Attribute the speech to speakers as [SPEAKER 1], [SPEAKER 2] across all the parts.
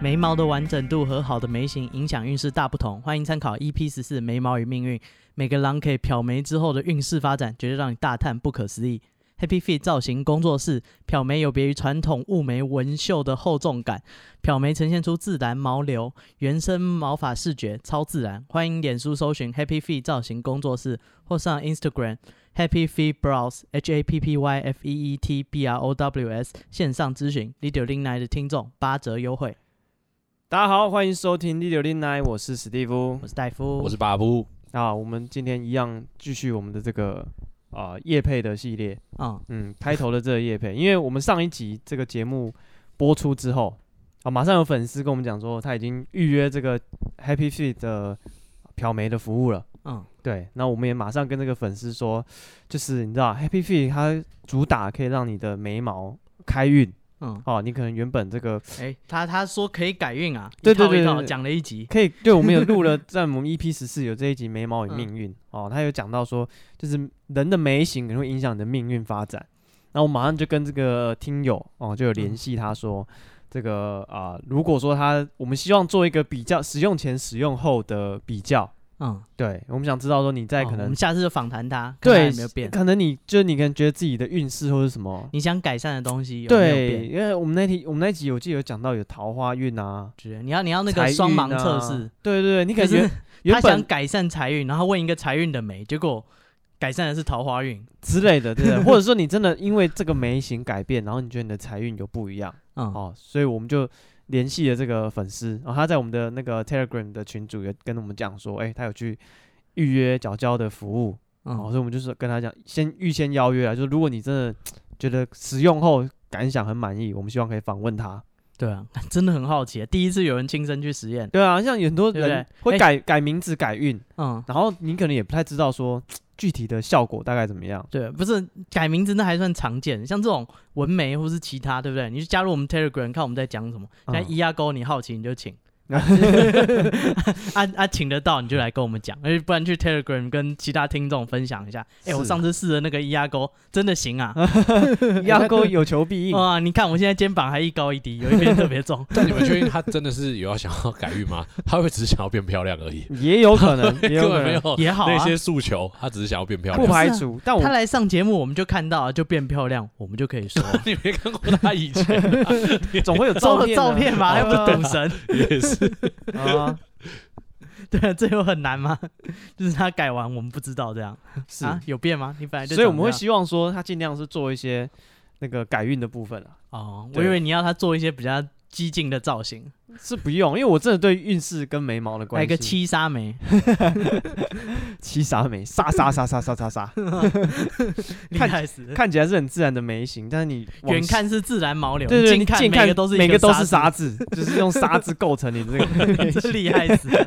[SPEAKER 1] 眉毛的完整度和好的眉形影响运势大不同。欢迎参考 EP 十四《眉毛与命运》，每个狼可以漂眉之后的运势发展，绝对让你大叹不可思议。Happy Fit 造型工作室漂眉有别于传统雾眉纹绣的厚重感，漂眉呈现出自然毛流、原生毛发视觉，超自然。欢迎脸书搜寻 Happy Fit 造型工作室，或上 Instagram Happy Feet Brows H A P P Y F E E T B R O W S 线上咨询 l i d i o l i n 来的听众八折优惠。
[SPEAKER 2] 大家好，欢迎收听《第六零来》，我是史蒂夫
[SPEAKER 1] 我。是戴夫，
[SPEAKER 3] 我是巴布，
[SPEAKER 2] 啊，我们今天一样继续我们的这个啊叶、配的系列，
[SPEAKER 1] 嗯
[SPEAKER 2] 嗯，开头的这个叶配， 因为我们上一集这个节目播出之后，啊，马上有粉丝跟我们讲说他已经预约这个 Happy Feet 的漂眉的服务了。
[SPEAKER 1] 嗯
[SPEAKER 2] 对，那我们也马上跟这个粉丝说，就是你知道 Happy Feet 它主打可以让你的眉毛开运
[SPEAKER 1] 嗯，
[SPEAKER 2] 哦，你可能原本这个
[SPEAKER 1] 哎、他他说可以改运啊，
[SPEAKER 2] 对
[SPEAKER 1] 一套
[SPEAKER 2] 对对
[SPEAKER 1] 一套
[SPEAKER 2] 对
[SPEAKER 1] 讲了一集，
[SPEAKER 2] 可以，对我们有录了，在 我们 EP 十四有这一集《眉毛与命
[SPEAKER 1] 嗯
[SPEAKER 2] 运》哦，他有讲到说，就是人的眉形可能会影响你的命运发展。那我马上就跟这个听友哦，就有联系，他说、这个
[SPEAKER 1] 嗯
[SPEAKER 2] 啊、如果说他我们希望做一个比较使用前使用后的比较，
[SPEAKER 1] 嗯，
[SPEAKER 2] 对我们想知道说你在
[SPEAKER 1] 哦
[SPEAKER 2] 可
[SPEAKER 1] 我
[SPEAKER 2] 能、
[SPEAKER 1] 们下次就访谈他，看他
[SPEAKER 2] 对
[SPEAKER 1] 有没有变，
[SPEAKER 2] 可能你就是你可能觉得自己的运势或者什么。
[SPEAKER 1] 你想改善的东西有没有
[SPEAKER 2] 对，
[SPEAKER 1] 变？
[SPEAKER 2] 因为我们那题我们那集有记得有讲到有桃花运啊，
[SPEAKER 1] 之类的你要你要那个
[SPEAKER 2] 财
[SPEAKER 1] 双
[SPEAKER 2] 运
[SPEAKER 1] 盲测
[SPEAKER 2] 啊
[SPEAKER 1] 试，
[SPEAKER 2] 对对对，你可
[SPEAKER 1] 就
[SPEAKER 2] 能
[SPEAKER 1] 是
[SPEAKER 2] 原原
[SPEAKER 1] 他想
[SPEAKER 2] 本
[SPEAKER 1] 改善财运，然后问一个财运的眉，结果改善的是桃花运。
[SPEAKER 2] 之类的，对 不对？或者说你真的因为这个眉形改变，然后你觉得你的财运有不一样
[SPEAKER 1] 嗯，
[SPEAKER 2] 哦，所以我们就联系了这个粉丝，然、后他在我们的那个 Telegram 的群组也跟我们讲说，哎，他有去预约角角的服务，
[SPEAKER 1] 嗯
[SPEAKER 2] 哦，所以我们就是跟他讲，先预先邀约啊，就是如果你真的觉得使用后感想很满意，我们希望可以访问他。
[SPEAKER 1] 对啊， 真的很好奇，第一次有人亲身去实验。
[SPEAKER 2] 对啊，像有很多
[SPEAKER 1] 对不对
[SPEAKER 2] 人会
[SPEAKER 1] 哎
[SPEAKER 2] 改改名字改运，
[SPEAKER 1] 嗯，
[SPEAKER 2] 然后你可能也不太知道说具体的效果大概怎么 样。
[SPEAKER 1] 对，不是改名字那还算常见，像这种纹眉或是其他，对不对？你去加入我们 Telegram 看我们在讲什么，
[SPEAKER 2] 嗯
[SPEAKER 1] 那一压勾你好奇你就 请。啊啊，请得到你就来跟我们讲，而不然去 Telegram 跟其他听众分享一下。哎、我
[SPEAKER 2] 是
[SPEAKER 1] 上次试的那个一压勾真的行 啊！
[SPEAKER 2] 压钩有求必应，
[SPEAKER 1] 哇，你看我现在肩膀还一高一低，有一边特别 重。
[SPEAKER 3] 但你们确定他真的是有要想要改运吗？ 他会只是想要变漂亮而已，
[SPEAKER 2] 也有可能，也有
[SPEAKER 3] 根
[SPEAKER 2] 可
[SPEAKER 3] 本没
[SPEAKER 2] 能
[SPEAKER 3] 有，
[SPEAKER 1] 也好啊
[SPEAKER 3] 那些诉求，他只是想要变漂
[SPEAKER 2] 不
[SPEAKER 3] 亮。
[SPEAKER 2] 排除。但
[SPEAKER 1] 他
[SPEAKER 2] 我
[SPEAKER 1] 来上节目，我们就看到，啊就变漂亮，我们就可以 说
[SPEAKER 3] 你没看过他以前
[SPEAKER 2] 总会有
[SPEAKER 1] 照
[SPEAKER 2] 片啊，
[SPEAKER 1] 照片嘛，
[SPEAKER 2] 哦
[SPEAKER 1] 又不是赌神，
[SPEAKER 3] 也是，
[SPEAKER 2] 啊，
[SPEAKER 1] 对，这有很难吗？ 就是他改完我们不知道这样
[SPEAKER 2] 是。
[SPEAKER 1] 啊，有变吗？你本来就
[SPEAKER 2] 所以我们会
[SPEAKER 1] 长
[SPEAKER 2] 希望说，他尽量是做一些那个改运的部分啊，
[SPEAKER 1] 这样哦，我
[SPEAKER 2] 对
[SPEAKER 1] 以为你要他做一些比较激进的造型，
[SPEAKER 2] 是不用，因为我真的对运势跟眉毛的关
[SPEAKER 1] 来
[SPEAKER 2] 系。
[SPEAKER 1] 个七杀眉，
[SPEAKER 2] 七杀眉，杀杀杀杀杀杀 杀，
[SPEAKER 1] 厉害死了！
[SPEAKER 2] 看起来是很自然的眉形，但是你往
[SPEAKER 1] 远。看是自然毛流，
[SPEAKER 2] 对对，
[SPEAKER 1] 近
[SPEAKER 2] 你
[SPEAKER 1] 看
[SPEAKER 2] 近
[SPEAKER 1] 每个都是
[SPEAKER 2] 每
[SPEAKER 1] 一个
[SPEAKER 2] 个都 是
[SPEAKER 1] 沙
[SPEAKER 2] 沙子， 就是用沙子构成你这个，
[SPEAKER 1] 子，这厉害死了！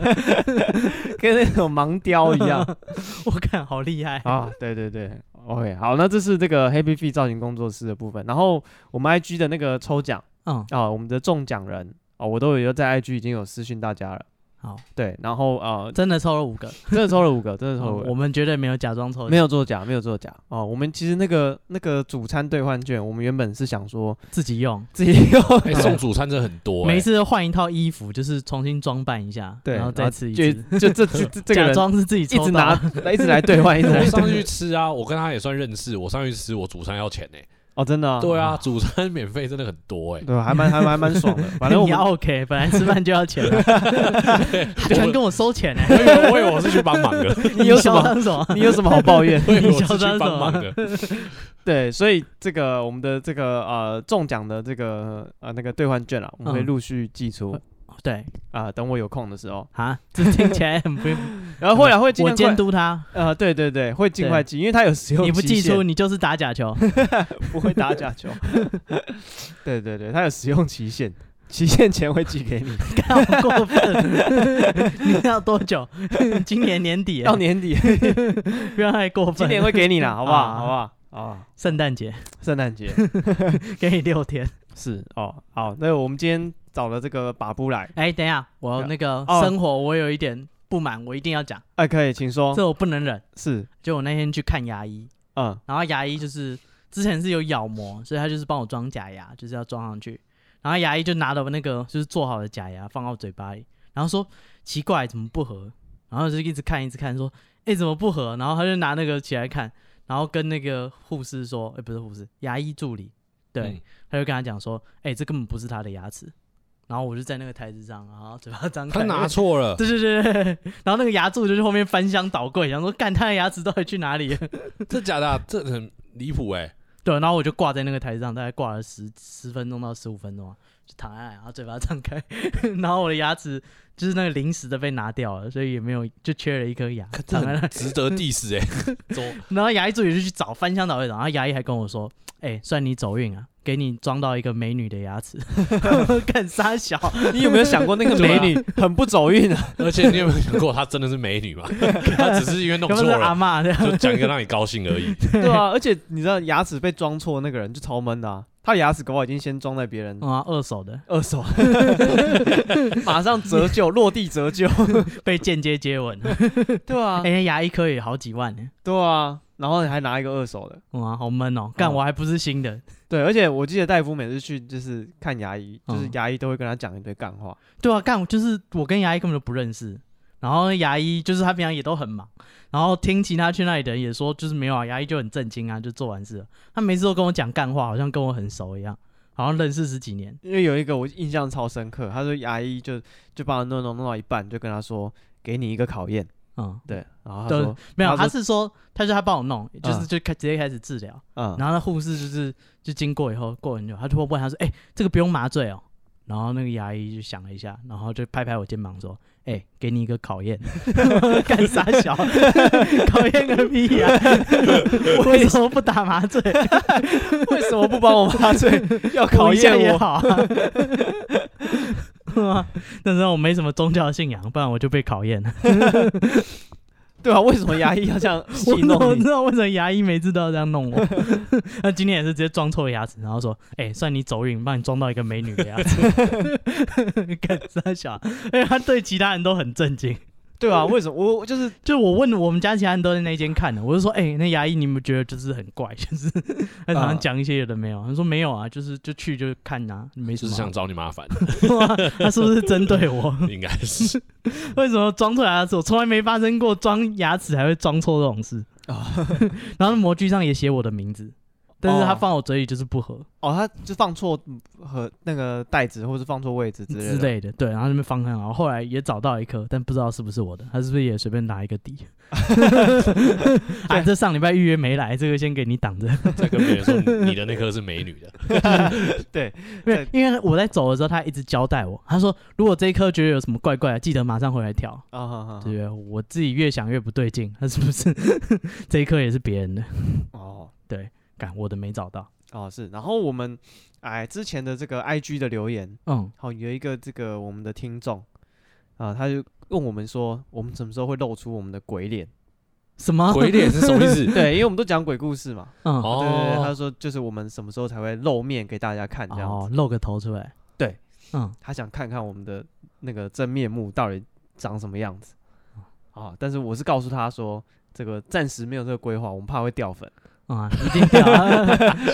[SPEAKER 2] 跟那种盲雕一样。
[SPEAKER 1] 我看好厉害
[SPEAKER 2] 啊，对对对，OK，好，那这是这个 Happy Feet 造型工作室的部分。然后我们 IG 的那个抽奖
[SPEAKER 1] 嗯，
[SPEAKER 2] 啊，我们的中奖人啊，我都有在 IG 已经有私讯大家了。
[SPEAKER 1] 好，
[SPEAKER 2] 对，然后啊，
[SPEAKER 1] 真的抽了五个，
[SPEAKER 2] 真的抽了五个，真的抽了五
[SPEAKER 1] 哦我
[SPEAKER 2] 个，
[SPEAKER 1] 们绝对没有假装抽，
[SPEAKER 2] 没有作假，没有作假哦、我们其实那个那个主餐兑换券，我们原本是想说
[SPEAKER 1] 自己用。
[SPEAKER 2] 自己用，
[SPEAKER 3] 哎，送主餐真的很多，
[SPEAKER 1] 每
[SPEAKER 3] 哎
[SPEAKER 1] 一次都换一套衣服，就是重新装扮一下，
[SPEAKER 2] 对，啊
[SPEAKER 1] 然后再吃一
[SPEAKER 2] 就
[SPEAKER 1] 次，
[SPEAKER 2] 就这这这这个
[SPEAKER 1] 假
[SPEAKER 2] 人
[SPEAKER 1] 装是自己
[SPEAKER 2] 一
[SPEAKER 1] 抽
[SPEAKER 2] 直
[SPEAKER 1] 到
[SPEAKER 2] 拿
[SPEAKER 1] 的。
[SPEAKER 2] 一直来兑换，一 直来
[SPEAKER 3] 我
[SPEAKER 2] 兑
[SPEAKER 3] 上去吃啊，我跟他也算认识。我上去吃，我主餐要钱呢。
[SPEAKER 2] 哦，真的、啊，
[SPEAKER 3] 对啊，主餐免费真的很多哎。
[SPEAKER 2] 对，还蛮还蛮还蛮 爽的。反正我
[SPEAKER 1] 你要
[SPEAKER 2] 们
[SPEAKER 1] OK，本来吃饭就要钱 了，他居然跟我收钱呢、欸
[SPEAKER 3] 我 以为我以为我是去帮忙的，
[SPEAKER 2] 你有什
[SPEAKER 1] 嚣
[SPEAKER 2] 么
[SPEAKER 1] 张什么？
[SPEAKER 2] 你有什么好抱怨？
[SPEAKER 3] 我以为我
[SPEAKER 1] 你
[SPEAKER 3] 是
[SPEAKER 1] 嚣张什
[SPEAKER 3] 去帮忙
[SPEAKER 1] 么
[SPEAKER 3] 的。
[SPEAKER 2] 对，所以这个我们的这个呃中奖的这个呃那个兑换券啊，我们会
[SPEAKER 1] 嗯呃
[SPEAKER 2] 陆续寄出啊、
[SPEAKER 1] 对
[SPEAKER 2] 等我有空的时候，
[SPEAKER 1] 啊，这听起来 很不。
[SPEAKER 2] 然后会啊会尽
[SPEAKER 1] 我
[SPEAKER 2] 量
[SPEAKER 1] 监
[SPEAKER 2] 快
[SPEAKER 1] 督他，
[SPEAKER 2] 呃对对对，会尽快寄，因为它有使用
[SPEAKER 1] 你不
[SPEAKER 2] 期
[SPEAKER 1] 寄出，
[SPEAKER 2] 限，
[SPEAKER 1] 你就是打假球。
[SPEAKER 2] 不会打假 球。对对对，它有使用期限，期限前会寄给 你，
[SPEAKER 1] 看好过分！ 你要多久？今年年底耶，
[SPEAKER 2] 到年 底，
[SPEAKER 1] 不要太过
[SPEAKER 2] 今
[SPEAKER 1] 分。
[SPEAKER 2] 年会给你 啦，好不好？
[SPEAKER 1] 啊
[SPEAKER 2] 好不好？啊，
[SPEAKER 1] 圣诞节
[SPEAKER 2] 圣诞 节
[SPEAKER 1] 给你六天。
[SPEAKER 2] 是哦，好，那我们今天找了这个把布来，
[SPEAKER 1] 哎，等一下，我那个
[SPEAKER 2] 哦
[SPEAKER 1] 生活我有一点不满，我一定要讲，
[SPEAKER 2] 哎，可以，请说，
[SPEAKER 1] 这我不能忍。
[SPEAKER 2] 是，
[SPEAKER 1] 就我那天去看牙医，
[SPEAKER 2] 嗯
[SPEAKER 1] 然后牙医就是之前是有咬膜，所以他就是帮我装假牙，就是要装上去。然后牙医就拿了那个就是做好的假牙放到嘴巴里，然后说奇怪怎么不合，然后就一直看一直看说哎、怎么不合，然后他就拿那个起来看，然后跟那个护士说哎、不是护士牙医助理对，
[SPEAKER 3] 嗯
[SPEAKER 1] 他就跟他讲说哎、这根本不是他的牙齿，然后我就在那个台子上然后嘴巴张开
[SPEAKER 3] 他拿错 了，
[SPEAKER 1] 对对对对，对然后那个牙柱就去后面翻箱倒柜，想说干他的牙齿到底去哪里了？
[SPEAKER 3] 这假的啊，这很离谱哎。
[SPEAKER 1] 对，然后我就挂在那个台子上，大概挂了十十分钟到十五分钟啊，就躺下来，然后嘴巴张开， 然后我的牙齿就是那个临时的被拿掉了，所以也没有就缺了一颗牙
[SPEAKER 3] 看，这
[SPEAKER 1] 躺在那
[SPEAKER 3] 很。值得 diss 哎，怎么
[SPEAKER 1] 然后牙医助理就去找翻箱倒柜找，然后牙医还跟我说：“哎、算你走运啊，给你装到一个美女的牙齿。” 干啥小？
[SPEAKER 2] 你有没有想过那 个美女很不走运啊？
[SPEAKER 3] 而且你有没有想过，她真的是美女嘛？她只是因为弄
[SPEAKER 1] 要不
[SPEAKER 3] 错
[SPEAKER 1] 是阿
[SPEAKER 3] 了，
[SPEAKER 1] 妈这样？
[SPEAKER 3] 就讲一个让你高兴而已。
[SPEAKER 2] 对 啊，而且你知道牙齿被装错那个人就超闷的啊，他的牙齿搞不好已经先装在别人
[SPEAKER 1] 嗯啊，二手的
[SPEAKER 2] 二 手，马上折旧，落地折 旧，
[SPEAKER 1] 被间接接 吻，
[SPEAKER 2] 对啊
[SPEAKER 1] 哎、，牙一颗也好几万呢、
[SPEAKER 2] 对啊，然后还拿一个二手的。
[SPEAKER 1] 哇，好闷哦！干，
[SPEAKER 2] 哦
[SPEAKER 1] 我还不是新的。
[SPEAKER 2] 对，而且我记得戴夫每次去就是看牙医，就是
[SPEAKER 1] 嗯
[SPEAKER 2] 牙医都会跟他讲一堆干话。
[SPEAKER 1] 对啊，干，就是我跟牙医根本就不认识。然后牙医就是他平常也都很忙，然后听其他去那里的人也说，就是没有啊，牙医就很震惊啊，就做完事了。他每次都跟我讲干话，好像跟我很熟一样，好像认识十几年。
[SPEAKER 2] 因为有一个我印象超深刻，他说牙医就就帮他弄弄弄到一半，就跟他说给你一个考验，
[SPEAKER 1] 嗯，
[SPEAKER 2] 对，然后他
[SPEAKER 1] 对
[SPEAKER 2] 说
[SPEAKER 1] 没有，
[SPEAKER 2] 他
[SPEAKER 1] 他
[SPEAKER 2] 说
[SPEAKER 1] 是说，他说他帮我弄，就是
[SPEAKER 2] 嗯
[SPEAKER 1] 就开直接开始治疗。
[SPEAKER 2] 嗯，
[SPEAKER 1] 然后那护士就是就经过以后过很久，他就会问他说：“哎、这个不用麻醉哦。”然后那个牙医就想了一下，然后就拍拍我肩膀说：“哎、给你一个考验， 干啥小？ 考验个屁 呀、为什么不打麻醉？
[SPEAKER 2] 为什么不帮我麻醉？要
[SPEAKER 1] 我
[SPEAKER 2] 考
[SPEAKER 1] 一下
[SPEAKER 2] 验
[SPEAKER 1] 也
[SPEAKER 2] 我？
[SPEAKER 1] 好啊。是吗” 那时候我没什么宗教信仰，不然我就被考验了。
[SPEAKER 2] 对啊，为什么牙医要这样戏
[SPEAKER 1] 我哪
[SPEAKER 2] 弄
[SPEAKER 1] 知
[SPEAKER 2] 你？
[SPEAKER 1] 道为什么牙医每次都要这样弄我？ 那今天也是直接装错牙齿，然后说：“哎、算你走运，帮你装到一个美女的牙齿。” 干啥小？哎，他对其他人都很震惊。
[SPEAKER 2] 对啊，为什么我我就是
[SPEAKER 1] 就我问我们家其他人都在那间看的，我就说：“哎、那牙医你们觉得就是很怪，就是他常常讲一些有的没有。”他说：“没有啊，就是就去就看啊，没什
[SPEAKER 3] 就是
[SPEAKER 1] 么
[SPEAKER 3] 想
[SPEAKER 1] 啊。
[SPEAKER 3] 找你麻烦，”
[SPEAKER 1] 他是不是针对我？
[SPEAKER 3] 应该是。
[SPEAKER 1] 为什么装错牙齿？我从来没发生过装牙齿还会装错这种事。 然后模具上也写我的名字，但是他
[SPEAKER 2] 哦
[SPEAKER 1] 放我嘴里就是不合
[SPEAKER 2] 哦，他就放错和那个袋子，或是放错位置之类
[SPEAKER 1] 之
[SPEAKER 2] 的。
[SPEAKER 1] 类的。对，然后那边放开，然后后来也找到一颗，但不知道是不是我的，他是不是也随便拿一个 底？哎，这上礼拜预约没来，这个先给你挡 着。
[SPEAKER 3] 再跟别人说你你的那颗是美女的，
[SPEAKER 1] 因为因为我在走的时候，他一直交代我，他说如果这一颗觉得有什么怪怪的，记得马上回来调。
[SPEAKER 2] 啊哈哈，
[SPEAKER 1] 对，我自己越想越不对劲，他是不是 这一颗也是别人的？
[SPEAKER 2] 哦
[SPEAKER 1] 干，我的没找到。
[SPEAKER 2] 哦是。然后我们哎之前的这个 IG 的留言，
[SPEAKER 1] 嗯，
[SPEAKER 2] 好有一个这个我们的听众啊，他就问我们说，我们什么时候会露出我们的 鬼脸？
[SPEAKER 1] 什么
[SPEAKER 3] 鬼脸是什么意 思？
[SPEAKER 2] 对，因为我们都讲鬼故 事嘛。
[SPEAKER 1] 嗯，
[SPEAKER 2] 对对对，他
[SPEAKER 3] 哦，
[SPEAKER 2] 说就是我们什么时候才会露面给大家看这样
[SPEAKER 1] 哦
[SPEAKER 2] 子。，
[SPEAKER 1] 露个头出来。
[SPEAKER 2] 对，
[SPEAKER 1] 嗯，
[SPEAKER 2] 他想看看我们的那个真面目到底长什么样子啊。但是我是告诉他说，这个暂时没有这个规划，我们怕会掉粉。
[SPEAKER 1] 啊，一定 掉，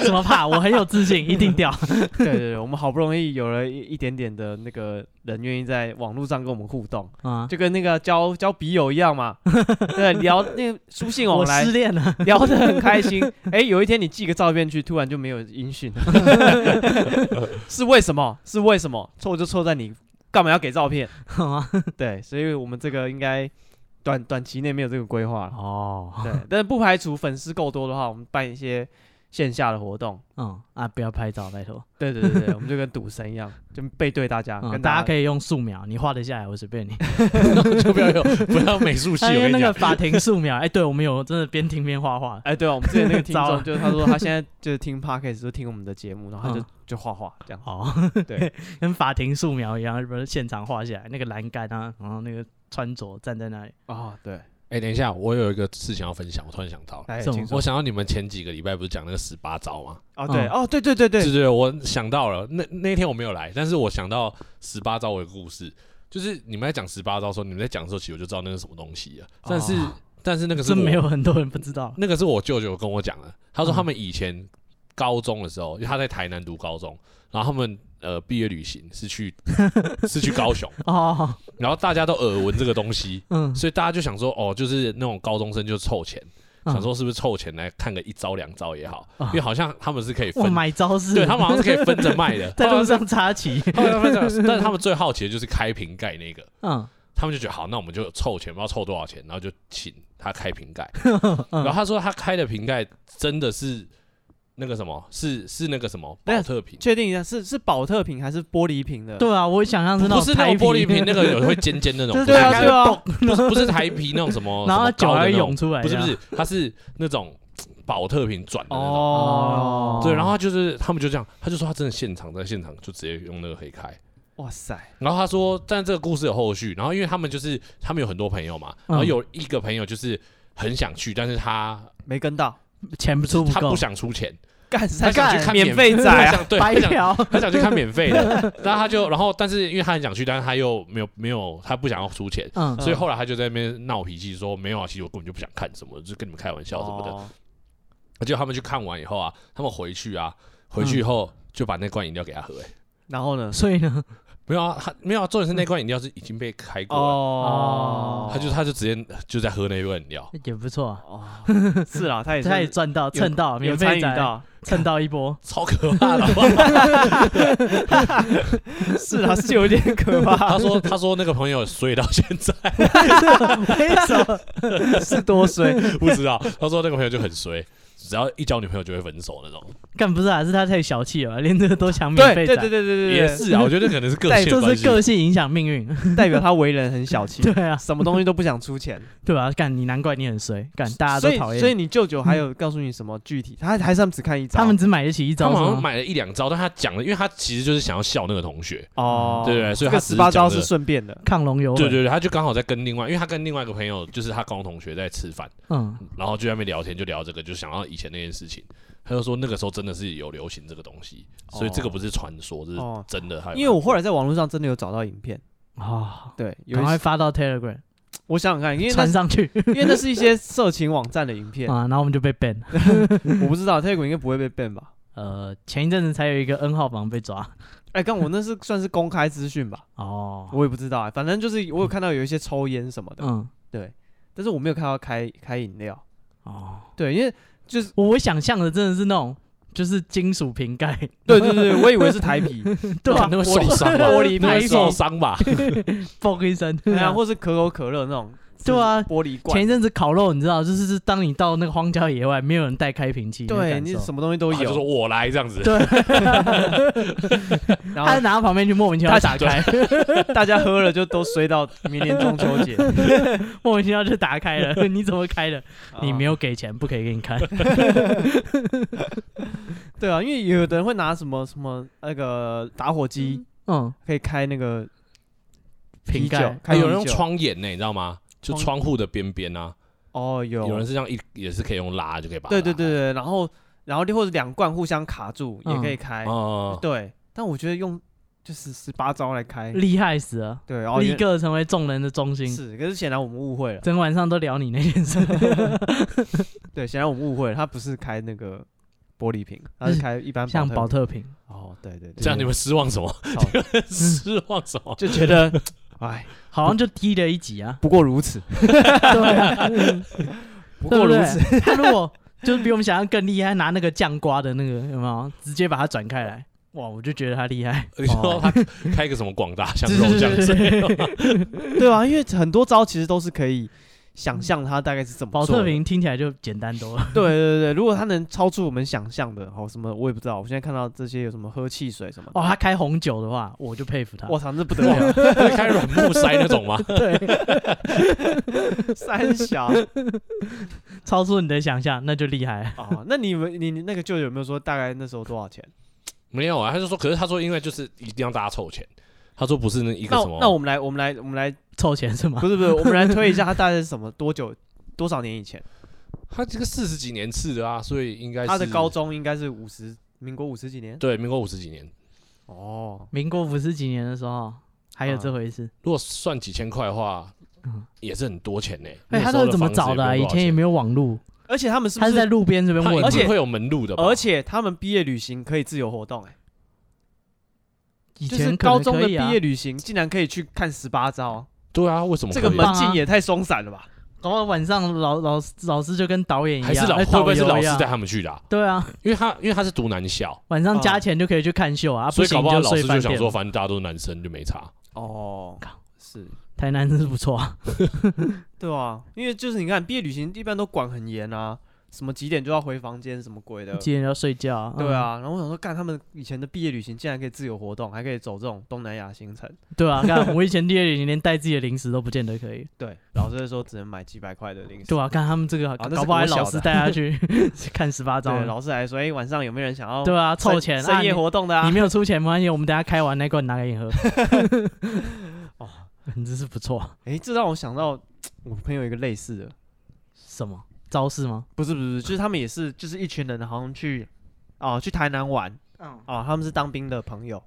[SPEAKER 1] 什么怕？我很有自信，一定掉。
[SPEAKER 2] 对对对，我们好不容易有了一一点点的那个人愿意在网络上跟我们互动，
[SPEAKER 1] 啊，
[SPEAKER 2] 就跟那个交交笔友一 样嘛。对，聊那个书信往
[SPEAKER 1] 我
[SPEAKER 2] 来
[SPEAKER 1] 失，恋了，
[SPEAKER 2] 聊得很开心。 哎、有一天你寄个照片去，突然就没有音讯， 是为什么？是为什么？错就错在你干嘛要给照 片？
[SPEAKER 1] 好吗？
[SPEAKER 2] 对，所以我们这个应该短短期内没有这个规划了。
[SPEAKER 1] 哦，
[SPEAKER 2] 对，但是不排除粉丝够多的话，我们办一些线下的活动。
[SPEAKER 1] 嗯啊，不要拍照，拜托。
[SPEAKER 2] 对对对对，我们就跟赌神一样，就背对大
[SPEAKER 3] 啊
[SPEAKER 2] 家，
[SPEAKER 1] 嗯，
[SPEAKER 2] 跟
[SPEAKER 1] 大
[SPEAKER 2] 大
[SPEAKER 1] 家可以用素描，你画得下来，我随便 你。
[SPEAKER 3] 就不要有不要美 术系，
[SPEAKER 1] 他
[SPEAKER 3] 我
[SPEAKER 1] 用
[SPEAKER 3] 跟
[SPEAKER 1] 那
[SPEAKER 3] 你
[SPEAKER 1] 个
[SPEAKER 3] 讲，
[SPEAKER 1] 法庭素描，哎，对我们有真的边听边画画。
[SPEAKER 2] 哎，对啊，我们之前那个听
[SPEAKER 1] 糟了
[SPEAKER 2] 众就是他说他现在就是听 podcast 就听我们的节目，然后他就
[SPEAKER 1] 嗯
[SPEAKER 2] 就画画这样。
[SPEAKER 1] 哦，
[SPEAKER 2] 对，
[SPEAKER 1] 跟法庭素描一样，不是现场画下来那个栏杆啊，然后那个穿着站在那里，
[SPEAKER 2] 啊，对，
[SPEAKER 3] 哎，等一下，我有一个事情要分享，我突然想到了，
[SPEAKER 2] 哎，
[SPEAKER 1] 什么
[SPEAKER 2] 请说
[SPEAKER 3] 我想到你们前几个礼拜不是讲那个十八招吗？
[SPEAKER 2] 哦，对，
[SPEAKER 1] 嗯
[SPEAKER 2] 哦，对对对对
[SPEAKER 3] 对，对，我想到了，那那天我没有来，但是我想到十八招我有个故事，就是你们在讲十八招的时候，你们在讲的时候，其实我就知道那是什么东西了，但是、但是那个是
[SPEAKER 1] 真没
[SPEAKER 3] 我
[SPEAKER 1] 有很多人不知道。
[SPEAKER 3] 那个是我舅舅跟我讲的，他说
[SPEAKER 1] 嗯
[SPEAKER 3] 他们以前高中的时候，因为他在台南读高中，然后他们呃毕业旅行是 去是去高雄，
[SPEAKER 1] 哦，
[SPEAKER 3] 然后大家都耳闻这个东西，
[SPEAKER 1] 嗯，
[SPEAKER 3] 所以大家就想说，哦，就是那种高中生就凑钱，
[SPEAKER 1] 嗯
[SPEAKER 3] 想说是不是凑钱来看个一招两招也好，
[SPEAKER 1] 啊
[SPEAKER 3] 因为好像他们是可以
[SPEAKER 1] 我
[SPEAKER 3] 分，
[SPEAKER 1] 买招式，，
[SPEAKER 3] 对他们好像是可以分着卖的
[SPEAKER 1] 在路
[SPEAKER 3] 他
[SPEAKER 1] 上插旗，
[SPEAKER 3] 们哦好像是他们好像是分着但是他们最好奇的就是开瓶盖那个，
[SPEAKER 1] 嗯
[SPEAKER 3] 他们就觉得好，那我们就凑钱，不知道凑多少钱，然后就请他开瓶 盖，然后
[SPEAKER 1] 嗯，
[SPEAKER 3] 他说他开的瓶盖真的是那个什么，是是那个什么
[SPEAKER 2] 对
[SPEAKER 3] 保特瓶。
[SPEAKER 2] 确定一下，是是保特瓶还是玻璃瓶的？
[SPEAKER 1] 对啊，我想象是那
[SPEAKER 3] 不
[SPEAKER 1] 种
[SPEAKER 3] 是那种
[SPEAKER 1] 台
[SPEAKER 3] 玻璃瓶，那个有 会
[SPEAKER 1] 会，
[SPEAKER 3] 尖尖那种，
[SPEAKER 1] 就是
[SPEAKER 2] 对
[SPEAKER 1] 打
[SPEAKER 2] 啊
[SPEAKER 1] 开
[SPEAKER 2] 对啊，
[SPEAKER 3] 不是不是台皮那种什 么，
[SPEAKER 1] 然后
[SPEAKER 3] 哦什么
[SPEAKER 1] 酒
[SPEAKER 3] 高的
[SPEAKER 1] 还
[SPEAKER 3] 那
[SPEAKER 1] 会
[SPEAKER 3] 种
[SPEAKER 1] 涌出来，
[SPEAKER 3] 不是不，是，它是那种保特瓶转的那种。
[SPEAKER 2] 哦，
[SPEAKER 3] 对，然后他就是他们就这样，他就说他真的现场在现场就直接用那个可以开。
[SPEAKER 2] 哇塞，
[SPEAKER 3] 然后他说，但这个故事有后续。然后因为他们就是他们有很多朋友嘛，然后
[SPEAKER 1] 嗯
[SPEAKER 3] 有一个朋友就是很想去，但是他
[SPEAKER 2] 没跟到，
[SPEAKER 1] 钱不出
[SPEAKER 3] 他
[SPEAKER 1] 够
[SPEAKER 3] 不，想出钱，
[SPEAKER 2] 干
[SPEAKER 3] 他想去
[SPEAKER 2] 干
[SPEAKER 3] 看
[SPEAKER 2] 免费仔
[SPEAKER 3] 他
[SPEAKER 2] 啊，
[SPEAKER 3] 想对，
[SPEAKER 1] 白
[SPEAKER 3] 他 想
[SPEAKER 1] 嫖，
[SPEAKER 3] 他想去看免 费的，然后他就然后但是因为他很想去，但是他又没有没有他不想要出钱，
[SPEAKER 1] 嗯
[SPEAKER 3] 所以后来他就在那边闹脾气说没有啊，其实我根本就不想看什么，就跟你们开玩笑什么的。
[SPEAKER 2] 哦
[SPEAKER 3] 结果他们去看完以后啊，他们回去啊，回
[SPEAKER 2] 嗯
[SPEAKER 3] 去以后就把那罐饮料给他喝、欸，
[SPEAKER 2] 然后 呢？
[SPEAKER 1] 所以呢，
[SPEAKER 3] 没有啊，他没有啊，重点是那罐饮料是已经被开过了，
[SPEAKER 2] 哦，
[SPEAKER 3] 他就他就直接就在喝那一罐饮料，
[SPEAKER 1] 也不错啊，
[SPEAKER 2] 哦， 是啦，
[SPEAKER 3] 哎
[SPEAKER 2] 他也
[SPEAKER 1] 他也
[SPEAKER 2] 是
[SPEAKER 1] 赚到
[SPEAKER 2] 有
[SPEAKER 1] 蹭到
[SPEAKER 2] 有
[SPEAKER 1] 免
[SPEAKER 2] 参
[SPEAKER 1] 费
[SPEAKER 2] 与
[SPEAKER 1] 仔
[SPEAKER 2] 到，
[SPEAKER 1] 蹭到一 波，
[SPEAKER 3] 超可怕的好不 好。
[SPEAKER 2] 是
[SPEAKER 3] 啊
[SPEAKER 2] 啦，是有点可怕
[SPEAKER 3] 他，说他说那个朋友衰到现在
[SPEAKER 1] 为什么？
[SPEAKER 2] 是多衰，
[SPEAKER 3] 不知道，他说那个朋友就很衰，只要一交女朋友就会分手那种，
[SPEAKER 1] 干不是啊，是他太小气了，连这个都想免
[SPEAKER 2] 对
[SPEAKER 1] 费
[SPEAKER 2] 对
[SPEAKER 1] 仔，
[SPEAKER 2] 对对对对，
[SPEAKER 3] 也是啊，我觉得可能是 个性的
[SPEAKER 1] 这
[SPEAKER 3] 关
[SPEAKER 1] 是
[SPEAKER 3] 系。
[SPEAKER 1] 个性影响命运，
[SPEAKER 2] 代表他为人很小气，
[SPEAKER 1] 对啊，
[SPEAKER 2] 什么东西都不想出钱，
[SPEAKER 1] 对吧？干你难怪你很衰，干大家
[SPEAKER 2] 所
[SPEAKER 1] 都
[SPEAKER 2] 以
[SPEAKER 1] 讨
[SPEAKER 2] 所以
[SPEAKER 1] 厌，嗯
[SPEAKER 2] 你舅舅还有告诉你什么具体？他还是他们只看一招，
[SPEAKER 1] 他们只买得起一
[SPEAKER 3] 他
[SPEAKER 1] 招
[SPEAKER 3] 们
[SPEAKER 1] 是
[SPEAKER 3] 好
[SPEAKER 1] 吗
[SPEAKER 3] 像？买了一两招，但他讲的，因为他其实就是想要笑那个同学，
[SPEAKER 2] 哦，
[SPEAKER 3] 嗯对对对所
[SPEAKER 2] 这
[SPEAKER 3] 以他
[SPEAKER 2] 个
[SPEAKER 3] 只是
[SPEAKER 2] 十八招
[SPEAKER 3] 讲这
[SPEAKER 2] 是
[SPEAKER 3] 个
[SPEAKER 2] 顺便的，
[SPEAKER 1] 亢龙有
[SPEAKER 3] 对
[SPEAKER 1] 悔，
[SPEAKER 3] 对对，他就刚好在跟另外，因为他跟另外一个朋友，就是他高中同学在吃饭，
[SPEAKER 1] 嗯，
[SPEAKER 3] 然后就在那边聊天，就聊这个，就想到以前那件事情。他就说那个时候真的是有流行这个东西，
[SPEAKER 2] 哦
[SPEAKER 3] 所以这个不是传说，这是
[SPEAKER 2] 哦
[SPEAKER 3] 真的。还有
[SPEAKER 2] 因为我后来在网络上真的有找到影片，
[SPEAKER 1] 啊，
[SPEAKER 2] 对，有
[SPEAKER 1] 赶
[SPEAKER 2] 一
[SPEAKER 1] 快
[SPEAKER 2] 些
[SPEAKER 1] 发到 Telegram
[SPEAKER 2] 我想想看，因为那
[SPEAKER 1] 传上 去
[SPEAKER 2] 因为那是一些色情网站的影片，
[SPEAKER 1] 啊，然后我们就被 ban。嗯
[SPEAKER 2] 我不知道泰国应该不会被 ban 吧？
[SPEAKER 1] 呃，前一阵子才有一个 N 号房被抓
[SPEAKER 2] 哎，刚我那是算是公开资讯吧，
[SPEAKER 1] 哦，
[SPEAKER 2] 我也不知道啊，反正就是我
[SPEAKER 3] 嗯
[SPEAKER 2] 有看到有一些抽烟什么的，
[SPEAKER 1] 嗯，
[SPEAKER 2] 但是我没有看到开开饮料，
[SPEAKER 1] 哦，
[SPEAKER 2] 对，因为 就是
[SPEAKER 1] 我我想象的真的是那种就是金属瓶盖，
[SPEAKER 2] 对对对，对我以为是台啤，
[SPEAKER 1] 对啊吧
[SPEAKER 3] 可？能会受伤吧，
[SPEAKER 2] 玻璃
[SPEAKER 3] 那
[SPEAKER 2] 玻
[SPEAKER 3] 会
[SPEAKER 2] 璃
[SPEAKER 3] 受 伤吧？
[SPEAKER 1] 嘣一声，
[SPEAKER 2] 对啊，或是可口可乐那种，
[SPEAKER 1] 对啊
[SPEAKER 2] 玻璃罐
[SPEAKER 1] 前一，阵子烤肉，你知道，就是是当你到那个荒郊野外，没有人带开瓶器，那个
[SPEAKER 2] 对
[SPEAKER 1] 感
[SPEAKER 2] 你
[SPEAKER 1] 受
[SPEAKER 2] 什么东西都
[SPEAKER 3] 他哦就说
[SPEAKER 2] 有，啊
[SPEAKER 3] 我来这样子，
[SPEAKER 2] 然
[SPEAKER 1] 啊他
[SPEAKER 2] 后
[SPEAKER 1] 拿到旁边去，莫名其妙打开，
[SPEAKER 2] 大家喝了就都衰到明年中秋 节，
[SPEAKER 1] 莫名其妙就打开 了，你怎么开的？你没
[SPEAKER 2] 有
[SPEAKER 1] 有给钱，不可以给 你开。
[SPEAKER 2] 对啊，因为有的人会拿什么什么那个打火机
[SPEAKER 1] 嗯，
[SPEAKER 2] 可以开那个
[SPEAKER 1] 瓶
[SPEAKER 2] 啤酒
[SPEAKER 1] 盖，
[SPEAKER 2] 开
[SPEAKER 3] 有人
[SPEAKER 2] 啤
[SPEAKER 3] 用
[SPEAKER 2] 酒
[SPEAKER 3] 窗眼呢，你知道吗？就
[SPEAKER 2] 窗
[SPEAKER 3] 窗户的边边啊，
[SPEAKER 2] 哦，有
[SPEAKER 3] 有人是这样一也是可以用拉就可以把它
[SPEAKER 2] 对
[SPEAKER 3] 拉
[SPEAKER 2] 对
[SPEAKER 3] 开。
[SPEAKER 2] 对对，然后然后或者两罐互相卡住
[SPEAKER 1] 嗯
[SPEAKER 2] 也可以开，
[SPEAKER 3] 哦，
[SPEAKER 2] 对，但我觉得用就是十八招来开，
[SPEAKER 1] 嗯厉害死了，
[SPEAKER 2] 对，哦，
[SPEAKER 1] 立
[SPEAKER 2] 原
[SPEAKER 1] 刻成为众人的中心。
[SPEAKER 2] 是，可是显然我们误会了，
[SPEAKER 1] 整晚上都聊你那件 事，
[SPEAKER 2] 对，显然我们误会了，他不是开那个玻璃瓶，他是开一般
[SPEAKER 1] 像
[SPEAKER 2] 宝
[SPEAKER 1] 保
[SPEAKER 2] 特
[SPEAKER 1] 特瓶，
[SPEAKER 2] 瓶哦，对对对，
[SPEAKER 3] 这样 你们失望什么？
[SPEAKER 2] 好
[SPEAKER 3] 失望什么？
[SPEAKER 2] 就觉得 哎，
[SPEAKER 1] 好像就低了一级啊。
[SPEAKER 2] 不过如此，
[SPEAKER 1] 对啊，
[SPEAKER 2] 不
[SPEAKER 1] 对不
[SPEAKER 2] 过如
[SPEAKER 1] 对
[SPEAKER 2] 此，
[SPEAKER 1] 他如果就是比我们想象更厉害，拿那个酱瓜的那个有没有，直接把它转开来，哇，我就觉得他厉害。
[SPEAKER 3] 你说
[SPEAKER 2] 哦
[SPEAKER 3] 他开个什么广大香
[SPEAKER 1] 对
[SPEAKER 3] 肉
[SPEAKER 1] 对
[SPEAKER 3] 这样
[SPEAKER 1] 对
[SPEAKER 3] 子？
[SPEAKER 1] 对对
[SPEAKER 2] 对啊，因为很多招其实都是可以想象他大概是怎么
[SPEAKER 1] 保
[SPEAKER 2] 做
[SPEAKER 1] 特
[SPEAKER 2] 的。
[SPEAKER 1] 瓶听起来就简单多了。
[SPEAKER 2] 对对对，如果他能超出我们想象的，好什么我也不知道。我现在看到这些有什么喝汽水什么的，
[SPEAKER 1] 哦，他开红酒的话，我就佩服他。
[SPEAKER 2] 我操，这不 得 了，
[SPEAKER 3] 开软木塞那种吗？
[SPEAKER 2] 三小
[SPEAKER 1] 超出你的想象，那就厉害了。
[SPEAKER 2] 哦，那你们你你那个舅舅有没有说大概那时候多少钱？
[SPEAKER 3] 没有啊，他就说，可是他说，因为就是一定要大家凑钱。他说不是那一个
[SPEAKER 2] 那
[SPEAKER 3] 什
[SPEAKER 2] 我
[SPEAKER 3] 么，
[SPEAKER 2] 那我们来我们来我们来，
[SPEAKER 1] 凑钱是吗
[SPEAKER 2] 不？是不是，我们来推一下他大概是什么 多久多少年以前？
[SPEAKER 3] 他这个四十几年次的啊，所以应该是
[SPEAKER 2] 他的高中应该是五十，民国五十几年
[SPEAKER 3] 对民国五十几年，
[SPEAKER 2] 哦，
[SPEAKER 1] 民国五十几年的时候，还有这回事。
[SPEAKER 3] 如果算几千块的话
[SPEAKER 1] 嗯，
[SPEAKER 3] 也是很多钱呢、
[SPEAKER 1] 哎、
[SPEAKER 3] 那
[SPEAKER 1] 他
[SPEAKER 3] 时
[SPEAKER 1] 到
[SPEAKER 3] 候
[SPEAKER 1] 底
[SPEAKER 3] 的
[SPEAKER 1] 怎么
[SPEAKER 3] 房子
[SPEAKER 1] 找的、啊？
[SPEAKER 3] 也
[SPEAKER 1] 以前也没有网络，
[SPEAKER 2] 而且他们是不
[SPEAKER 1] 他是在
[SPEAKER 2] 是？
[SPEAKER 1] 路边这边
[SPEAKER 3] 他
[SPEAKER 1] 问，
[SPEAKER 3] 一
[SPEAKER 2] 而且
[SPEAKER 3] 定会有门路的吧，
[SPEAKER 2] 而且他们毕业旅行可以自由活动、哎，
[SPEAKER 1] 以
[SPEAKER 2] 就
[SPEAKER 1] 前
[SPEAKER 2] 是
[SPEAKER 1] 可能
[SPEAKER 2] 高中的
[SPEAKER 1] 可以啊
[SPEAKER 2] 毕业旅行竟然可以去看十八招，
[SPEAKER 3] 对啊，为什么
[SPEAKER 2] 这个
[SPEAKER 3] 可以
[SPEAKER 1] 棒
[SPEAKER 2] 门
[SPEAKER 1] 啊
[SPEAKER 2] 禁也太松散了吧？
[SPEAKER 1] 搞不好晚上老老师老师就跟导演一样，
[SPEAKER 3] 还是老
[SPEAKER 1] 哎
[SPEAKER 3] 会不会是
[SPEAKER 1] 导游
[SPEAKER 3] 老
[SPEAKER 1] 一
[SPEAKER 3] 师
[SPEAKER 1] 样
[SPEAKER 3] 带他们去的啊？
[SPEAKER 1] 对啊，
[SPEAKER 3] 因为他因为他是读男校，
[SPEAKER 1] 晚上加钱就可以去看秀啊，啊
[SPEAKER 3] 所以搞
[SPEAKER 1] 行
[SPEAKER 3] 不好老
[SPEAKER 1] 睡
[SPEAKER 3] 师就
[SPEAKER 1] 饭
[SPEAKER 3] 想
[SPEAKER 1] 店
[SPEAKER 3] 说，
[SPEAKER 1] 了
[SPEAKER 3] 反正大家都是男生，就没差。
[SPEAKER 2] 哦，是，
[SPEAKER 1] 台南真是不错 啊，
[SPEAKER 2] 对啊，因为就是你看毕业旅行一般都管很严啊，什么几点就要回房间，什么鬼的。
[SPEAKER 1] 几点要睡觉啊？
[SPEAKER 2] 对
[SPEAKER 1] 嗯，
[SPEAKER 2] 啊，然后我想说，干他们以前的毕业旅行竟然可以自由活动，还可以走这种东南亚行程。
[SPEAKER 1] 对啊，看我以前毕业旅行连带自己的零食都不见得可 以，
[SPEAKER 2] 对，老师说只能买几百块的零食。
[SPEAKER 1] 对啊，看他们这个
[SPEAKER 2] 哦那是
[SPEAKER 1] 搞不好还
[SPEAKER 2] 国小
[SPEAKER 1] 老
[SPEAKER 2] 的
[SPEAKER 1] 师带他 去看十八招
[SPEAKER 2] 对，
[SPEAKER 1] 呢，
[SPEAKER 2] 老师还说，哎、晚上有没有人想要
[SPEAKER 1] 对啊，
[SPEAKER 2] 深
[SPEAKER 1] 凑钱啊
[SPEAKER 2] 深夜
[SPEAKER 1] 你
[SPEAKER 2] 活动的啊？
[SPEAKER 1] 你没有出钱没关系，我们等下开完那罐拿 给你喝。
[SPEAKER 2] 哦，
[SPEAKER 1] 你真是不错。
[SPEAKER 2] 哎、这让我想到我朋友有一个类似的，
[SPEAKER 1] 什么招式吗？
[SPEAKER 2] 不是不是，不是就是他们也是，就是一群人好像去哦去台南玩
[SPEAKER 1] 嗯，
[SPEAKER 2] 啊、哦他们是当兵的朋友，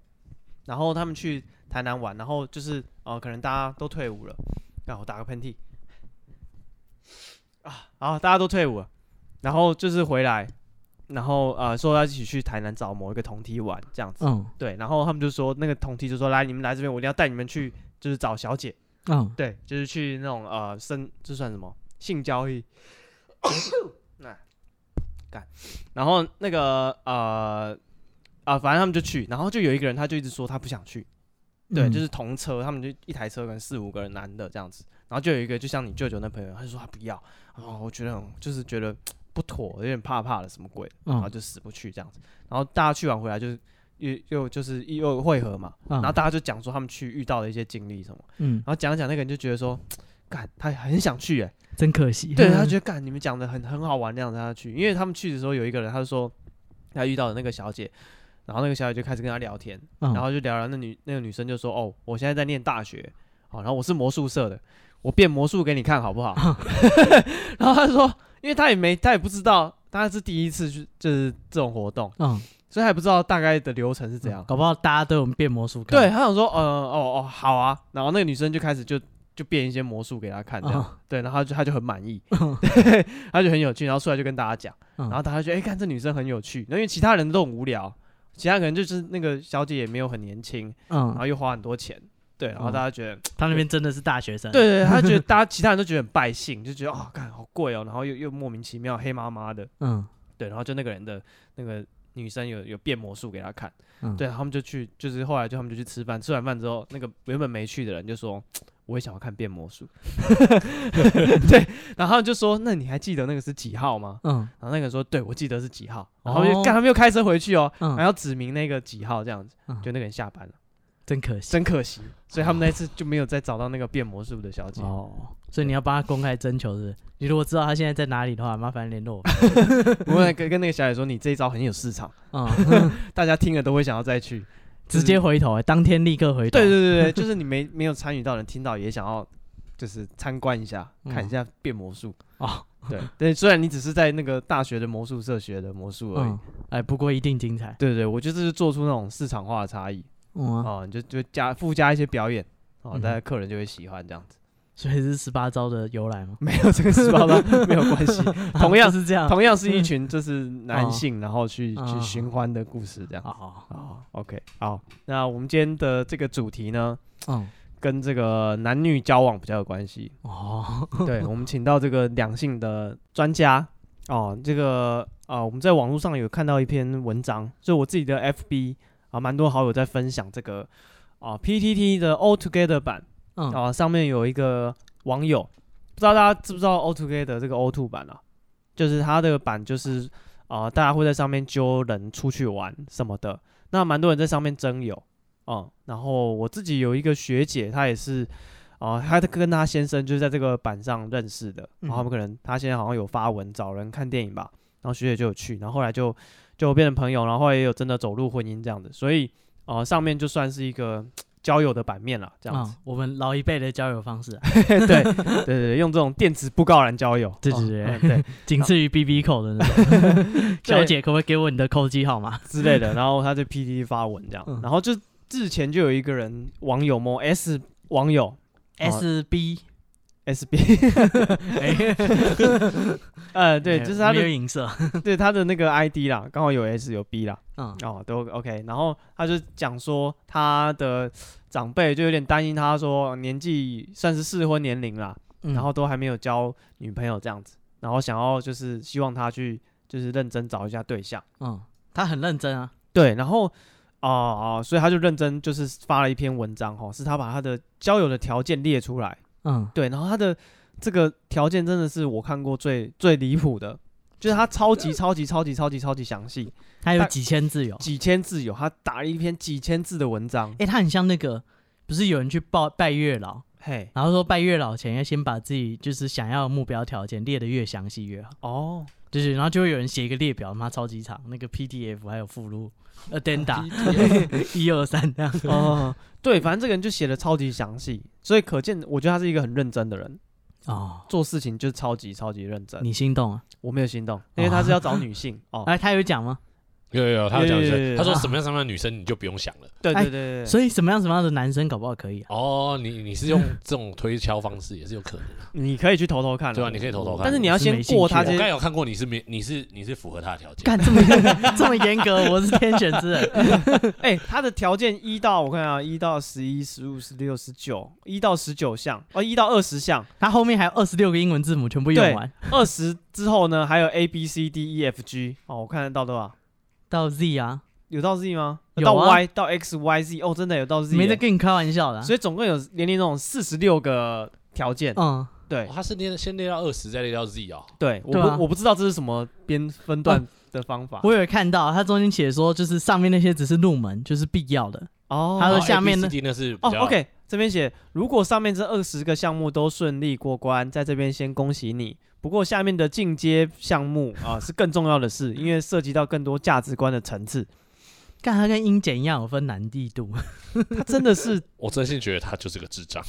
[SPEAKER 2] 然后他们去台南玩，然后就是哦、可能大家都退伍了，让、我打个喷嚏啊，好，大家都退伍了，然后就是回来，然后呃说要一起去台南找某一个同梯玩这样子，
[SPEAKER 1] 嗯
[SPEAKER 2] 对，然后他们就说那个同梯就说来你们来这边，我一定要带你们去就是找小姐。
[SPEAKER 1] 嗯，
[SPEAKER 2] 对，就是去那种呃生，这算什么性 交易？哎，干，然后那个呃啊、反正他们就去，然后就有一个人他就一直说他不想去，对，
[SPEAKER 1] 嗯
[SPEAKER 2] 就是同车，他们就一台车可能四五个人男的这样子，然后就有一个就像你舅舅那朋友，他就说他不要，哦，我觉得很就是觉得不妥，有点怕怕的什么鬼，然后
[SPEAKER 1] 嗯
[SPEAKER 2] 就死不去这样子，然后大家去完回来就是又又就是又会合嘛，然后
[SPEAKER 1] 嗯
[SPEAKER 2] 大家就讲说他们去遇到的一些经历什么。
[SPEAKER 1] 嗯，
[SPEAKER 2] 然后讲一讲那个人就觉得说，干，他很想去哎、
[SPEAKER 1] 真可惜。
[SPEAKER 2] 对他觉得干你们讲的很很好玩那样子，他去，因为他们去的时候有一个人，他就说他遇到的那个小姐，然后那个小姐就开始跟他聊天，
[SPEAKER 1] 嗯
[SPEAKER 2] 然后就聊聊那女那个女生就说哦，我现在在念大学，哦，然后我是魔术社的，我变魔术给你看好不好？ 然后他说，因为他也没他也不知道，他是第一次去就是这种活动，
[SPEAKER 1] 嗯，
[SPEAKER 2] 所以他也不知道大概的流程是怎样。
[SPEAKER 1] 搞不好大家都有变魔术看。
[SPEAKER 2] 对，他想说，呃，哦哦，好啊。然后那个女生就开始就就变一些魔术给他看，这样、
[SPEAKER 1] 啊
[SPEAKER 2] 对，然后他就他就很满意，
[SPEAKER 1] 嗯，
[SPEAKER 2] 他就很有趣，然后出来就跟大家讲，
[SPEAKER 1] 嗯
[SPEAKER 2] 然后大家就觉得，哎、看这女生很有趣。那因为其他人都很无聊，其他人就是那个小姐也没有很年轻，然
[SPEAKER 1] 嗯，
[SPEAKER 2] 后又花很多钱，对，然后
[SPEAKER 1] 嗯
[SPEAKER 2] 大家觉 得，
[SPEAKER 1] 他那边真的是大学生。
[SPEAKER 2] 对，对，对他觉得大家其他人都觉得很败兴，就觉得哦，看好贵哦，然后又又莫名其妙黑麻麻的，
[SPEAKER 1] 嗯
[SPEAKER 2] 对，然后就那个人的那个女生有有变魔术给他看。
[SPEAKER 1] 嗯，
[SPEAKER 2] 对，他们就去，就是后来就他们就去吃饭，吃完饭之后，那个原本没去的人就说，我也想要看变魔术， 对，然后他们就说，那你还记得那个是几号吗？
[SPEAKER 1] 嗯
[SPEAKER 2] 然后那个人说，对，我记得是几号，然后他们就
[SPEAKER 1] 哦
[SPEAKER 2] 干，他们又开车回去哦，
[SPEAKER 1] 嗯
[SPEAKER 2] 然后指明那个几号这样子，
[SPEAKER 1] 嗯
[SPEAKER 2] 就那个人下班了，
[SPEAKER 1] 真可惜。
[SPEAKER 2] 真可惜，所以他们那次就没有再找到那个变魔术的小姐。
[SPEAKER 1] 哦，所以你要帮他公开征求是不是？你如果知道他现在在哪里的话，麻烦联络我。
[SPEAKER 2] 我也跟跟那个小姐说，你这一招很有市场，
[SPEAKER 1] 嗯，
[SPEAKER 2] 大家听了都会想要再去。
[SPEAKER 1] 直接回头，哎当天立刻回头。
[SPEAKER 2] 对对对 对，就是你没没有参与到的人听到也想要，就是参观一下，看一
[SPEAKER 1] 嗯
[SPEAKER 2] 下变魔 术。
[SPEAKER 1] 哦，
[SPEAKER 2] 对对，虽然你只是在那个大学的魔术社学的魔术而已。
[SPEAKER 1] 嗯，哎，不过一定精彩。
[SPEAKER 2] 对对，我觉得这是做出那种市场化的差异
[SPEAKER 1] 嗯啊，
[SPEAKER 2] 哦，你就就加附加一些表演哦，
[SPEAKER 1] 嗯
[SPEAKER 2] 大家客人就会喜欢这样子。
[SPEAKER 1] 所以是十八招的由来吗？
[SPEAKER 2] 没有这个十八八 没有关 系，同样
[SPEAKER 1] 就是这样。
[SPEAKER 2] 同样是一群就是男性，然后去
[SPEAKER 1] 哦
[SPEAKER 2] 去寻欢的故事这样。
[SPEAKER 1] 哦，
[SPEAKER 2] 哦，OK，好，那我们今天的这个主题呢，
[SPEAKER 1] 嗯，
[SPEAKER 2] 跟这个男女交往比较有关系。
[SPEAKER 1] 哦，
[SPEAKER 2] 对，我们请到这个两性的专家哦，这个啊、我们在网络上有看到一篇文章，就我自己的 FB 啊，蛮多好友在分享这个啊、PTT 的 All Together 版
[SPEAKER 1] 嗯，
[SPEAKER 2] 啊、上面有一个网友，不知道大家知不知道 All Together 这个 O Two 版啊，就是它这个版就是啊、大家会在上面揪人出去玩什么的，那蛮多人在上面征友啊、然后我自己有一个学姐，她也是。哦，她跟她先生就是在这个版上认识的，然后他们可能她现在好像有发文找人看电影吧，然后学姐就有去，然后后来就就变成朋友，然后后来也有真的走入婚姻这样子，所以呃上面就算是一个交友的版面了，这样子
[SPEAKER 1] 嗯。我们老一辈的交友方式啊，
[SPEAKER 2] 对对对对，用这种电子布告栏交友，
[SPEAKER 1] 对
[SPEAKER 2] 哦
[SPEAKER 1] 对对
[SPEAKER 2] 嗯 对
[SPEAKER 1] 仅次于 B B 扣的那种。
[SPEAKER 2] 对
[SPEAKER 1] 小姐，可不可以给我你的扣机号码？
[SPEAKER 2] 之类的，然后他就 PTT 发文这样，
[SPEAKER 1] 嗯
[SPEAKER 2] 然后就日前就有一个人网友某 S 网友
[SPEAKER 1] S B
[SPEAKER 2] SB，
[SPEAKER 1] 哎，
[SPEAKER 2] 呃，对，就是他
[SPEAKER 1] 没有
[SPEAKER 2] 的
[SPEAKER 1] 影射，
[SPEAKER 2] 对他的那个 ID 啦，刚好有 S 有 B 啦，
[SPEAKER 1] 嗯
[SPEAKER 2] 哦，都 OK。然后他就讲说，他的长辈就有点担心，他说年纪算是适婚年龄啦，
[SPEAKER 1] 嗯
[SPEAKER 2] 然后都还没有交女朋友这样子，然后想要就是希望他去就是认真找一下对象。
[SPEAKER 1] 嗯，他很认真啊，
[SPEAKER 2] 对，然后哦哦，所以他就认真就是发了一篇文章哈、哦，是他把他的交友的条件列出来。
[SPEAKER 1] 嗯，
[SPEAKER 2] 对，然后他的这个条件真的是我看过最最离谱的，就是他超级超级超级超级超级详细，
[SPEAKER 1] 他有
[SPEAKER 2] 他
[SPEAKER 1] 几千字有，
[SPEAKER 2] 几千字有，他打了一篇几千字的文章。
[SPEAKER 1] 哎，他很像那个，不是有人去拜拜月老，
[SPEAKER 2] 嘿，
[SPEAKER 1] 然后说拜月老前要先把自己就是想要的目标条件列得越详细越好，
[SPEAKER 2] 哦，
[SPEAKER 1] 就是然后就会有人写一个列表，妈超级长，那个 PDF 还有附录，addenda 一二三这样，
[SPEAKER 2] 哦，对，反正这个人就写的超级详细，所以可见，我觉得他是一个很认真的人，
[SPEAKER 1] 哦，
[SPEAKER 2] 做事情就是超级超级认真。
[SPEAKER 1] 你心动啊？
[SPEAKER 2] 我没有心动，因为他是要找女性哦。
[SPEAKER 1] 哎，他有讲吗？
[SPEAKER 3] 有有有，他有讲
[SPEAKER 2] 有
[SPEAKER 3] 一
[SPEAKER 2] 有有
[SPEAKER 3] 声，
[SPEAKER 2] 有
[SPEAKER 3] 他说什么样什么样的女生你就不用想了。
[SPEAKER 2] 对
[SPEAKER 1] 哎
[SPEAKER 2] 对对对对，
[SPEAKER 1] 所以什么样什么样的男生搞不好可以啊？
[SPEAKER 3] 哦，你你是用这种推敲方式也是有可能的。
[SPEAKER 2] 你可以去投投看啦，
[SPEAKER 3] 对啊你可以投投看
[SPEAKER 2] 但是你
[SPEAKER 1] 我
[SPEAKER 2] 要
[SPEAKER 1] 是
[SPEAKER 2] 先
[SPEAKER 1] 没兴
[SPEAKER 2] 过
[SPEAKER 1] 趣
[SPEAKER 2] 他
[SPEAKER 1] 啊
[SPEAKER 2] 这
[SPEAKER 3] 我刚
[SPEAKER 2] 些。
[SPEAKER 3] 有看过你是没你是你是符合他的条件，
[SPEAKER 1] 干这么 严这么严格，我是天选之人。
[SPEAKER 2] 哎，他的条件一到我看啊，一到十一、十五、十六、十九，一到十九项，哦，一到二十项，
[SPEAKER 1] 他后面还有二十六个英文字母全部用完，
[SPEAKER 2] 二十之后呢，还有 A B C D E F G，哦，我看得到多少？
[SPEAKER 1] 到 Z 啊，
[SPEAKER 2] 有到 Z 吗？
[SPEAKER 1] 有啊
[SPEAKER 2] 到 Y 到 X Y Z，哦，真的有到 Z，
[SPEAKER 1] 没在
[SPEAKER 2] 耶
[SPEAKER 1] 跟你开玩笑的啊、
[SPEAKER 2] 所以总共有连连那种四十六个条件，
[SPEAKER 1] 嗯，
[SPEAKER 2] 对
[SPEAKER 3] 哦他是列先列到二十，再列到 Z 哦。
[SPEAKER 2] 对，我
[SPEAKER 1] 对
[SPEAKER 2] 不、
[SPEAKER 1] 啊
[SPEAKER 2] 我不知道这是什么编分段的方法
[SPEAKER 1] 我有看到他中间写说，就是上面那些只是入门，就是必要的。
[SPEAKER 2] 哦
[SPEAKER 1] 他
[SPEAKER 3] 然
[SPEAKER 1] 说
[SPEAKER 3] 后
[SPEAKER 1] 下面
[SPEAKER 3] A
[SPEAKER 1] 呢
[SPEAKER 3] B C D 那是比
[SPEAKER 2] 哦
[SPEAKER 3] 较
[SPEAKER 2] ，OK，这边写如果上面这二十个项目都顺利过关，在这边先恭喜你。不过下面的进阶项目啊是更重要的事，因为涉及到更多价值观的层次。
[SPEAKER 1] 干他跟英检一样有分难易度。
[SPEAKER 2] 他真 的是，
[SPEAKER 3] 我真心觉得他就是个智障。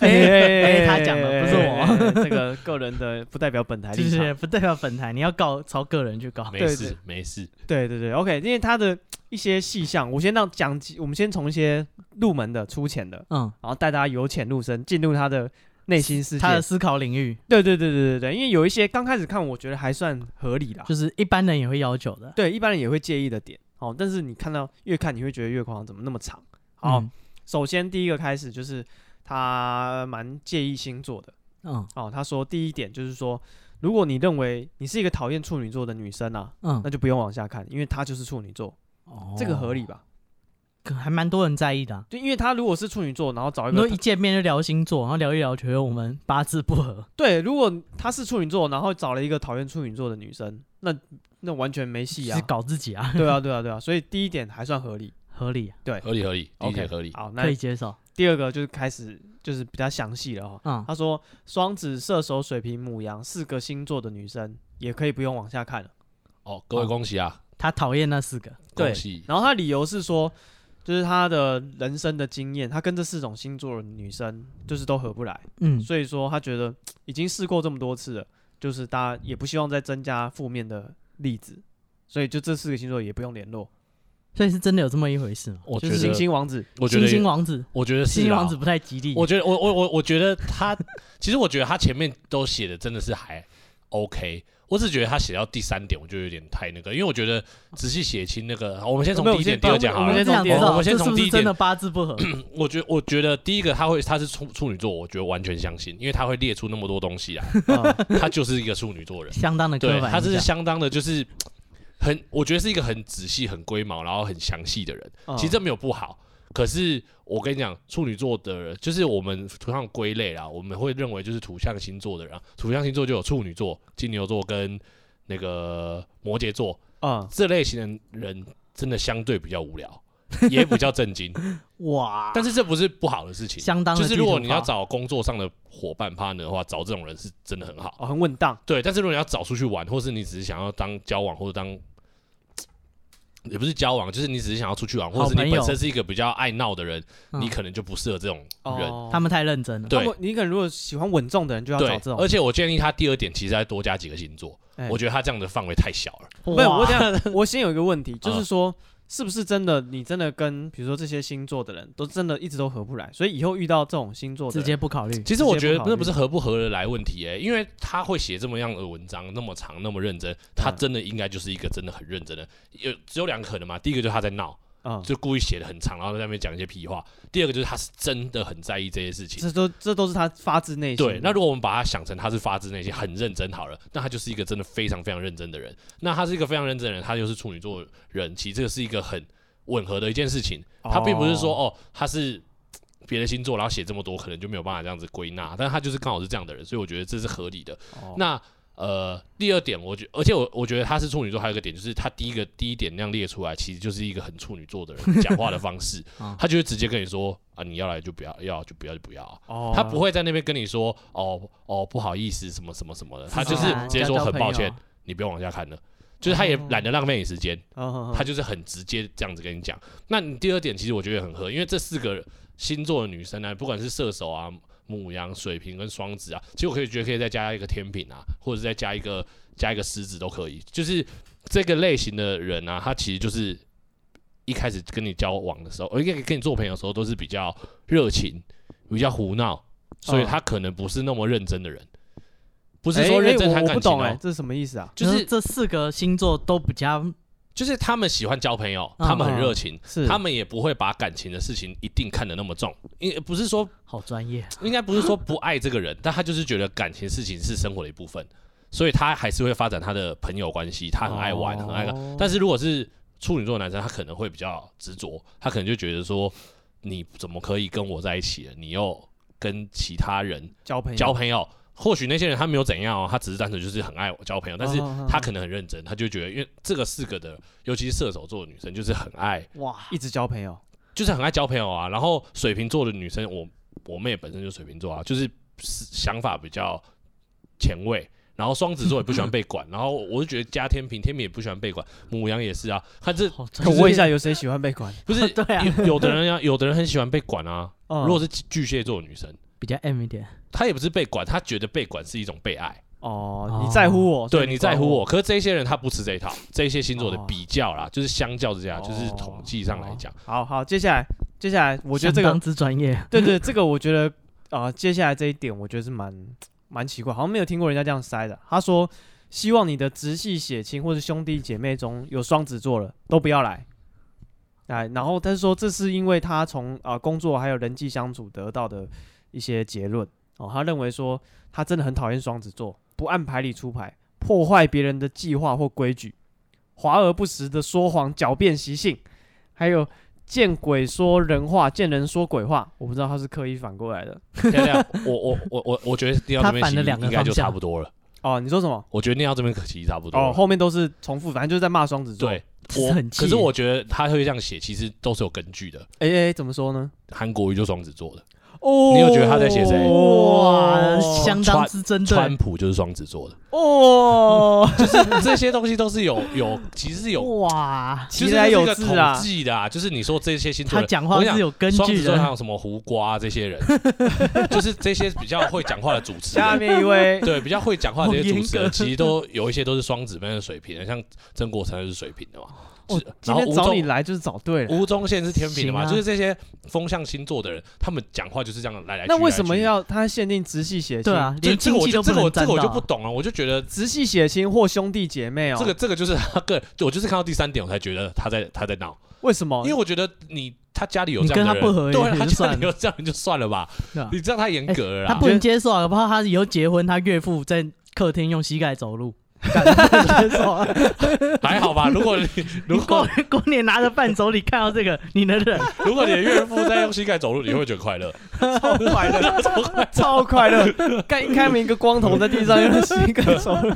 [SPEAKER 1] 哎
[SPEAKER 2] 哎
[SPEAKER 1] 哎他讲的不是我
[SPEAKER 2] 我，这个个人的不代表本台
[SPEAKER 1] 就
[SPEAKER 2] 立场。
[SPEAKER 1] 是不代表本台，你要告朝个人去告。
[SPEAKER 3] 没
[SPEAKER 2] 对
[SPEAKER 3] 事
[SPEAKER 2] 对
[SPEAKER 3] 没事，
[SPEAKER 2] 对对对，OK，因为他的一些细项，我先让讲几，我们先从一些入门的、粗浅的，
[SPEAKER 1] 嗯，
[SPEAKER 2] 然后带大家由浅入深，进入他的内心世界
[SPEAKER 1] 他。的思考领域
[SPEAKER 2] 对对对对对对，因为有一些刚开始看，我觉得还算合理啦，
[SPEAKER 1] 就是一般人也会要求的。
[SPEAKER 2] 对一般人也会介意的点。哦，但是你看到越看，你会觉得越夸张，怎么那么长？好，
[SPEAKER 1] 嗯，
[SPEAKER 2] 首先第一个开始就是他蛮介意星座的。
[SPEAKER 1] 嗯
[SPEAKER 2] 哦，他说第一点就是说，如果你认为你是一个讨厌处女座的女生啊，
[SPEAKER 1] 嗯
[SPEAKER 2] 那，就不用往下看，因为她就是处女座，
[SPEAKER 1] 哦
[SPEAKER 2] 呃这个合理，吧？
[SPEAKER 1] 可还蛮多人在意的啊。
[SPEAKER 2] 就因为他如果是处女座，然后找一
[SPEAKER 1] 很多
[SPEAKER 2] 个
[SPEAKER 1] 一见面就聊星座，然后聊一聊，觉得我们八字不合。
[SPEAKER 2] 对，如果他是处女座，然后找了一个讨厌处女座的女生，那那完全没戏啊
[SPEAKER 1] 是。搞自己啊，
[SPEAKER 2] 对啊，对啊，对啊，所以第一点还算合理。
[SPEAKER 1] 合理啊，
[SPEAKER 3] 合理合理第一
[SPEAKER 2] OK，
[SPEAKER 3] 点合理。
[SPEAKER 2] 好，那
[SPEAKER 1] 可以接受。
[SPEAKER 2] 第二个就是开始就是比较详细了哈、
[SPEAKER 1] 嗯
[SPEAKER 2] 他说双子、射手、水瓶、母羊四个星座的女生也可以不用往下看了。
[SPEAKER 3] 哦，各位
[SPEAKER 2] 好
[SPEAKER 3] 恭喜啊，
[SPEAKER 1] 他讨厌那四个，
[SPEAKER 2] 对
[SPEAKER 3] 恭喜。
[SPEAKER 2] 然后他理由是说，就是他的人生的经验，他跟这四种星座的女生就是都合不来，
[SPEAKER 1] 嗯，
[SPEAKER 2] 所以说他觉得已经试过这么多次了，就是大家也不希望再增加负面的例子，所以就这四个星座也不用联络。
[SPEAKER 1] 所以是真的有这么一回事吗？
[SPEAKER 3] 我
[SPEAKER 2] 就
[SPEAKER 3] 觉
[SPEAKER 2] 是
[SPEAKER 3] 得
[SPEAKER 2] 星，星王子，
[SPEAKER 3] 我觉
[SPEAKER 1] 星星
[SPEAKER 3] 得，
[SPEAKER 1] 王
[SPEAKER 2] 啊
[SPEAKER 1] 子，
[SPEAKER 3] 我觉得
[SPEAKER 1] 星
[SPEAKER 3] 是
[SPEAKER 1] 星
[SPEAKER 3] 啦
[SPEAKER 1] 王子不太吉利。
[SPEAKER 3] 我觉得我我我我觉得他，其实我觉得他前面都写的真的是还 OK，我只觉得他写到第三点我就有点太那个，因为我觉得仔细写清那个，我们先从
[SPEAKER 2] 没有
[SPEAKER 3] 第一点、
[SPEAKER 2] 先
[SPEAKER 3] 第二点
[SPEAKER 1] 我
[SPEAKER 3] 好
[SPEAKER 1] 们
[SPEAKER 3] 了
[SPEAKER 2] 先。
[SPEAKER 1] 只想知
[SPEAKER 3] 哦我
[SPEAKER 1] 道
[SPEAKER 3] 们
[SPEAKER 1] 这是
[SPEAKER 3] 先从
[SPEAKER 1] 不
[SPEAKER 3] 第
[SPEAKER 1] 是
[SPEAKER 3] 一
[SPEAKER 1] 真
[SPEAKER 3] 点
[SPEAKER 1] 的八字不 合？
[SPEAKER 3] 我觉我觉得第一个他会他是处处女座，我觉得完全相信，因为他会列出那么多 东西啊，
[SPEAKER 2] 嗯
[SPEAKER 3] 他就是一个处女 座人，
[SPEAKER 1] 相当的刻
[SPEAKER 3] 对
[SPEAKER 1] 板印象。
[SPEAKER 3] 他这是相当的就是很，我觉得是一个很仔细、很龟毛，然后很详细的人。
[SPEAKER 2] 嗯
[SPEAKER 3] 其实这没有不好，可是我跟你讲，处女座的人就是我们图像归类啦，我们会认为就是土象星座的人啊，土象星座就有处女座、金牛座跟那个摩羯座
[SPEAKER 2] 嗯，
[SPEAKER 3] 这类型的人，真的相对比较无聊，也比较震惊。
[SPEAKER 1] 哇，
[SPEAKER 3] 但是这不是不好的事情，
[SPEAKER 1] 相当的
[SPEAKER 3] 就
[SPEAKER 1] 地
[SPEAKER 3] 是
[SPEAKER 1] 图炮。
[SPEAKER 3] 如果你要找工作上的伙伴 partner 的话，找这种人是真的很好。
[SPEAKER 2] 哦，很稳当，
[SPEAKER 3] 对，但是如果你要找出去玩，或是你只是想要当交往或者当，也不是交往，就是你只是想要出去玩，或者是
[SPEAKER 1] 好朋
[SPEAKER 3] 你
[SPEAKER 1] 友
[SPEAKER 3] 本身是一个比较爱闹的人，
[SPEAKER 1] 嗯
[SPEAKER 3] 你可能就不适合这种人。
[SPEAKER 2] 哦
[SPEAKER 1] 他们太认真了。
[SPEAKER 3] 对
[SPEAKER 2] 他们你可能如果喜欢稳重的人，就要找
[SPEAKER 3] 对
[SPEAKER 2] 这，种。
[SPEAKER 3] 而且我建议他第二点其实再多加几个星座，
[SPEAKER 2] 哎
[SPEAKER 3] 我觉得他这样的范围太小了。
[SPEAKER 1] 哇
[SPEAKER 2] 没有，我讲，我先有一个问题，就是说，是不是真的？你真的跟比如说这些星座的人都真的一直都合不来，所以以后遇到这种星座的
[SPEAKER 1] 直
[SPEAKER 2] 人，
[SPEAKER 1] 接不考虑。
[SPEAKER 3] 其实我
[SPEAKER 2] 直接
[SPEAKER 3] 觉
[SPEAKER 2] 不考虑
[SPEAKER 3] 得那不是合不合得来问题哎、因为他会写这么样的文章，那么长，那么认真，他
[SPEAKER 2] 嗯
[SPEAKER 3] 真的应该就是一个真的很认真的。有只有两个可能嘛，第一个就是他在闹，
[SPEAKER 2] 嗯，
[SPEAKER 3] 就故意写的很长，然后在那边讲一些屁话；第二个就是他是真的很在意这些事情。
[SPEAKER 2] 这都这都是他发自内心的。
[SPEAKER 3] 对，那如果我们把他想成他是发自内心、很认真好了，那他就是一个真的非常非常认真的人。那他是一个非常认真的人，他又是处女座人，其实这个是一个很吻合的一件事情。他并不是说哦，他是别的星座，然后写这么多，可能就没有办法这样子归纳，但他就是刚好是这样的人，所以我觉得这是合理的。
[SPEAKER 2] 哦
[SPEAKER 3] 那呃，第二点，我觉而且我我觉得他是处女座，还有一个点就是他第一个第一点那样列出来，其实就是一个很处女座的人讲话的方式
[SPEAKER 1] 啊，
[SPEAKER 3] 他就会直接跟你说啊，你要来就不要，要就不要就不要啊、
[SPEAKER 2] 哦，
[SPEAKER 3] 他不会在那边跟你说哦哦不好意思什么什么什么的，他就是
[SPEAKER 1] 啊
[SPEAKER 3] 直接说很抱，
[SPEAKER 1] 交
[SPEAKER 3] 歉
[SPEAKER 1] 交朋，哦
[SPEAKER 3] 你不用往下看了，就是他也懒得浪费你时间，
[SPEAKER 2] 嗯，嗯嗯
[SPEAKER 3] 他就是很直接这样子跟你讲。那你第二点其实我觉得也很合，因为这四个星座的女生呢，不管是射手啊、母羊、水瓶跟双子啊，其实我可以觉得可以再加一个天平啊，或者是再加一个加一个狮子都可以。就是这个类型的人啊，他其实就是一开始跟你交往的时候，呃，应该跟你做朋友的时候都是比较热情、比较胡闹，所以
[SPEAKER 2] 嗯
[SPEAKER 3] 他可能不是那么认真的人。不是说
[SPEAKER 2] 哎
[SPEAKER 3] 认
[SPEAKER 2] 哎
[SPEAKER 3] 真
[SPEAKER 2] 我
[SPEAKER 3] 谈
[SPEAKER 2] 我
[SPEAKER 3] 感
[SPEAKER 2] 不
[SPEAKER 3] 情、
[SPEAKER 2] 懂
[SPEAKER 3] 哦
[SPEAKER 2] 哎，这是什么意思啊？
[SPEAKER 1] 就
[SPEAKER 3] 就是是
[SPEAKER 1] 这四个星座都比较
[SPEAKER 3] 就是他们喜欢交朋友，
[SPEAKER 2] 嗯
[SPEAKER 3] 他们很热情，
[SPEAKER 2] 是
[SPEAKER 3] 他们也不会把感情的事情一定看得那么重，因不是说
[SPEAKER 1] 好专业，
[SPEAKER 3] 应该不是说不爱这个人，但他就是觉得感情事情是生活的一部分，所以他还是会发展他的朋友关系，他很爱玩，很爱干。
[SPEAKER 2] 哦
[SPEAKER 3] 但是如果是处女座的男生，他可能会比较执着，他可能就觉得说，你怎么可以跟我在一起了？你又跟其他人
[SPEAKER 2] 交朋友
[SPEAKER 3] 交朋友。或许那些人他没有怎样哦，他只是单纯就是很爱我交朋友，但是
[SPEAKER 2] 哦哦哦
[SPEAKER 3] 他可能很认真，他就觉得，因为这个四个的，尤其是射手座的女生，就是很爱
[SPEAKER 1] 哇，
[SPEAKER 2] 一直交朋友，
[SPEAKER 3] 就是很爱交朋友啊。然后水瓶座的女生，我我妹本身就是水瓶座啊，就是思想法比较前卫。然后双子座也不喜欢被管，然后我就觉得加天平，天平也不喜欢被管，母羊也是啊。他这
[SPEAKER 1] 好专
[SPEAKER 2] 可
[SPEAKER 1] 业。
[SPEAKER 2] 我问一下，有谁喜欢被管？
[SPEAKER 3] 不 是
[SPEAKER 1] 对啊嗯
[SPEAKER 3] 有有的人啊，有的人很喜欢被管啊。
[SPEAKER 2] 哦
[SPEAKER 3] 如果是巨蟹座的女生，
[SPEAKER 1] 比较 M 一点，
[SPEAKER 3] 她也不是被管，她觉得被管是一种被爱。
[SPEAKER 2] 哦，你在乎我，所以
[SPEAKER 3] 对你在乎我，可是这些人他不吃这一套，这些星座的
[SPEAKER 2] 哦
[SPEAKER 3] 比较啦，就是相较之下，就是
[SPEAKER 2] 哦
[SPEAKER 3] 统计上来讲，
[SPEAKER 2] 管我。好好，接下来接下来，我觉得这
[SPEAKER 1] 相
[SPEAKER 2] 个
[SPEAKER 1] 当之专业，
[SPEAKER 2] 对对，这个我觉得啊、呃接下来这一点我觉得是蛮蛮奇怪，好像没有听过人家这样塞的。他说，希望你的直系血亲或者兄弟姐妹中有双子座的都不要来。哎，然后他说这是因为他从啊、呃工作还有人际相处得到的一些结论哦，他认为说他真的很讨厌双子座，不按牌理出牌，破坏别人的计划或规矩，华而不实的说谎、狡辩习性，还有见鬼说人话，见人说鬼话。我不知道他是刻意反过来的
[SPEAKER 3] 对对，我我我我我觉得念到这
[SPEAKER 1] 他反
[SPEAKER 3] 边
[SPEAKER 1] 了
[SPEAKER 3] 其实
[SPEAKER 1] 两个
[SPEAKER 3] 应该就
[SPEAKER 1] 方向
[SPEAKER 3] 差不多了。
[SPEAKER 2] 哦。你说什么？
[SPEAKER 3] 我觉得念到这边可惜差不多了。
[SPEAKER 2] 哦，后面都是重复，反正就是在骂双子座。
[SPEAKER 3] 对，
[SPEAKER 1] 真
[SPEAKER 3] 我
[SPEAKER 1] 是很气
[SPEAKER 3] 可是我觉得他会这样写，其实都是有根据的。
[SPEAKER 2] 哎哎，怎么说呢？
[SPEAKER 3] 韩国瑜就双子座的，
[SPEAKER 2] 哦
[SPEAKER 3] 你有觉得他在写谁
[SPEAKER 1] 哇，相当
[SPEAKER 3] 川
[SPEAKER 1] 之针
[SPEAKER 3] 川
[SPEAKER 1] 对，
[SPEAKER 3] 普就是双子座的，
[SPEAKER 2] 哦，
[SPEAKER 3] 这些东西都是有有其实是有，
[SPEAKER 1] 哇，
[SPEAKER 3] 其
[SPEAKER 2] 其
[SPEAKER 3] 实
[SPEAKER 2] 来有
[SPEAKER 3] 这是一
[SPEAKER 2] 自
[SPEAKER 3] 个
[SPEAKER 2] 啊
[SPEAKER 3] 统。计的啊，就是你说这些星座
[SPEAKER 1] 他
[SPEAKER 3] 的，
[SPEAKER 1] 讲
[SPEAKER 3] 我
[SPEAKER 1] 话
[SPEAKER 3] 跟你讲
[SPEAKER 1] 是有根
[SPEAKER 3] 双
[SPEAKER 1] 据
[SPEAKER 3] 子座还
[SPEAKER 1] 的，
[SPEAKER 3] 有什么胡瓜、啊、这些人，就是这些比较会讲话的主持人
[SPEAKER 2] 下。面一 位
[SPEAKER 3] 对，比较会讲话的这些
[SPEAKER 1] 好
[SPEAKER 3] 主持
[SPEAKER 1] 严格
[SPEAKER 3] 人，其实都有一些都是双子妹的水平的，像曾国成就是水平的嘛。
[SPEAKER 2] 哦
[SPEAKER 3] 是
[SPEAKER 2] 今
[SPEAKER 3] 然后
[SPEAKER 2] 天
[SPEAKER 3] 吴
[SPEAKER 2] 找
[SPEAKER 3] 宗
[SPEAKER 2] 你来就是找对了。
[SPEAKER 3] 吴宗宪是天平的嘛，
[SPEAKER 1] 行啊
[SPEAKER 3] 就是这些风象星座的人，他们讲话就是这样来来去去。
[SPEAKER 2] 那为什么
[SPEAKER 3] 来来去去
[SPEAKER 2] 要他限定直系血亲？
[SPEAKER 1] 对啊，
[SPEAKER 3] 这
[SPEAKER 1] 连
[SPEAKER 3] 这
[SPEAKER 1] 亲
[SPEAKER 3] 个我
[SPEAKER 1] 戚
[SPEAKER 3] 就
[SPEAKER 1] 都
[SPEAKER 3] 这
[SPEAKER 1] 不
[SPEAKER 3] 个我
[SPEAKER 1] 能
[SPEAKER 3] 这
[SPEAKER 1] 沾
[SPEAKER 3] 个我就不
[SPEAKER 1] 到。啊
[SPEAKER 3] 懂啊了，我就觉得
[SPEAKER 2] 直系血亲或兄弟姐妹哦。
[SPEAKER 3] 这个这个就是他个人，我就是看到第三点我才觉得他在他在闹，
[SPEAKER 2] 为什么？
[SPEAKER 3] 因为我觉得你他家里有这样
[SPEAKER 1] 哦你跟
[SPEAKER 3] 的
[SPEAKER 1] 他
[SPEAKER 3] 人，
[SPEAKER 1] 不合也
[SPEAKER 3] 对啊，
[SPEAKER 1] 就
[SPEAKER 3] 他家
[SPEAKER 1] 算
[SPEAKER 3] 里有这样人就算了吧
[SPEAKER 1] 对啊，
[SPEAKER 3] 你这样太严格了
[SPEAKER 1] 他
[SPEAKER 3] 啦。
[SPEAKER 1] 不能接受啊，搞不好他以后结婚，他岳父在客厅用膝盖走路，
[SPEAKER 2] 啊
[SPEAKER 3] 还好吧？如 果你如
[SPEAKER 1] 你过
[SPEAKER 3] 果
[SPEAKER 1] 过年拿着伴手礼看到这个，你能 忍？
[SPEAKER 3] 如果你的岳父在用膝盖走路，你会觉得 快乐。
[SPEAKER 2] 超快乐，超快乐！刚开门一个光头在地上 用膝盖走路，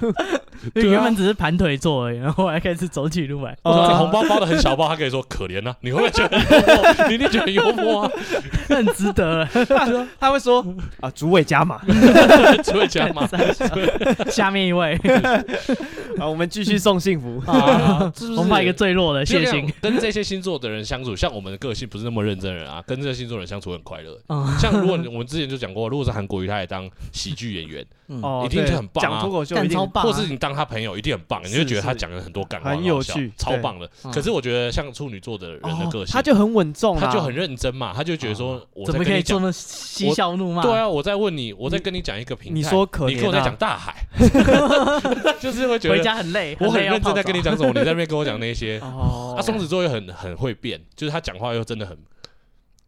[SPEAKER 1] 因
[SPEAKER 3] 啊
[SPEAKER 1] 为原本只是盘腿坐而已，然后后来开始走起路来。
[SPEAKER 3] 我说这
[SPEAKER 2] 哦
[SPEAKER 3] 红包包的很小包，他可以说可怜呐、你会不会觉得很幽默？你一定觉得很 幽默啊？
[SPEAKER 1] 那很值得 了。
[SPEAKER 2] 他会啊说啊，主委加码，
[SPEAKER 3] 只会加嘛。
[SPEAKER 1] 下面一位，
[SPEAKER 2] 好，我们继续送幸 福。
[SPEAKER 3] 啊，是不是
[SPEAKER 1] 我们把一个最弱的
[SPEAKER 3] 就
[SPEAKER 1] 谢
[SPEAKER 3] 像
[SPEAKER 1] 星，
[SPEAKER 3] 跟这些星座的人相处，像我们的个性不是那么认真的人啊，跟这些星座的人相处很快乐。
[SPEAKER 1] 嗯
[SPEAKER 3] 像如果你我们之前就讲过，如果是韩国瑜，他也当喜剧演员，
[SPEAKER 1] 嗯
[SPEAKER 2] 哦，
[SPEAKER 3] 一定
[SPEAKER 2] 对
[SPEAKER 3] 就很棒
[SPEAKER 2] 讲
[SPEAKER 3] 啊
[SPEAKER 2] 脱口秀
[SPEAKER 1] 干
[SPEAKER 2] 一定
[SPEAKER 1] 超棒啊，
[SPEAKER 3] 或是你当他朋友，一定很棒，你
[SPEAKER 2] 是
[SPEAKER 3] 会觉得他
[SPEAKER 2] 是
[SPEAKER 3] 讲了很多感话，
[SPEAKER 2] 很
[SPEAKER 3] 好
[SPEAKER 2] 有
[SPEAKER 3] 笑
[SPEAKER 2] 趣
[SPEAKER 3] 超
[SPEAKER 2] 对
[SPEAKER 3] 棒的
[SPEAKER 1] 嗯。
[SPEAKER 3] 可是我觉得像处女座的人的
[SPEAKER 2] 哦
[SPEAKER 3] 个性，
[SPEAKER 2] 他就很稳重啦，啊
[SPEAKER 3] 他就很认真嘛，他就觉得说，我
[SPEAKER 1] 怎
[SPEAKER 3] 在
[SPEAKER 1] 么可
[SPEAKER 3] 跟
[SPEAKER 1] 以
[SPEAKER 3] 你
[SPEAKER 1] 这
[SPEAKER 3] 讲，
[SPEAKER 1] 么嬉笑怒骂？
[SPEAKER 3] 对啊，我在问你，我在
[SPEAKER 2] 你
[SPEAKER 3] 跟你讲一个平台，
[SPEAKER 2] 你说可
[SPEAKER 3] 你跟我
[SPEAKER 2] 怜
[SPEAKER 3] 在
[SPEAKER 2] 啊
[SPEAKER 3] 讲大海， 就是会觉
[SPEAKER 1] 回
[SPEAKER 3] 得
[SPEAKER 1] 家很累，
[SPEAKER 3] 我很
[SPEAKER 1] 累要
[SPEAKER 3] 认真在
[SPEAKER 1] 泡
[SPEAKER 3] 跟你
[SPEAKER 1] 澡
[SPEAKER 3] 讲什么，你在那边跟我讲那些。
[SPEAKER 2] 哦
[SPEAKER 3] 啊，双子座又很很会变，就是他讲话又真的很，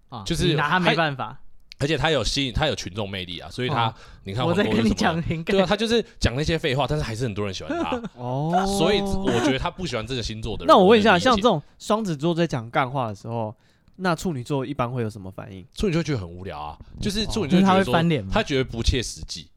[SPEAKER 1] 啊
[SPEAKER 3] 就是
[SPEAKER 1] 你拿他没
[SPEAKER 3] 还
[SPEAKER 1] 办法。
[SPEAKER 3] 而且他有吸引，他有群众魅力啊，所以他、
[SPEAKER 1] 哦
[SPEAKER 3] 你看
[SPEAKER 1] 我
[SPEAKER 3] 黄
[SPEAKER 1] 在
[SPEAKER 3] 国
[SPEAKER 1] 跟
[SPEAKER 3] 是
[SPEAKER 1] 你
[SPEAKER 3] 什么
[SPEAKER 1] 讲
[SPEAKER 3] 人，，
[SPEAKER 1] 你
[SPEAKER 3] 对啊，
[SPEAKER 1] 看
[SPEAKER 3] 他就是讲那些废话，但是还是很多人喜欢他，
[SPEAKER 2] 哦，
[SPEAKER 3] 所以我觉得他不喜欢这个星座的人。
[SPEAKER 2] 那我问一下，
[SPEAKER 3] 能理解
[SPEAKER 2] 像这种双子座在讲干话的时候，那处女座一般会有什么反应？
[SPEAKER 3] 处女就觉得很无聊啊，就是处女
[SPEAKER 1] 哦就
[SPEAKER 3] 就是
[SPEAKER 1] 嗯他
[SPEAKER 3] 觉
[SPEAKER 1] 会
[SPEAKER 3] 得说
[SPEAKER 1] 翻脸嘛
[SPEAKER 3] 他觉得不切实际，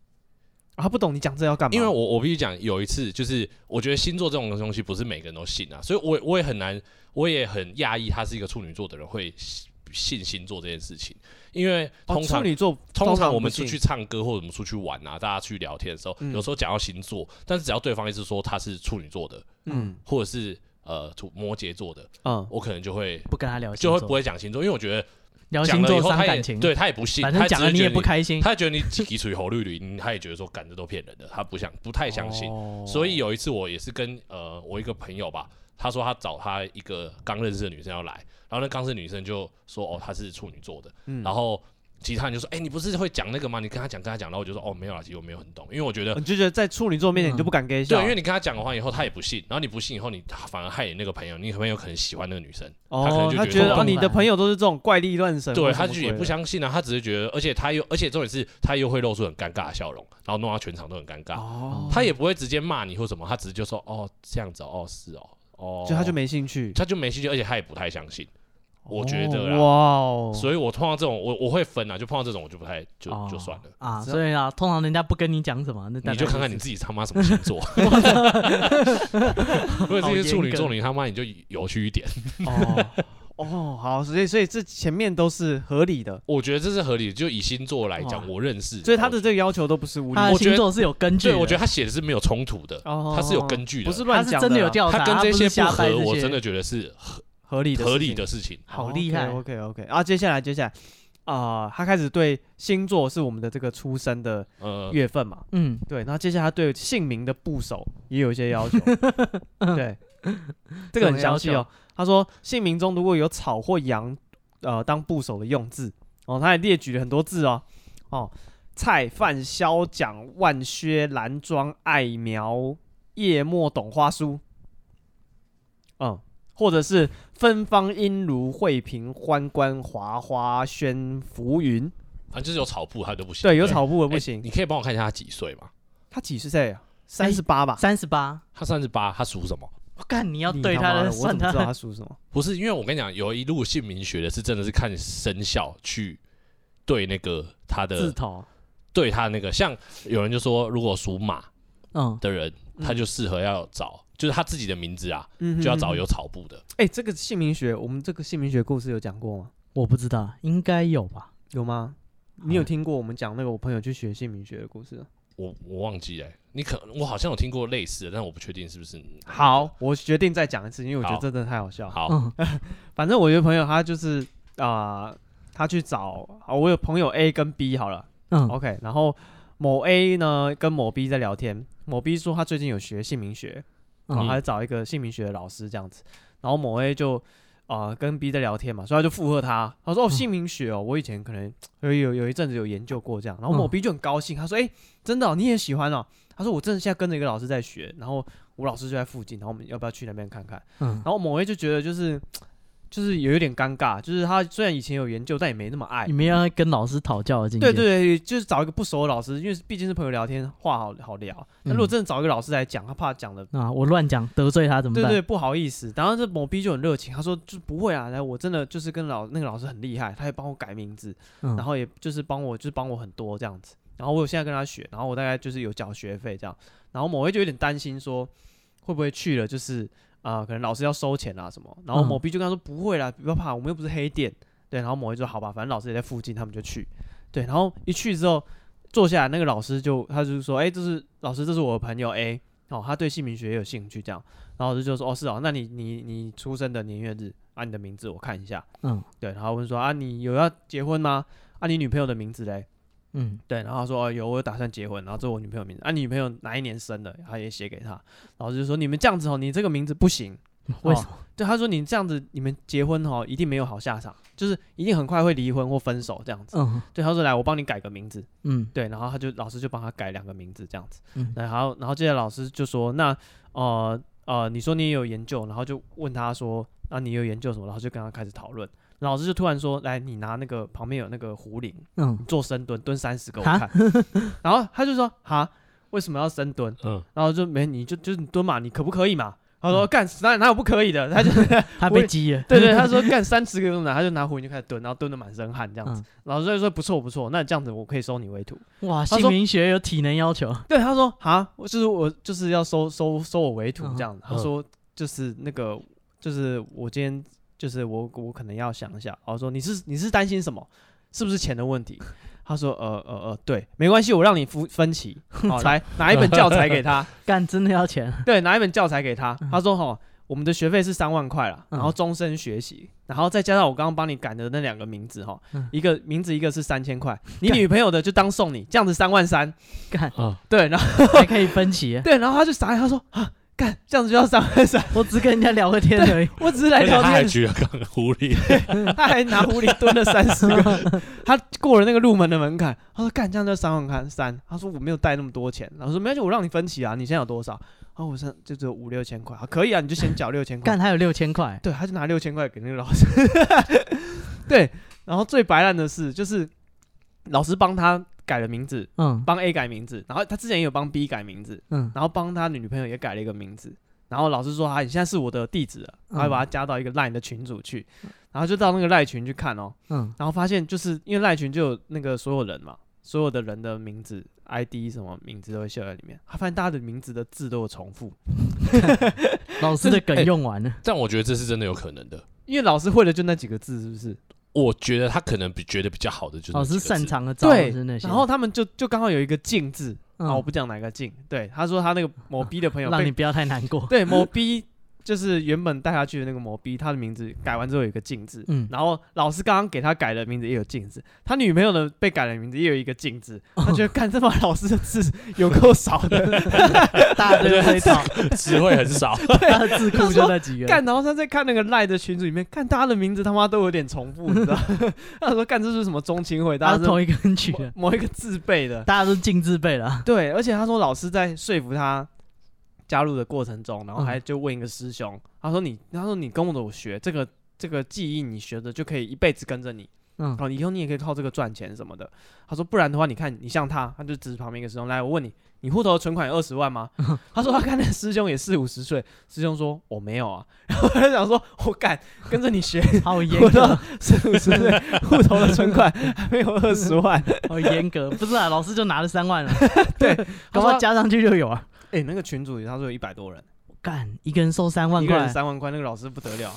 [SPEAKER 2] 啊他不懂你讲这要干嘛？
[SPEAKER 3] 因为我我必须讲，有一次就是我觉得星座这种东西不是每个人都信啊，所以我也我也很难，我也很讶异，他是一个处女座的人会信信星座这件事情，因为
[SPEAKER 2] 哦
[SPEAKER 3] 通常、
[SPEAKER 2] 处女座
[SPEAKER 3] 通常我
[SPEAKER 2] 不
[SPEAKER 3] 们出
[SPEAKER 2] 信
[SPEAKER 3] 去唱歌或者我们出去玩啊，大家去聊天的时候，
[SPEAKER 2] 嗯
[SPEAKER 3] 有时候讲到星座，但是只要对方一直说他是处女座的，
[SPEAKER 2] 嗯
[SPEAKER 3] 或者是呃处摩羯座的，
[SPEAKER 2] 嗯
[SPEAKER 3] 我可能就会
[SPEAKER 1] 不跟他聊星
[SPEAKER 3] 就
[SPEAKER 1] 座，
[SPEAKER 3] 会不会讲星座，因为我觉得
[SPEAKER 1] 聊
[SPEAKER 3] 讲
[SPEAKER 1] 星
[SPEAKER 3] 了
[SPEAKER 1] 座
[SPEAKER 3] 以后
[SPEAKER 1] 伤
[SPEAKER 3] 他
[SPEAKER 1] 感
[SPEAKER 3] 也
[SPEAKER 1] 情，，
[SPEAKER 3] 对他也不信，
[SPEAKER 1] 反正
[SPEAKER 3] 他
[SPEAKER 1] 讲
[SPEAKER 3] 只
[SPEAKER 1] 了
[SPEAKER 3] 是
[SPEAKER 1] 你也
[SPEAKER 3] 觉得
[SPEAKER 1] 不
[SPEAKER 3] 你，
[SPEAKER 1] 开心。
[SPEAKER 3] 他觉得你提出侯绿绿，他也觉得说干这都骗人的，他不想不太相信。
[SPEAKER 2] 哦
[SPEAKER 3] 所以有一次我也是跟呃我一个朋友吧，他说他找他一个刚认识的女生要来，然后那刚认识的女生就说哦她是处女座的，
[SPEAKER 2] 嗯
[SPEAKER 3] 然后其他人就说哎、你不是会讲那个吗？你跟他讲跟他讲，然后我就说哦没有啦，其实我没有很懂，因为我觉得
[SPEAKER 2] 哦你就觉得在处女座面前你就不敢给
[SPEAKER 3] 对
[SPEAKER 2] 笑，，
[SPEAKER 3] 因为你跟他讲的话以后他也不信，然后你不信以后你反而害你那个朋友，你朋友可能喜欢那个女生，他可
[SPEAKER 2] 哦
[SPEAKER 3] 能，就
[SPEAKER 2] 他
[SPEAKER 3] 觉
[SPEAKER 2] 觉
[SPEAKER 3] 得啊
[SPEAKER 2] 得
[SPEAKER 1] 说
[SPEAKER 2] 哦你的朋友都是这种怪力乱神，
[SPEAKER 3] 对
[SPEAKER 2] 或什
[SPEAKER 3] 他
[SPEAKER 2] 么
[SPEAKER 3] 就
[SPEAKER 2] 鬼
[SPEAKER 3] 也不
[SPEAKER 2] 的
[SPEAKER 3] 相信啊，他只是觉得，而且他又而且重点是他又会露出很尴尬的笑容，然后弄到全场都很尴尬，
[SPEAKER 2] 哦，
[SPEAKER 3] 他也不会直接骂你或什么，他只是就说哦这样子哦哦是哦哦，
[SPEAKER 2] 就他就没兴趣，
[SPEAKER 3] 他就没兴趣，而且他也不太相信，我觉得
[SPEAKER 2] 哦哇
[SPEAKER 3] 啦。
[SPEAKER 2] 哦，
[SPEAKER 3] 所以我碰到这种，我我会分啊，就碰到这种我就不太就
[SPEAKER 2] 哦
[SPEAKER 3] 就算了。
[SPEAKER 1] 啊，
[SPEAKER 2] 只要
[SPEAKER 1] 所以啊，通常人家不跟你讲什么，那代
[SPEAKER 3] 你
[SPEAKER 1] 表
[SPEAKER 3] 就看看你自己他妈什么星 座， 如果这些处女座，你他妈你就有趣一点。
[SPEAKER 2] 哦 哦好，所以所以这前面都是合理的，
[SPEAKER 3] 我觉得这是合理的，就以星座来
[SPEAKER 1] 哦
[SPEAKER 3] 讲，我认识，
[SPEAKER 2] 所以他的
[SPEAKER 3] 我
[SPEAKER 2] 这个要求都不是无理
[SPEAKER 1] 他的
[SPEAKER 3] 我觉
[SPEAKER 1] 星
[SPEAKER 3] 得
[SPEAKER 1] 座是有根据
[SPEAKER 3] 对
[SPEAKER 1] 的，
[SPEAKER 3] 我觉得他写的是没有冲突的，
[SPEAKER 2] 哦
[SPEAKER 3] 他是有根据
[SPEAKER 2] 不
[SPEAKER 3] 的
[SPEAKER 2] 是，啊
[SPEAKER 1] 他
[SPEAKER 2] 乱
[SPEAKER 1] 是
[SPEAKER 2] 讲
[SPEAKER 1] 真的有
[SPEAKER 2] 调
[SPEAKER 1] 调查，
[SPEAKER 3] 他跟这
[SPEAKER 1] 不是
[SPEAKER 3] 些
[SPEAKER 1] 瞎
[SPEAKER 3] 不
[SPEAKER 1] 掰
[SPEAKER 3] 合，
[SPEAKER 1] 这
[SPEAKER 3] 我
[SPEAKER 1] 些
[SPEAKER 3] 真的觉得是
[SPEAKER 2] 合理的
[SPEAKER 3] 合
[SPEAKER 2] 事
[SPEAKER 3] 理
[SPEAKER 2] 情
[SPEAKER 3] 的事情。
[SPEAKER 1] 好厉害
[SPEAKER 2] OK OK，啊，接下来接下来啊、他开始对星座是我们的这个出生的
[SPEAKER 3] 呃，
[SPEAKER 2] 月份嘛，
[SPEAKER 1] 嗯，
[SPEAKER 2] 对，那接下来他对姓名的部首也有一些要求，对，这个很详细
[SPEAKER 1] 怎么要
[SPEAKER 2] 哦。他说姓名中如果有草或羊，呃，当部首的用字哦，他还列举了很多字哦，哦，蔡、范、萧、蒋、万、薛、兰庄、艾苗、叶末、董花书，嗯，或者是芬芳、音如、惠平、欢官、华花、轩、浮云，
[SPEAKER 3] 反正就是有草布他都不行。
[SPEAKER 2] 对，有草部的不
[SPEAKER 3] 哎
[SPEAKER 2] 行。
[SPEAKER 3] 你可以帮我看一下他几岁吗？
[SPEAKER 2] 他几十岁啊？三十八吧？
[SPEAKER 1] 三十八，
[SPEAKER 3] 他三十八，他属什么？
[SPEAKER 1] 我干你要
[SPEAKER 2] 你
[SPEAKER 1] 对
[SPEAKER 2] 他妈
[SPEAKER 1] 的
[SPEAKER 2] 的，我
[SPEAKER 1] 算
[SPEAKER 2] 怎么
[SPEAKER 1] 他
[SPEAKER 2] 知道他属什么？
[SPEAKER 3] 不是，因为我跟你讲，有一路姓名学的是真的是看生肖去对那个他
[SPEAKER 1] 字
[SPEAKER 3] 的
[SPEAKER 1] 头，
[SPEAKER 3] 对他那个，像有人就说，如果属马
[SPEAKER 1] 嗯，
[SPEAKER 3] 的人，
[SPEAKER 2] 嗯
[SPEAKER 3] 他就适合要找，就是他自己的名字啊，
[SPEAKER 2] 嗯哼
[SPEAKER 3] 就要找有
[SPEAKER 2] 哼
[SPEAKER 3] 草布的。
[SPEAKER 1] 嗯
[SPEAKER 2] 哼哎，这个姓名学，我们这个姓名学故事有讲过吗？
[SPEAKER 1] 我不知道，应该有吧？
[SPEAKER 2] 有吗？你
[SPEAKER 3] 嗯
[SPEAKER 2] 有听过我们讲那个我朋友去学姓名学的故事？
[SPEAKER 3] 我我忘记了，你可我好像有听过类似的，但我不确定是不是。
[SPEAKER 2] 好，我决定再讲一次，因为我觉得
[SPEAKER 3] 好
[SPEAKER 2] 真的太好笑了。
[SPEAKER 3] 好，
[SPEAKER 1] 嗯，
[SPEAKER 2] 反正我有一个朋友，他就是啊、呃他去找啊，我有朋友 A 跟 B 好了
[SPEAKER 1] 嗯，
[SPEAKER 2] ，OK，然后某 A 呢跟某 B 在聊天，某 B 说他最近有学姓名学，然后
[SPEAKER 1] 嗯
[SPEAKER 2] 他就找一个姓名学的老师这样子，然后某 A 就啊、呃跟 B 在聊天嘛，所以他就附和他，
[SPEAKER 1] 嗯
[SPEAKER 2] 他说哦姓名学哦，我以前可能有有有一阵子有研究过这样，然后某
[SPEAKER 1] 嗯
[SPEAKER 2] B 就很高兴，他说哎、真的哦、你也喜欢哦，他说我真的现在跟着一个老师在学，然后我老师就在附近，然后我们要不要去那边看看？
[SPEAKER 1] 嗯
[SPEAKER 2] 然后某 A 就觉得就是就是有一点尴尬，就是他虽然以前有研究，但也没那么爱
[SPEAKER 1] 你。们要跟老师讨教的境界，
[SPEAKER 2] 对对对，就是找一个不熟的老师，因为毕竟是朋友聊天，话好好聊。那如果
[SPEAKER 1] 嗯
[SPEAKER 2] 真的找一个老师来讲，他怕讲的
[SPEAKER 1] 啊，我乱讲得罪他怎么
[SPEAKER 2] 对
[SPEAKER 1] 办？
[SPEAKER 2] 对，不好意思。然后这某 B 就很热情，他说就不会啊，来我真的就是跟老那个老师很厉害，他也帮我改名字，
[SPEAKER 1] 嗯，
[SPEAKER 2] 然后也就是帮我就是帮我很多这样子。然后我有现在跟他学，然后我大概就是有缴学费这样。然后某位就有点担心说会不会去了就是啊、可能老师要收钱啊啦什么。然后某
[SPEAKER 1] 嗯
[SPEAKER 2] B 就跟他说不会啦，不要怕，我们又不是黑店。对，然后某位就说好吧，反正老师也在附近，他们就去。对，然后一去之后坐下来，那个老师就他就说，哎、这是老师，这是我的朋友 A。哦，他对姓名学也有兴趣这样，然后我就就说哦是哦，那你你你出生的年月日啊，你的名字我看一下，
[SPEAKER 1] 嗯
[SPEAKER 2] 对，然后问说啊你有要结婚吗？啊你女朋友的名字嘞？
[SPEAKER 1] 嗯
[SPEAKER 2] 对，然后他说、哦、有，我有打算结婚，然后这是我女朋友的名字，啊，你女朋友哪一年生的，他也写给他，老师就说你们这样子哦，你这个名字不行，
[SPEAKER 3] 哦
[SPEAKER 2] 哦
[SPEAKER 1] 为什么？
[SPEAKER 2] 对，他说你这样子，你们结婚哦，一定没有好下场，就是一定很快会离婚或分手这样子。
[SPEAKER 1] 嗯
[SPEAKER 2] 对，他说来，我帮你改个名字，
[SPEAKER 1] 嗯
[SPEAKER 2] 对，然后他就老师就帮他改两个名字这样子，
[SPEAKER 1] 嗯
[SPEAKER 2] 然后然后接着老师就说那呃呃，你说你也有研究，然后就问他说啊你有研究什么，然后就跟他开始讨论，然后老师就突然说来，你拿那个旁边有那个壶铃，
[SPEAKER 1] 嗯，
[SPEAKER 2] 做深蹲，蹲三十个我
[SPEAKER 1] 哈
[SPEAKER 2] 看。 然后他就说：“哈，为什么要深蹲
[SPEAKER 3] 嗯，？”
[SPEAKER 2] 然后就没，你就就是你蹲嘛，你可不可以嘛？他说：“干，哪哪有不可以的？”他 就
[SPEAKER 1] 他被激了。
[SPEAKER 2] 对对，他说干三十个用的，他就拿壶铃就开始蹲，然后蹲的满身汗这样子。老师就说：“不错不错，那这样子我可以收你为徒。
[SPEAKER 1] 哇，
[SPEAKER 2] 他说
[SPEAKER 1] 姓名学有体能要求。”
[SPEAKER 2] 对，他说：“哈，我就是我就是要收收收我为徒
[SPEAKER 1] 嗯
[SPEAKER 2] 这样子。”他
[SPEAKER 3] 嗯
[SPEAKER 2] 说：“就是那个，就是我今天就是我我可能要想一下。”然后说：“你是你是担心什么？是不是钱的问题？”他说：“呃呃呃，对，没关系，我让你分分歧。好、来拿一本教材给他，
[SPEAKER 1] 干真的要钱，
[SPEAKER 2] 对，拿一本教材给他。他说：‘哈，我们的学费是三万块啦，然后
[SPEAKER 1] 嗯
[SPEAKER 2] 终身学习，然后再加上我刚刚帮你改的那两个名字哈，
[SPEAKER 1] 嗯
[SPEAKER 2] 一个名字一个是三 千块，你
[SPEAKER 1] 干
[SPEAKER 2] 女朋友的就当送你，这样子三万三。
[SPEAKER 1] 干
[SPEAKER 3] 啊，
[SPEAKER 2] 对，然后。
[SPEAKER 1] 还可以分歧
[SPEAKER 2] 对，然后他就傻眼，他说：‘啊，干，这样子就要三万三，
[SPEAKER 1] 我只跟人家聊个哎天而已。
[SPEAKER 2] 我只是来
[SPEAKER 3] 而且
[SPEAKER 2] 聊
[SPEAKER 3] 他还
[SPEAKER 2] 天。’
[SPEAKER 3] 举了杠狐狸，
[SPEAKER 2] 他还拿狐狸蹲了三十 个，他过了那个入门的门槛，他说干这样就三万块三，他说我没有带那么多钱，然后说没关系，我让你分期啊，你现在有多少？然后我现在就只有五六千块，啊可以啊，你就先缴六千块
[SPEAKER 1] 干，，他有六千块，
[SPEAKER 2] 对，他就拿六千块给那个老 师， 对，然后最白烂的是就是老师帮他改了名字，
[SPEAKER 1] 嗯
[SPEAKER 2] 帮 A 改名字，然后他之前也有帮 B 改名字，
[SPEAKER 1] 嗯，
[SPEAKER 2] 然后帮他女朋友也改了一个名字。然后老师说：“啊，你现在是我的地址了。”然后把
[SPEAKER 1] 嗯
[SPEAKER 2] 他加到一个 LINE 的群组去，然后就到那个 LINE 群去看哦。
[SPEAKER 1] 嗯
[SPEAKER 2] 然后发现就是因为赖群就有那个所有人嘛，所有的人的名字、ID 什么名字都会写在里面。他发现大家的名字的字都有重复，
[SPEAKER 1] 老师的梗用完 了，
[SPEAKER 3] 但我觉得这是真的有可能的。
[SPEAKER 2] 因为老师会的就那几个字，是不是？
[SPEAKER 3] 我觉得他可能比觉得比较好的就是那
[SPEAKER 1] 老师
[SPEAKER 3] 几个字
[SPEAKER 1] 擅，长的招
[SPEAKER 2] 对
[SPEAKER 1] 哦是那，些。
[SPEAKER 2] 然后他们就就刚好有一个“静”字，
[SPEAKER 1] 嗯
[SPEAKER 2] 啊，我不讲哪个“静”。对，他说他那个某 B 的朋 友
[SPEAKER 1] 让你
[SPEAKER 2] 被
[SPEAKER 1] 不要太难过。
[SPEAKER 2] 对某 B 就是原本带他去的那个某 B，他的名字改完之后有一个“静”字，
[SPEAKER 1] 嗯，
[SPEAKER 2] 然后老师刚刚给他改的名字也有镜子，他女朋友的被改的名字也有一个 镜子，他觉得干这把老师的字有够少 的，嗯
[SPEAKER 1] 大堆推导，
[SPEAKER 3] 词汇很少，
[SPEAKER 1] 他的智库就那几个。
[SPEAKER 2] 干，然后他在看那个赖的群组里面，看大家的名字他妈都有点重复，你知道？ 他说干这是什么钟情回
[SPEAKER 1] 他
[SPEAKER 2] 答？
[SPEAKER 1] 是
[SPEAKER 2] 是
[SPEAKER 1] 同
[SPEAKER 2] 某
[SPEAKER 1] 一个人取的，
[SPEAKER 2] 某一个自备的，
[SPEAKER 1] 大家都进自备 了。
[SPEAKER 2] 对，而且他说老师在说服他加入的过程中，
[SPEAKER 1] 嗯
[SPEAKER 2] 然后还就问一个师兄，他说你，他说你跟我学这个这个技艺，你学的就可以一辈子跟着你。
[SPEAKER 1] 嗯
[SPEAKER 2] 哦，以后你也可以靠这个赚钱什么的。他说，不然的话，你看你像他，他就指旁边一个师兄来，我问你，你户头的存款有二十 万吗？他说他看那师兄也四五十岁，师兄说我没有啊， 然后他就想说，我敢跟着你学，
[SPEAKER 1] 好严
[SPEAKER 2] 我
[SPEAKER 1] 格
[SPEAKER 2] 到，四五十 岁户头的存款还没有二十万，
[SPEAKER 1] 好严格。不是啊，老师就拿了三 万了，
[SPEAKER 2] 他
[SPEAKER 1] 搞不
[SPEAKER 2] 说
[SPEAKER 1] 好加上去就有啊。
[SPEAKER 2] 哎、那个群主他说有一百多人，
[SPEAKER 1] 干，一个人收三万
[SPEAKER 2] 一个人
[SPEAKER 1] 块，
[SPEAKER 2] 三万块，那个老师不得了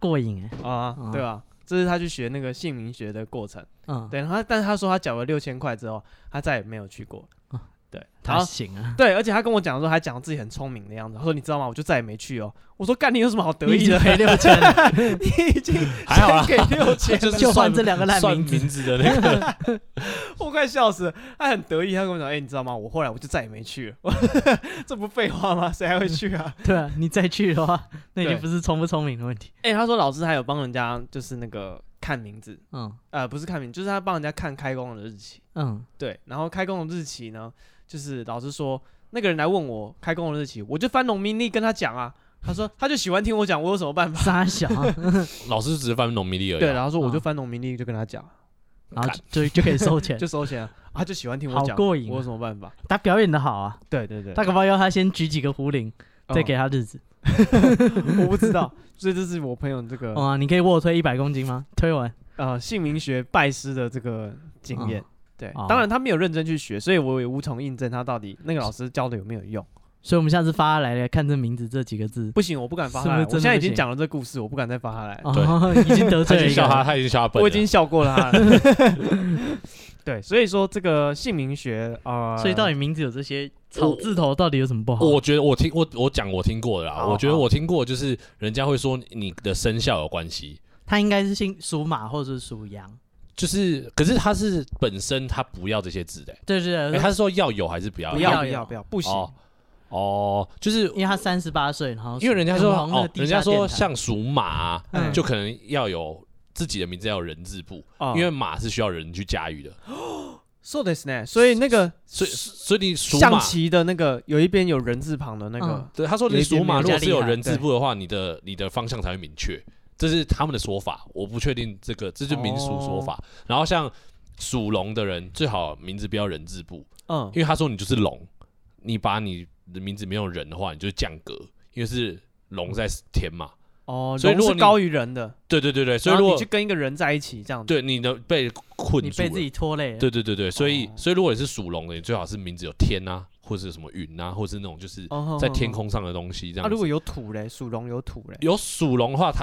[SPEAKER 1] 过瘾哎。
[SPEAKER 2] 啊，
[SPEAKER 1] 啊
[SPEAKER 2] 对吧、这是他去学那个姓名学的过程，
[SPEAKER 1] 嗯，
[SPEAKER 2] 对，然后他但是他说他缴了六千块之后，他再也没有去过
[SPEAKER 1] 啊。
[SPEAKER 2] 对，然
[SPEAKER 1] 他
[SPEAKER 2] 后
[SPEAKER 1] 行啊。
[SPEAKER 2] 对，而且他跟我讲的时候，还讲自己很聪明的样子。他说：“你知道吗？我就再也没去哦。”我说：“干，你有什么好得
[SPEAKER 1] 你已
[SPEAKER 2] 意
[SPEAKER 1] 经
[SPEAKER 2] 的？
[SPEAKER 1] 赔六千了，
[SPEAKER 2] 你已经啊
[SPEAKER 3] 还好啦
[SPEAKER 2] 先给六千
[SPEAKER 3] 就是
[SPEAKER 1] 就换
[SPEAKER 3] 算
[SPEAKER 1] 这两个烂
[SPEAKER 3] 算
[SPEAKER 1] 名字
[SPEAKER 3] 名字的那个，
[SPEAKER 2] 我快笑死了。”他很得意，他跟我讲：“哎、你知道吗？我后来我就再也没去了。我” 这不废话吗？谁还会去啊？
[SPEAKER 1] 对啊，你再去的话，那已经
[SPEAKER 2] 对
[SPEAKER 1] 不是聪不聪明的问题。
[SPEAKER 2] 哎、他说老师还有帮人家就是那个看名字，
[SPEAKER 1] 嗯
[SPEAKER 2] 呃，不是看名，就是他帮人家看开工的日期。
[SPEAKER 1] 嗯
[SPEAKER 2] 对，然后开工的日期呢，就是老师说那个人来问我开工的日期，我就翻农民历跟他讲啊。他说他就喜欢听我讲，我有什么办法？
[SPEAKER 1] 傻 小啊，
[SPEAKER 3] 老师只是翻农民历而已
[SPEAKER 2] 对，
[SPEAKER 3] 啊。
[SPEAKER 2] 然后说我就
[SPEAKER 1] 啊
[SPEAKER 2] 翻农民历就跟他讲。啊
[SPEAKER 1] 然后就就可以收 钱
[SPEAKER 2] 就。收钱啊，啊他就喜欢听我
[SPEAKER 1] 好
[SPEAKER 2] 讲，
[SPEAKER 1] 过瘾啊
[SPEAKER 2] 我有什么办法？
[SPEAKER 1] 他表演的好啊，
[SPEAKER 2] 对对对
[SPEAKER 1] 他
[SPEAKER 2] 大
[SPEAKER 1] 搞不好要他先举几个壶铃，
[SPEAKER 3] 嗯
[SPEAKER 1] 再给他日子。
[SPEAKER 2] 我不知道，所以这是我朋友这个
[SPEAKER 3] 嗯
[SPEAKER 1] 哇、哦你可以卧推一百公斤吗？推完
[SPEAKER 2] 呃姓名学拜师的这个经验
[SPEAKER 1] 嗯。
[SPEAKER 2] 对
[SPEAKER 1] 哦，
[SPEAKER 2] 当然他没有认真去学，所以我也无从印证他到底那个老师教的有没有用。
[SPEAKER 1] 所以我们下次发来来看这名字这几个字。
[SPEAKER 2] 不行，我不敢发他来。
[SPEAKER 1] 是
[SPEAKER 2] 我
[SPEAKER 1] 不是真的
[SPEAKER 2] 现在已
[SPEAKER 1] 不
[SPEAKER 2] 经
[SPEAKER 1] 行
[SPEAKER 2] 讲了这故事，我不敢再发他来。
[SPEAKER 1] 哦， 已经得
[SPEAKER 3] 他
[SPEAKER 1] 罪
[SPEAKER 3] 已
[SPEAKER 1] 了
[SPEAKER 3] 经
[SPEAKER 1] 一
[SPEAKER 3] 笑
[SPEAKER 1] 个
[SPEAKER 3] 他，
[SPEAKER 1] 人。
[SPEAKER 3] 他已经笑他笨了。
[SPEAKER 2] 我已经笑过了 他了对，所以说这个姓名学啊，呃
[SPEAKER 1] 所以到底名字有这些草字头，到底有什么不好？
[SPEAKER 3] 我觉得我听我我讲我听过的啦，
[SPEAKER 2] 好
[SPEAKER 3] 我觉得
[SPEAKER 2] 好
[SPEAKER 3] 我听过就是人家会说你的生肖有关系，
[SPEAKER 1] 他应该是姓属马或者是属羊。
[SPEAKER 3] 就是可是他是本身他不要这些字的、欸
[SPEAKER 1] 对对
[SPEAKER 3] 诶
[SPEAKER 1] 对，
[SPEAKER 3] 他是说要有还是不要？
[SPEAKER 2] 不
[SPEAKER 1] 嗯要有
[SPEAKER 2] 要不要不要不行，
[SPEAKER 3] 哦哦，就是
[SPEAKER 1] 因为他三十八岁，然后
[SPEAKER 3] 因为人家说
[SPEAKER 1] 很红的
[SPEAKER 3] 哦，
[SPEAKER 1] 地
[SPEAKER 3] 人
[SPEAKER 1] 下
[SPEAKER 3] 家说
[SPEAKER 1] 电台
[SPEAKER 3] 像属马啊、
[SPEAKER 1] 嗯
[SPEAKER 3] 就可能要有自己的名字要有人字部，
[SPEAKER 2] 哦
[SPEAKER 3] 因为马是需要人去驾驭的，
[SPEAKER 2] そうですね。所以那个
[SPEAKER 3] 所以所以你属
[SPEAKER 2] 象
[SPEAKER 3] 马。
[SPEAKER 2] 棋的那个有一边有人字旁的那个
[SPEAKER 1] 嗯，
[SPEAKER 3] 对，他说
[SPEAKER 2] 有
[SPEAKER 3] 你
[SPEAKER 2] 一边
[SPEAKER 3] 属马
[SPEAKER 2] 没有
[SPEAKER 3] 如果是有
[SPEAKER 1] 加厉害
[SPEAKER 3] 人字部的话，你的你的方向才会明确，这是他们的说法，我不确定这个，这是民俗说
[SPEAKER 2] 哦
[SPEAKER 3] 法。然后像属龙的人，最好名字不要人字部，
[SPEAKER 2] 嗯
[SPEAKER 3] 因为他说你就是龙，你把你的名字没有人的话，你就是降格，因为是龙在天嘛。
[SPEAKER 2] 哦，
[SPEAKER 3] 所以
[SPEAKER 2] 龙
[SPEAKER 3] 如果
[SPEAKER 2] 是
[SPEAKER 3] 你
[SPEAKER 2] 高于人的，
[SPEAKER 3] 对对对对，所以
[SPEAKER 2] 然后
[SPEAKER 3] 如
[SPEAKER 2] 你
[SPEAKER 3] 果
[SPEAKER 2] 去跟一个人在一起这样子，
[SPEAKER 3] 对你的被困
[SPEAKER 1] 你
[SPEAKER 3] 住
[SPEAKER 1] 被自
[SPEAKER 3] 了。
[SPEAKER 1] 己拖累了。
[SPEAKER 3] 对对对对，所以
[SPEAKER 2] 哦
[SPEAKER 3] 所以如果你是属龙的，你最好是名字有天啊，或是什么云啊，或是那种就是
[SPEAKER 2] 哦，
[SPEAKER 3] 在天空上的东西这
[SPEAKER 2] 哼。哼哼
[SPEAKER 3] 样
[SPEAKER 2] 啊，
[SPEAKER 3] 子
[SPEAKER 2] 如。果有土嘞，属龙有土嘞，
[SPEAKER 3] 有属龙的话，它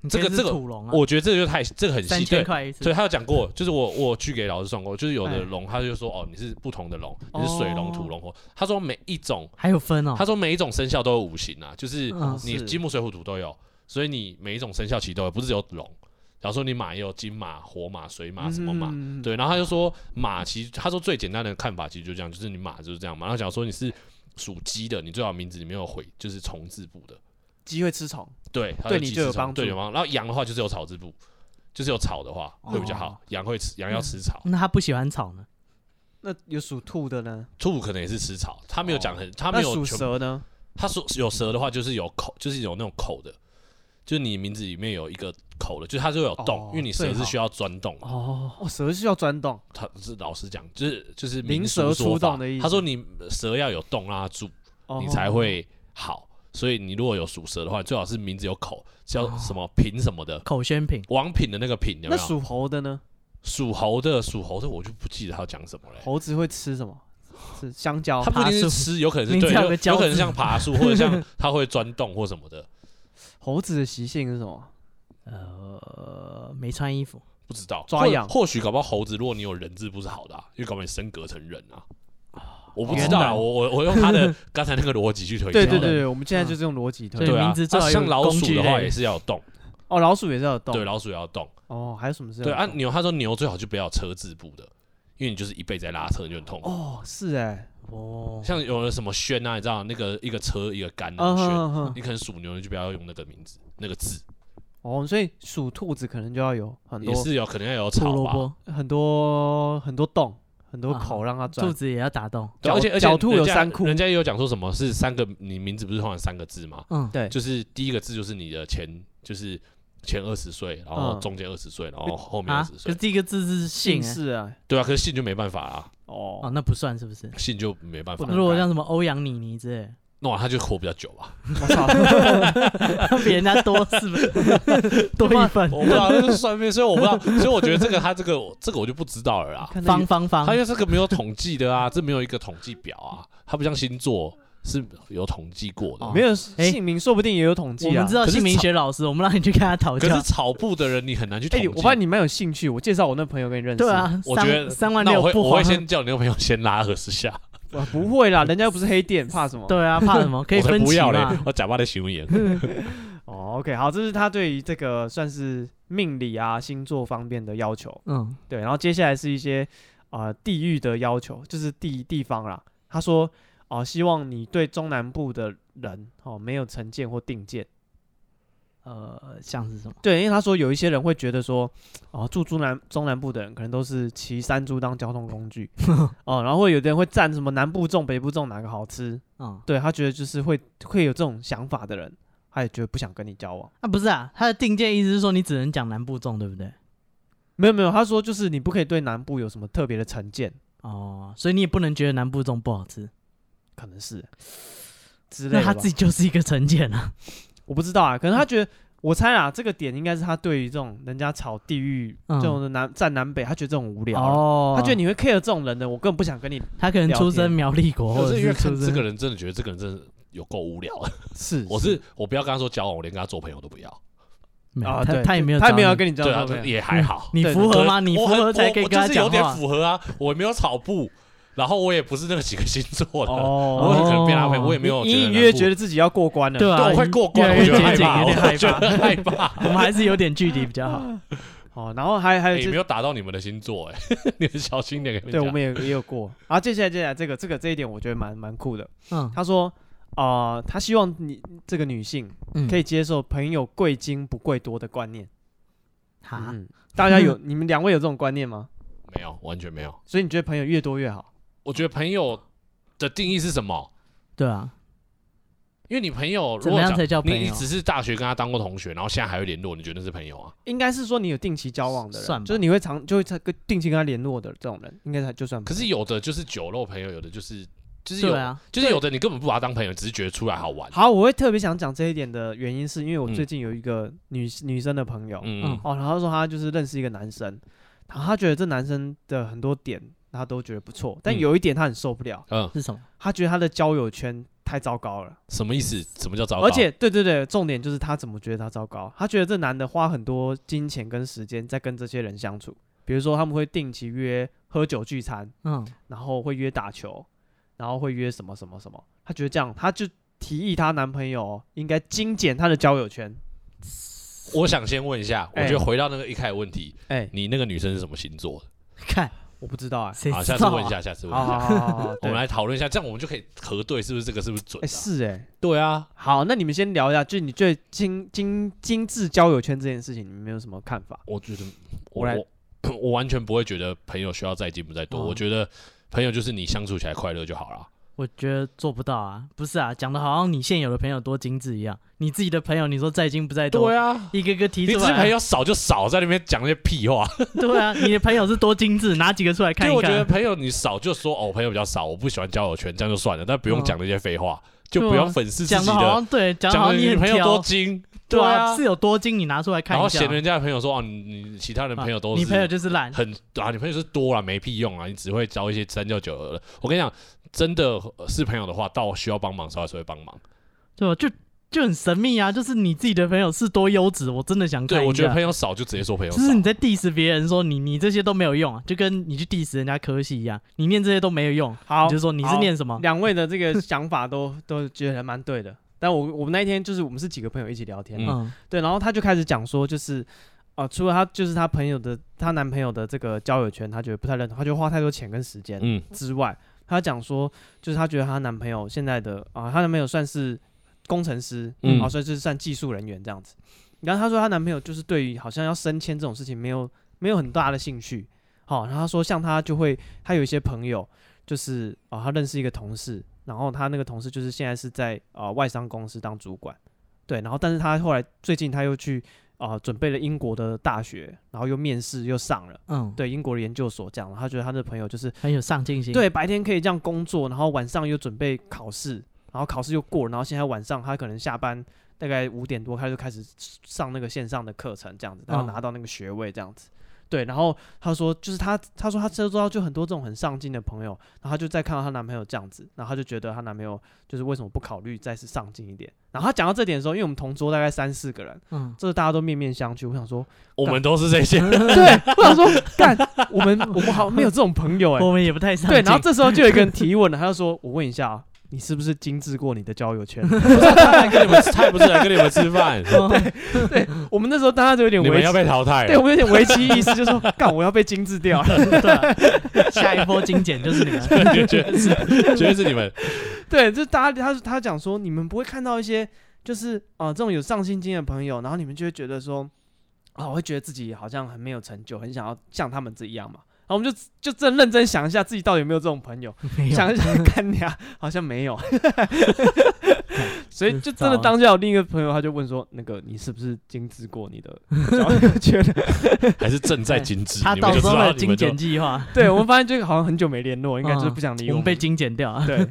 [SPEAKER 1] 你
[SPEAKER 3] 这个
[SPEAKER 1] 今天是
[SPEAKER 3] 这个
[SPEAKER 1] 土龙啊，
[SPEAKER 3] 我觉得这个就太这个很
[SPEAKER 1] 三
[SPEAKER 3] 细，
[SPEAKER 1] 千
[SPEAKER 3] 对，
[SPEAKER 1] 块一次
[SPEAKER 3] 所以。他有讲过，就是我我去给老师算过，就是有的
[SPEAKER 2] 哎
[SPEAKER 3] 龙他就说哦你是不同的龙，你是水龙、
[SPEAKER 2] 哦
[SPEAKER 3] 土龙、火，他说每一种，
[SPEAKER 1] 还有分哦
[SPEAKER 3] 他，说每一种生肖都有五行啊，就是
[SPEAKER 1] 嗯
[SPEAKER 3] 你
[SPEAKER 2] 哦是
[SPEAKER 3] 金木水火土都有，所以你每一种生肖其实都有，不是只有龙。假如说你马也有金马、火马、水马什么马，
[SPEAKER 2] 嗯，
[SPEAKER 3] 对，然后他就说马其实他说最简单的看法其实就这样，就是你马就是这样嘛。然后假如说你是属鸡的，你最好名字里面有回就是虫字部的，
[SPEAKER 2] 机会吃虫，
[SPEAKER 3] 对，它
[SPEAKER 2] 对
[SPEAKER 3] 有
[SPEAKER 2] 你
[SPEAKER 3] 寄
[SPEAKER 2] 就有
[SPEAKER 3] 生虫
[SPEAKER 2] 帮
[SPEAKER 3] 对
[SPEAKER 2] 助
[SPEAKER 3] 有帮助。然后羊的话就是有草字部，就是有草的话会比较
[SPEAKER 2] 哦
[SPEAKER 3] 好。羊会吃，
[SPEAKER 2] 嗯
[SPEAKER 3] 羊要吃草，
[SPEAKER 1] 那他不喜欢草呢？
[SPEAKER 2] 那有属兔的呢？
[SPEAKER 3] 兔可能也是吃草。他没有讲很，他没
[SPEAKER 2] 哦那
[SPEAKER 3] 有
[SPEAKER 2] 属
[SPEAKER 3] 全部。
[SPEAKER 2] 蛇呢？
[SPEAKER 3] 他说有蛇的话就是有口，就是有那种口的，就是你名字里面有一个口的，就是它就有洞
[SPEAKER 2] 哦，
[SPEAKER 3] 因为你蛇
[SPEAKER 2] 最
[SPEAKER 3] 是
[SPEAKER 2] 好
[SPEAKER 3] 需要钻洞的。
[SPEAKER 2] 哦，哦，蛇是要钻洞，
[SPEAKER 3] 他是老实讲，就是就是
[SPEAKER 2] 灵
[SPEAKER 3] 民俗
[SPEAKER 2] 蛇
[SPEAKER 3] 说
[SPEAKER 2] 出
[SPEAKER 3] 法
[SPEAKER 2] 洞的意思
[SPEAKER 3] 他说你蛇要有洞让它住，
[SPEAKER 2] 哦
[SPEAKER 3] 你才会好。所以你如果有属蛇的话，最好是名字有口，叫什么品什么的，
[SPEAKER 1] 口宣品
[SPEAKER 3] 王品的那个品有没
[SPEAKER 2] 哦那
[SPEAKER 3] 有？
[SPEAKER 2] 属猴的呢？
[SPEAKER 3] 属猴的，属猴的，我就不记得他要讲什么嘞。
[SPEAKER 2] 猴子会吃什么？吃香蕉
[SPEAKER 3] 他。不一
[SPEAKER 1] 爬
[SPEAKER 3] 定
[SPEAKER 1] 树
[SPEAKER 3] 是吃，有可能是
[SPEAKER 1] 名字
[SPEAKER 3] 对，
[SPEAKER 1] 还
[SPEAKER 3] 有
[SPEAKER 1] 有个
[SPEAKER 3] 有
[SPEAKER 1] 胶
[SPEAKER 3] 可能
[SPEAKER 1] 字
[SPEAKER 3] 像爬树，或 者像他会钻洞或什么的，
[SPEAKER 2] 猴子的习性是什么？
[SPEAKER 1] 呃，没穿衣服，
[SPEAKER 3] 不知道。
[SPEAKER 2] 抓
[SPEAKER 3] 或
[SPEAKER 2] 痒
[SPEAKER 3] 或许搞不好猴子，如果你有人质不是好的、啊，因为搞不好你升格成人啊。我不
[SPEAKER 1] 哦
[SPEAKER 3] 知
[SPEAKER 1] 原
[SPEAKER 3] 道
[SPEAKER 1] 来
[SPEAKER 3] 啊，我我我用 他的刚才那个逻辑去推敲
[SPEAKER 2] 对
[SPEAKER 3] 的。
[SPEAKER 2] 对对对，我们现在就是用逻辑推
[SPEAKER 1] 对。
[SPEAKER 3] 对啊，
[SPEAKER 1] 名字最
[SPEAKER 3] 啊
[SPEAKER 1] 好有
[SPEAKER 3] 像老
[SPEAKER 1] 工
[SPEAKER 3] 鼠
[SPEAKER 1] 具
[SPEAKER 3] 的话
[SPEAKER 1] 类
[SPEAKER 3] 也是要有洞，
[SPEAKER 2] 哦，老鼠也是要有洞。
[SPEAKER 3] 对，老鼠也要洞。
[SPEAKER 2] 哦，还有什么是要
[SPEAKER 3] 对
[SPEAKER 2] 有
[SPEAKER 3] 啊，
[SPEAKER 2] 洞？
[SPEAKER 3] 牛他说牛最好就不要有车字部的，因为你就是一辈子在拉车，你就很痛苦。
[SPEAKER 2] 哦，是哎，
[SPEAKER 1] 哦，
[SPEAKER 3] 像有的什么轩啊，你知道那个一个车一个杆那
[SPEAKER 2] 嗯
[SPEAKER 3] 种轩，
[SPEAKER 2] 哼哼，
[SPEAKER 3] 你可能属牛的就不要用那个名字那个字，
[SPEAKER 2] 哦，所以属兔子可能就要有很
[SPEAKER 3] 也
[SPEAKER 2] 多
[SPEAKER 3] 是有可能要有
[SPEAKER 1] 胡
[SPEAKER 3] 草
[SPEAKER 1] 萝
[SPEAKER 3] 吧。
[SPEAKER 1] 卜，
[SPEAKER 2] 很多很多洞，很多口让它
[SPEAKER 1] 啊兔
[SPEAKER 2] 钻。
[SPEAKER 1] 子也要打洞，
[SPEAKER 3] 对啊
[SPEAKER 2] 狡
[SPEAKER 3] 而且而且
[SPEAKER 2] 狡兔有
[SPEAKER 3] 人家
[SPEAKER 2] 三窟
[SPEAKER 3] 人家也有讲说什么是三个，你名字不是通常三个字吗？
[SPEAKER 1] 嗯，
[SPEAKER 2] 对，
[SPEAKER 3] 就是第一个字就是你的前，就是前二十岁，然后
[SPEAKER 2] 嗯
[SPEAKER 3] 中间二十岁，然后后面
[SPEAKER 1] 啊，
[SPEAKER 3] 二十
[SPEAKER 1] 可是
[SPEAKER 3] 岁。
[SPEAKER 1] 第一个字是姓
[SPEAKER 2] 姓
[SPEAKER 1] 欸
[SPEAKER 2] 氏啊，
[SPEAKER 3] 对啊，可是姓就没办法啊，
[SPEAKER 1] 哦，
[SPEAKER 2] 哦，
[SPEAKER 1] 那不算是不是？
[SPEAKER 3] 姓就没办法
[SPEAKER 2] 不。能
[SPEAKER 1] 如果像什么欧阳妮妮之类，
[SPEAKER 3] 那我他就活比较久 吧。
[SPEAKER 2] 我操，
[SPEAKER 1] 比人家多是不是？ 多一份
[SPEAKER 3] 我不知道，那是算命，所以我不知道，所以我觉得这个他这个这个我就不知道了啦。
[SPEAKER 2] 看那
[SPEAKER 1] 方
[SPEAKER 2] 有
[SPEAKER 1] 方方
[SPEAKER 3] 他，因为这个没有统计的啊，这没有一个统计表啊，它不像星座是有统计过的。
[SPEAKER 1] 哦
[SPEAKER 2] 没有
[SPEAKER 1] 哎
[SPEAKER 2] 姓名，说不定也有统
[SPEAKER 1] 我
[SPEAKER 2] 计啊
[SPEAKER 1] 们知。道
[SPEAKER 3] 可是
[SPEAKER 1] 姓名
[SPEAKER 3] 草
[SPEAKER 1] 学老师，我们让你去跟他讨
[SPEAKER 3] 可
[SPEAKER 1] 教
[SPEAKER 3] 是。草部的人你很难去统
[SPEAKER 2] 哎，
[SPEAKER 3] 计。
[SPEAKER 2] 我发现你蛮有兴趣，我介绍我那朋友给你认 识。
[SPEAKER 1] 对，啊，
[SPEAKER 3] 我
[SPEAKER 1] 三
[SPEAKER 3] 觉得
[SPEAKER 1] 三万
[SPEAKER 3] 那
[SPEAKER 1] 六
[SPEAKER 3] 我会
[SPEAKER 1] 不
[SPEAKER 3] 我
[SPEAKER 1] 花
[SPEAKER 3] 会。先叫你那朋友先拉二十下，
[SPEAKER 2] 不会啦，人家又不是黑店，怕什么？
[SPEAKER 1] 对啊，怕什 么？可以
[SPEAKER 3] 我才
[SPEAKER 1] 分
[SPEAKER 3] 不
[SPEAKER 1] 期
[SPEAKER 3] 要嘞
[SPEAKER 1] 嘛。，
[SPEAKER 3] 我假扮的行为。
[SPEAKER 2] 哦，OK，好，这是他对于这个算是命理啊、星座方面的要求。
[SPEAKER 1] 嗯，
[SPEAKER 2] 对，然后接下来是一些啊、呃地域的要求，就是地地方啦。他说哦、希望你对中南部的人哦没有成见或定见。
[SPEAKER 3] 嗯
[SPEAKER 1] 呃，像是什么？
[SPEAKER 2] 对，因为他说有一些人会觉得说，哦，住中南中南部的人可能都是骑山猪当交通工具哦，然后会有的人会站什么南部种北部种哪个好吃，
[SPEAKER 1] 嗯，
[SPEAKER 2] 对他觉得就是会会有这种想法的人，他也觉得不想跟你交往。
[SPEAKER 1] 啊，不是啊，他的定见意思是说你只能讲南部粽，对不对？
[SPEAKER 2] 没有没有，他说就是你不可以对南部有什么特别的成见，
[SPEAKER 1] 哦，所以你也不能觉得南部粽不好吃，
[SPEAKER 2] 可能是之类
[SPEAKER 1] 那
[SPEAKER 2] 的吧。
[SPEAKER 1] 他自己就是一个成见啊。
[SPEAKER 2] 我不知道啊，可能他觉得我猜啦，这个点应该是他对于这种人家吵地域、
[SPEAKER 1] 嗯
[SPEAKER 2] 这种的南站南北，他觉得这种无聊啦、
[SPEAKER 1] 哦，
[SPEAKER 2] 他觉得你会 care 这种人的，我根本不想跟你
[SPEAKER 1] 他可能出
[SPEAKER 2] 聊
[SPEAKER 1] 身
[SPEAKER 2] 天
[SPEAKER 1] 苗栗国，或者
[SPEAKER 3] 可哦是因为看
[SPEAKER 1] 出
[SPEAKER 3] 这
[SPEAKER 1] 身
[SPEAKER 3] 个人真的觉得这个人真的有够无聊的。
[SPEAKER 2] 是
[SPEAKER 3] 我是我不要跟他说交往，我连跟他做朋友都不要。
[SPEAKER 1] 没有
[SPEAKER 2] 啊，
[SPEAKER 1] 他
[SPEAKER 2] 对，
[SPEAKER 1] 他也没有
[SPEAKER 2] 他也
[SPEAKER 1] 找
[SPEAKER 2] 没有要
[SPEAKER 1] 你
[SPEAKER 2] 跟你交
[SPEAKER 3] 对啊
[SPEAKER 2] 往，对，
[SPEAKER 3] 也还好。
[SPEAKER 1] 你
[SPEAKER 2] 对
[SPEAKER 1] 符合
[SPEAKER 3] 可
[SPEAKER 1] 吗？你符
[SPEAKER 3] 我很
[SPEAKER 1] 合才可以
[SPEAKER 3] 我
[SPEAKER 1] 跟他
[SPEAKER 3] 就是有
[SPEAKER 1] 讲
[SPEAKER 3] 点
[SPEAKER 1] 话。
[SPEAKER 3] 符合啊，我也没有草布，然后我也不是那个几个星座的，
[SPEAKER 2] 哦
[SPEAKER 3] 我很可能变他配，
[SPEAKER 1] 哦
[SPEAKER 3] 我也没有
[SPEAKER 2] 隐隐约约觉
[SPEAKER 3] 得
[SPEAKER 2] 得自己要过关了，
[SPEAKER 1] 对啊
[SPEAKER 3] 难过，对，我快过关，
[SPEAKER 1] 越
[SPEAKER 3] 我
[SPEAKER 1] 来越
[SPEAKER 3] 觉得害
[SPEAKER 1] 接近有
[SPEAKER 3] 怕，我
[SPEAKER 1] 点害
[SPEAKER 3] 觉
[SPEAKER 1] 怕哎
[SPEAKER 3] 得害 怕。
[SPEAKER 1] 我们还是有点距离比较 好。
[SPEAKER 2] 哦，然后还还有
[SPEAKER 3] 哎，
[SPEAKER 2] 这
[SPEAKER 3] 没有打到你们的星座，哎， 你们小心点。跟你
[SPEAKER 2] 对，
[SPEAKER 3] 讲
[SPEAKER 2] 我们也也有过。然后接下来，接下来这个这个这一点，我觉得蛮蛮酷的。
[SPEAKER 1] 嗯，
[SPEAKER 2] 他说，啊，他希望你这个女性
[SPEAKER 1] 嗯
[SPEAKER 2] 可以接受朋友贵精不贵多的观念。
[SPEAKER 1] 好，
[SPEAKER 2] 嗯，大家有你们两位有这种观念吗？
[SPEAKER 3] 没有，完全没有。
[SPEAKER 2] 所以你觉得朋友越多越好？
[SPEAKER 3] 我觉得朋友的定义是什么？
[SPEAKER 1] 对啊，
[SPEAKER 3] 因为你朋友
[SPEAKER 1] 怎
[SPEAKER 3] 如
[SPEAKER 1] 么
[SPEAKER 3] 果
[SPEAKER 1] 样
[SPEAKER 3] 讲
[SPEAKER 1] 才叫朋
[SPEAKER 3] 你你
[SPEAKER 1] 友？
[SPEAKER 3] 只是大学跟他当过同学，然后现在还会联络，你觉得是朋友啊？
[SPEAKER 2] 应该是说你有定期交往的
[SPEAKER 1] 算吧
[SPEAKER 2] 人，就是你会常就会常跟定期跟他联络的这种人，应该才就算。
[SPEAKER 3] 可是有的就是酒肉朋友，有的就是就是有
[SPEAKER 1] 对啊，
[SPEAKER 3] 就是有的你根本不把他当朋友，只是觉得出来好玩。
[SPEAKER 2] 好，我会特别想讲这一点的原因，是因为我
[SPEAKER 3] 嗯
[SPEAKER 2] 最近有一个女女生的朋友，
[SPEAKER 3] 嗯，
[SPEAKER 2] 哦，然后说他就是认识一个男生，然后他觉得这男生的很多点他都觉得不错，但
[SPEAKER 3] 嗯
[SPEAKER 2] 有一点他很受不了，
[SPEAKER 3] 嗯，
[SPEAKER 1] 是什么？
[SPEAKER 2] 他觉得他的交友圈太糟糕了，
[SPEAKER 3] 什么意思？什么叫糟糕？
[SPEAKER 2] 而且对对对，重点就是他怎么觉得他糟糕，他觉得这男的花很多金钱跟时间在跟这些人相处，比如说他们会定期约喝酒聚餐，
[SPEAKER 1] 嗯，
[SPEAKER 2] 然后会约打球，然后会约什么什么什么，他觉得这样他就。提议她男朋友应该精简他的交友圈。
[SPEAKER 3] 我想先问一下，我
[SPEAKER 2] 哎
[SPEAKER 3] 觉得回到那个一开始问题，
[SPEAKER 2] 哎、
[SPEAKER 3] 你那个女生是什么星座的？
[SPEAKER 1] 看
[SPEAKER 2] 我不知道哎、
[SPEAKER 1] 谁
[SPEAKER 3] 好，
[SPEAKER 1] 知
[SPEAKER 3] 下次
[SPEAKER 1] 道
[SPEAKER 3] 问一
[SPEAKER 1] 啊？
[SPEAKER 3] 下，下次问
[SPEAKER 2] 好
[SPEAKER 3] 一
[SPEAKER 2] 好好
[SPEAKER 3] 下，
[SPEAKER 2] 好好，
[SPEAKER 3] 我
[SPEAKER 2] 对
[SPEAKER 3] 们来讨论一下，这样我们就可以核对是不是这个是不是准
[SPEAKER 2] 哎、
[SPEAKER 3] 的啊。
[SPEAKER 2] 是哎、
[SPEAKER 3] 对啊，
[SPEAKER 2] 好，那你们先聊一下，就是你对精精精致交友圈这件事情，你们有什么看法？
[SPEAKER 3] 我觉得
[SPEAKER 2] 我
[SPEAKER 3] 我
[SPEAKER 2] 来
[SPEAKER 3] 我我完全不会觉得朋友需要再进步再
[SPEAKER 1] 嗯
[SPEAKER 3] 多，
[SPEAKER 2] 哦
[SPEAKER 3] 我觉得朋友就是你相处起来快乐就好了。
[SPEAKER 1] 我觉得做不到啊，不是啊，讲的好像你现有的朋友多精致一样，你自己的朋友你说在精不在多？
[SPEAKER 3] 对啊，
[SPEAKER 1] 一个个提
[SPEAKER 3] 你只
[SPEAKER 1] 出
[SPEAKER 3] 是
[SPEAKER 1] 来
[SPEAKER 3] 朋
[SPEAKER 1] 啊，
[SPEAKER 3] 友少就少，在那边讲那些屁话。
[SPEAKER 1] 对啊，你的朋友是多精致，拿几个出来 看
[SPEAKER 3] 对，
[SPEAKER 1] 一
[SPEAKER 3] 我觉得
[SPEAKER 1] 看。
[SPEAKER 3] 朋友你少就说哦，我朋友比较少，我不喜欢交友圈，这样就算了，但不用
[SPEAKER 1] 嗯
[SPEAKER 3] 讲那些废话，就不
[SPEAKER 1] 对啊
[SPEAKER 3] 要粉饰自
[SPEAKER 1] 讲
[SPEAKER 3] 己
[SPEAKER 1] 的好
[SPEAKER 3] 的，
[SPEAKER 1] 像对，讲的好
[SPEAKER 3] 讲
[SPEAKER 1] 像
[SPEAKER 3] 的
[SPEAKER 1] 你很
[SPEAKER 3] 朋友
[SPEAKER 1] 挑
[SPEAKER 3] 多，精，
[SPEAKER 1] 对
[SPEAKER 3] 啊
[SPEAKER 1] 是，有多精，你拿出来看
[SPEAKER 3] 然后
[SPEAKER 1] 一下
[SPEAKER 3] 嫌。人家的朋友说哦，你你其他人朋友
[SPEAKER 1] 啊
[SPEAKER 3] 都
[SPEAKER 1] 你
[SPEAKER 3] 是
[SPEAKER 1] 朋友就是懒，
[SPEAKER 3] 很啊，你朋友是多了没屁用啊，你只会交一些三教九流的。我跟你讲，真的呃是朋友的话，到需要帮忙的时候还是会帮忙。
[SPEAKER 1] 对吧？就就很神秘啊，就是你自己的朋友是多优质，我真的想看一
[SPEAKER 3] 对，
[SPEAKER 1] 下。
[SPEAKER 3] 我觉得朋友少就直接说朋友
[SPEAKER 1] 就
[SPEAKER 3] 少，
[SPEAKER 1] 是你在 diss 别人说你你这些都没有用啊，就跟你去 diss 人家科系一样，你念这些都没有用，
[SPEAKER 2] 好，
[SPEAKER 1] 你就说你是
[SPEAKER 2] 好
[SPEAKER 1] 念什么？
[SPEAKER 2] 两位的这个想法都 都觉得还蛮对的。但我我们那一天就是我们是几个朋友一起聊天，
[SPEAKER 3] 嗯
[SPEAKER 1] 嗯
[SPEAKER 2] 对，然后他就开始讲说，就是啊、呃除了他就是他朋友的她男朋友的这个交友圈，他觉得不太认同，他觉得花太多钱跟时间
[SPEAKER 3] 嗯
[SPEAKER 2] 之外，他讲说就是他觉得她男朋友现在的啊，她、男朋友算是工程师，
[SPEAKER 3] 嗯
[SPEAKER 2] 啊，所以就是算技术人员这样子。然后她说她男朋友就是对于好像要升迁这种事情没有没有很大的兴趣。好、然后她说像她就会，她有一些朋友就是啊，她认识一个同事，然后她那个同事就是现在是在啊、外商公司当主管，对，然后但是她后来最近她又去啊、准备了英国的大学，然后又面试又上了，
[SPEAKER 1] 嗯，
[SPEAKER 2] 对英国的研究所这样，然后她觉得她的朋友就是
[SPEAKER 1] 很有上进心。，
[SPEAKER 2] 对，白天可以这样工作，然后晚上又准备考试，然后考试又过了，然后现在晚上他可能下班大概五点多，他就开始上那个线上的课程，这样子，然后
[SPEAKER 1] 嗯
[SPEAKER 2] 拿到那个学位这样子。对，然后他说，就是他，他说他周遭就很多这种很上进的朋友，然后他就再看到她男朋友这样子，然后他就觉得她男朋友就是为什么不考虑再是上进一点。然后他讲到这点的时候，因为我们同桌大概三四个人，
[SPEAKER 1] 嗯，
[SPEAKER 2] 这大家都面面相觑，我想说，
[SPEAKER 3] 我们都是这些。
[SPEAKER 2] 对，我想说，干，我们我们好像没有这种朋友哎、
[SPEAKER 1] 我们也不太上
[SPEAKER 2] 对，
[SPEAKER 1] 进。
[SPEAKER 2] 然后这时候就有一个人提问了，他就说：“我问一下啊，你是不是精致过你的交友圈
[SPEAKER 3] 他来跟你们，他也不是来跟你们吃饭，
[SPEAKER 1] 对，？”
[SPEAKER 2] 我们那时候大家都有点
[SPEAKER 3] 你
[SPEAKER 2] 危
[SPEAKER 3] 们要
[SPEAKER 2] 机，
[SPEAKER 3] 被淘 汰啊
[SPEAKER 2] 对我
[SPEAKER 3] 了。
[SPEAKER 2] 们有点危机意识，就说：“干，我要被精致掉了。
[SPEAKER 1] 对下一波精简就是你 们。
[SPEAKER 3] 对，绝对是，绝对是你们。”
[SPEAKER 2] 对，就大家他他讲说，你们不会看到一些就是啊、呃这种有上进心的朋友，然后你们就会觉得说啊，我会觉得自己好像很没有成就，很想要像他们这样嘛。然后我们就就真认真想一下，自己到底有没有这种朋友。
[SPEAKER 1] 没有
[SPEAKER 2] 想一想，看你啊，好像没有，所以就真的当下有另一个朋友，他就问说，那个你是不是精致过你的交友圈？
[SPEAKER 3] 还是正在精致，
[SPEAKER 1] 他
[SPEAKER 3] 你
[SPEAKER 1] 到
[SPEAKER 3] 们就
[SPEAKER 1] 时
[SPEAKER 3] 知
[SPEAKER 1] 候
[SPEAKER 3] 道
[SPEAKER 1] 的
[SPEAKER 3] 你
[SPEAKER 1] 精
[SPEAKER 3] 们就
[SPEAKER 1] 简计划，
[SPEAKER 2] 对我们发现这个好像很久没联络，应该就是不想理
[SPEAKER 1] 我们
[SPEAKER 2] 我们。
[SPEAKER 1] 被精简掉啊。
[SPEAKER 2] 对，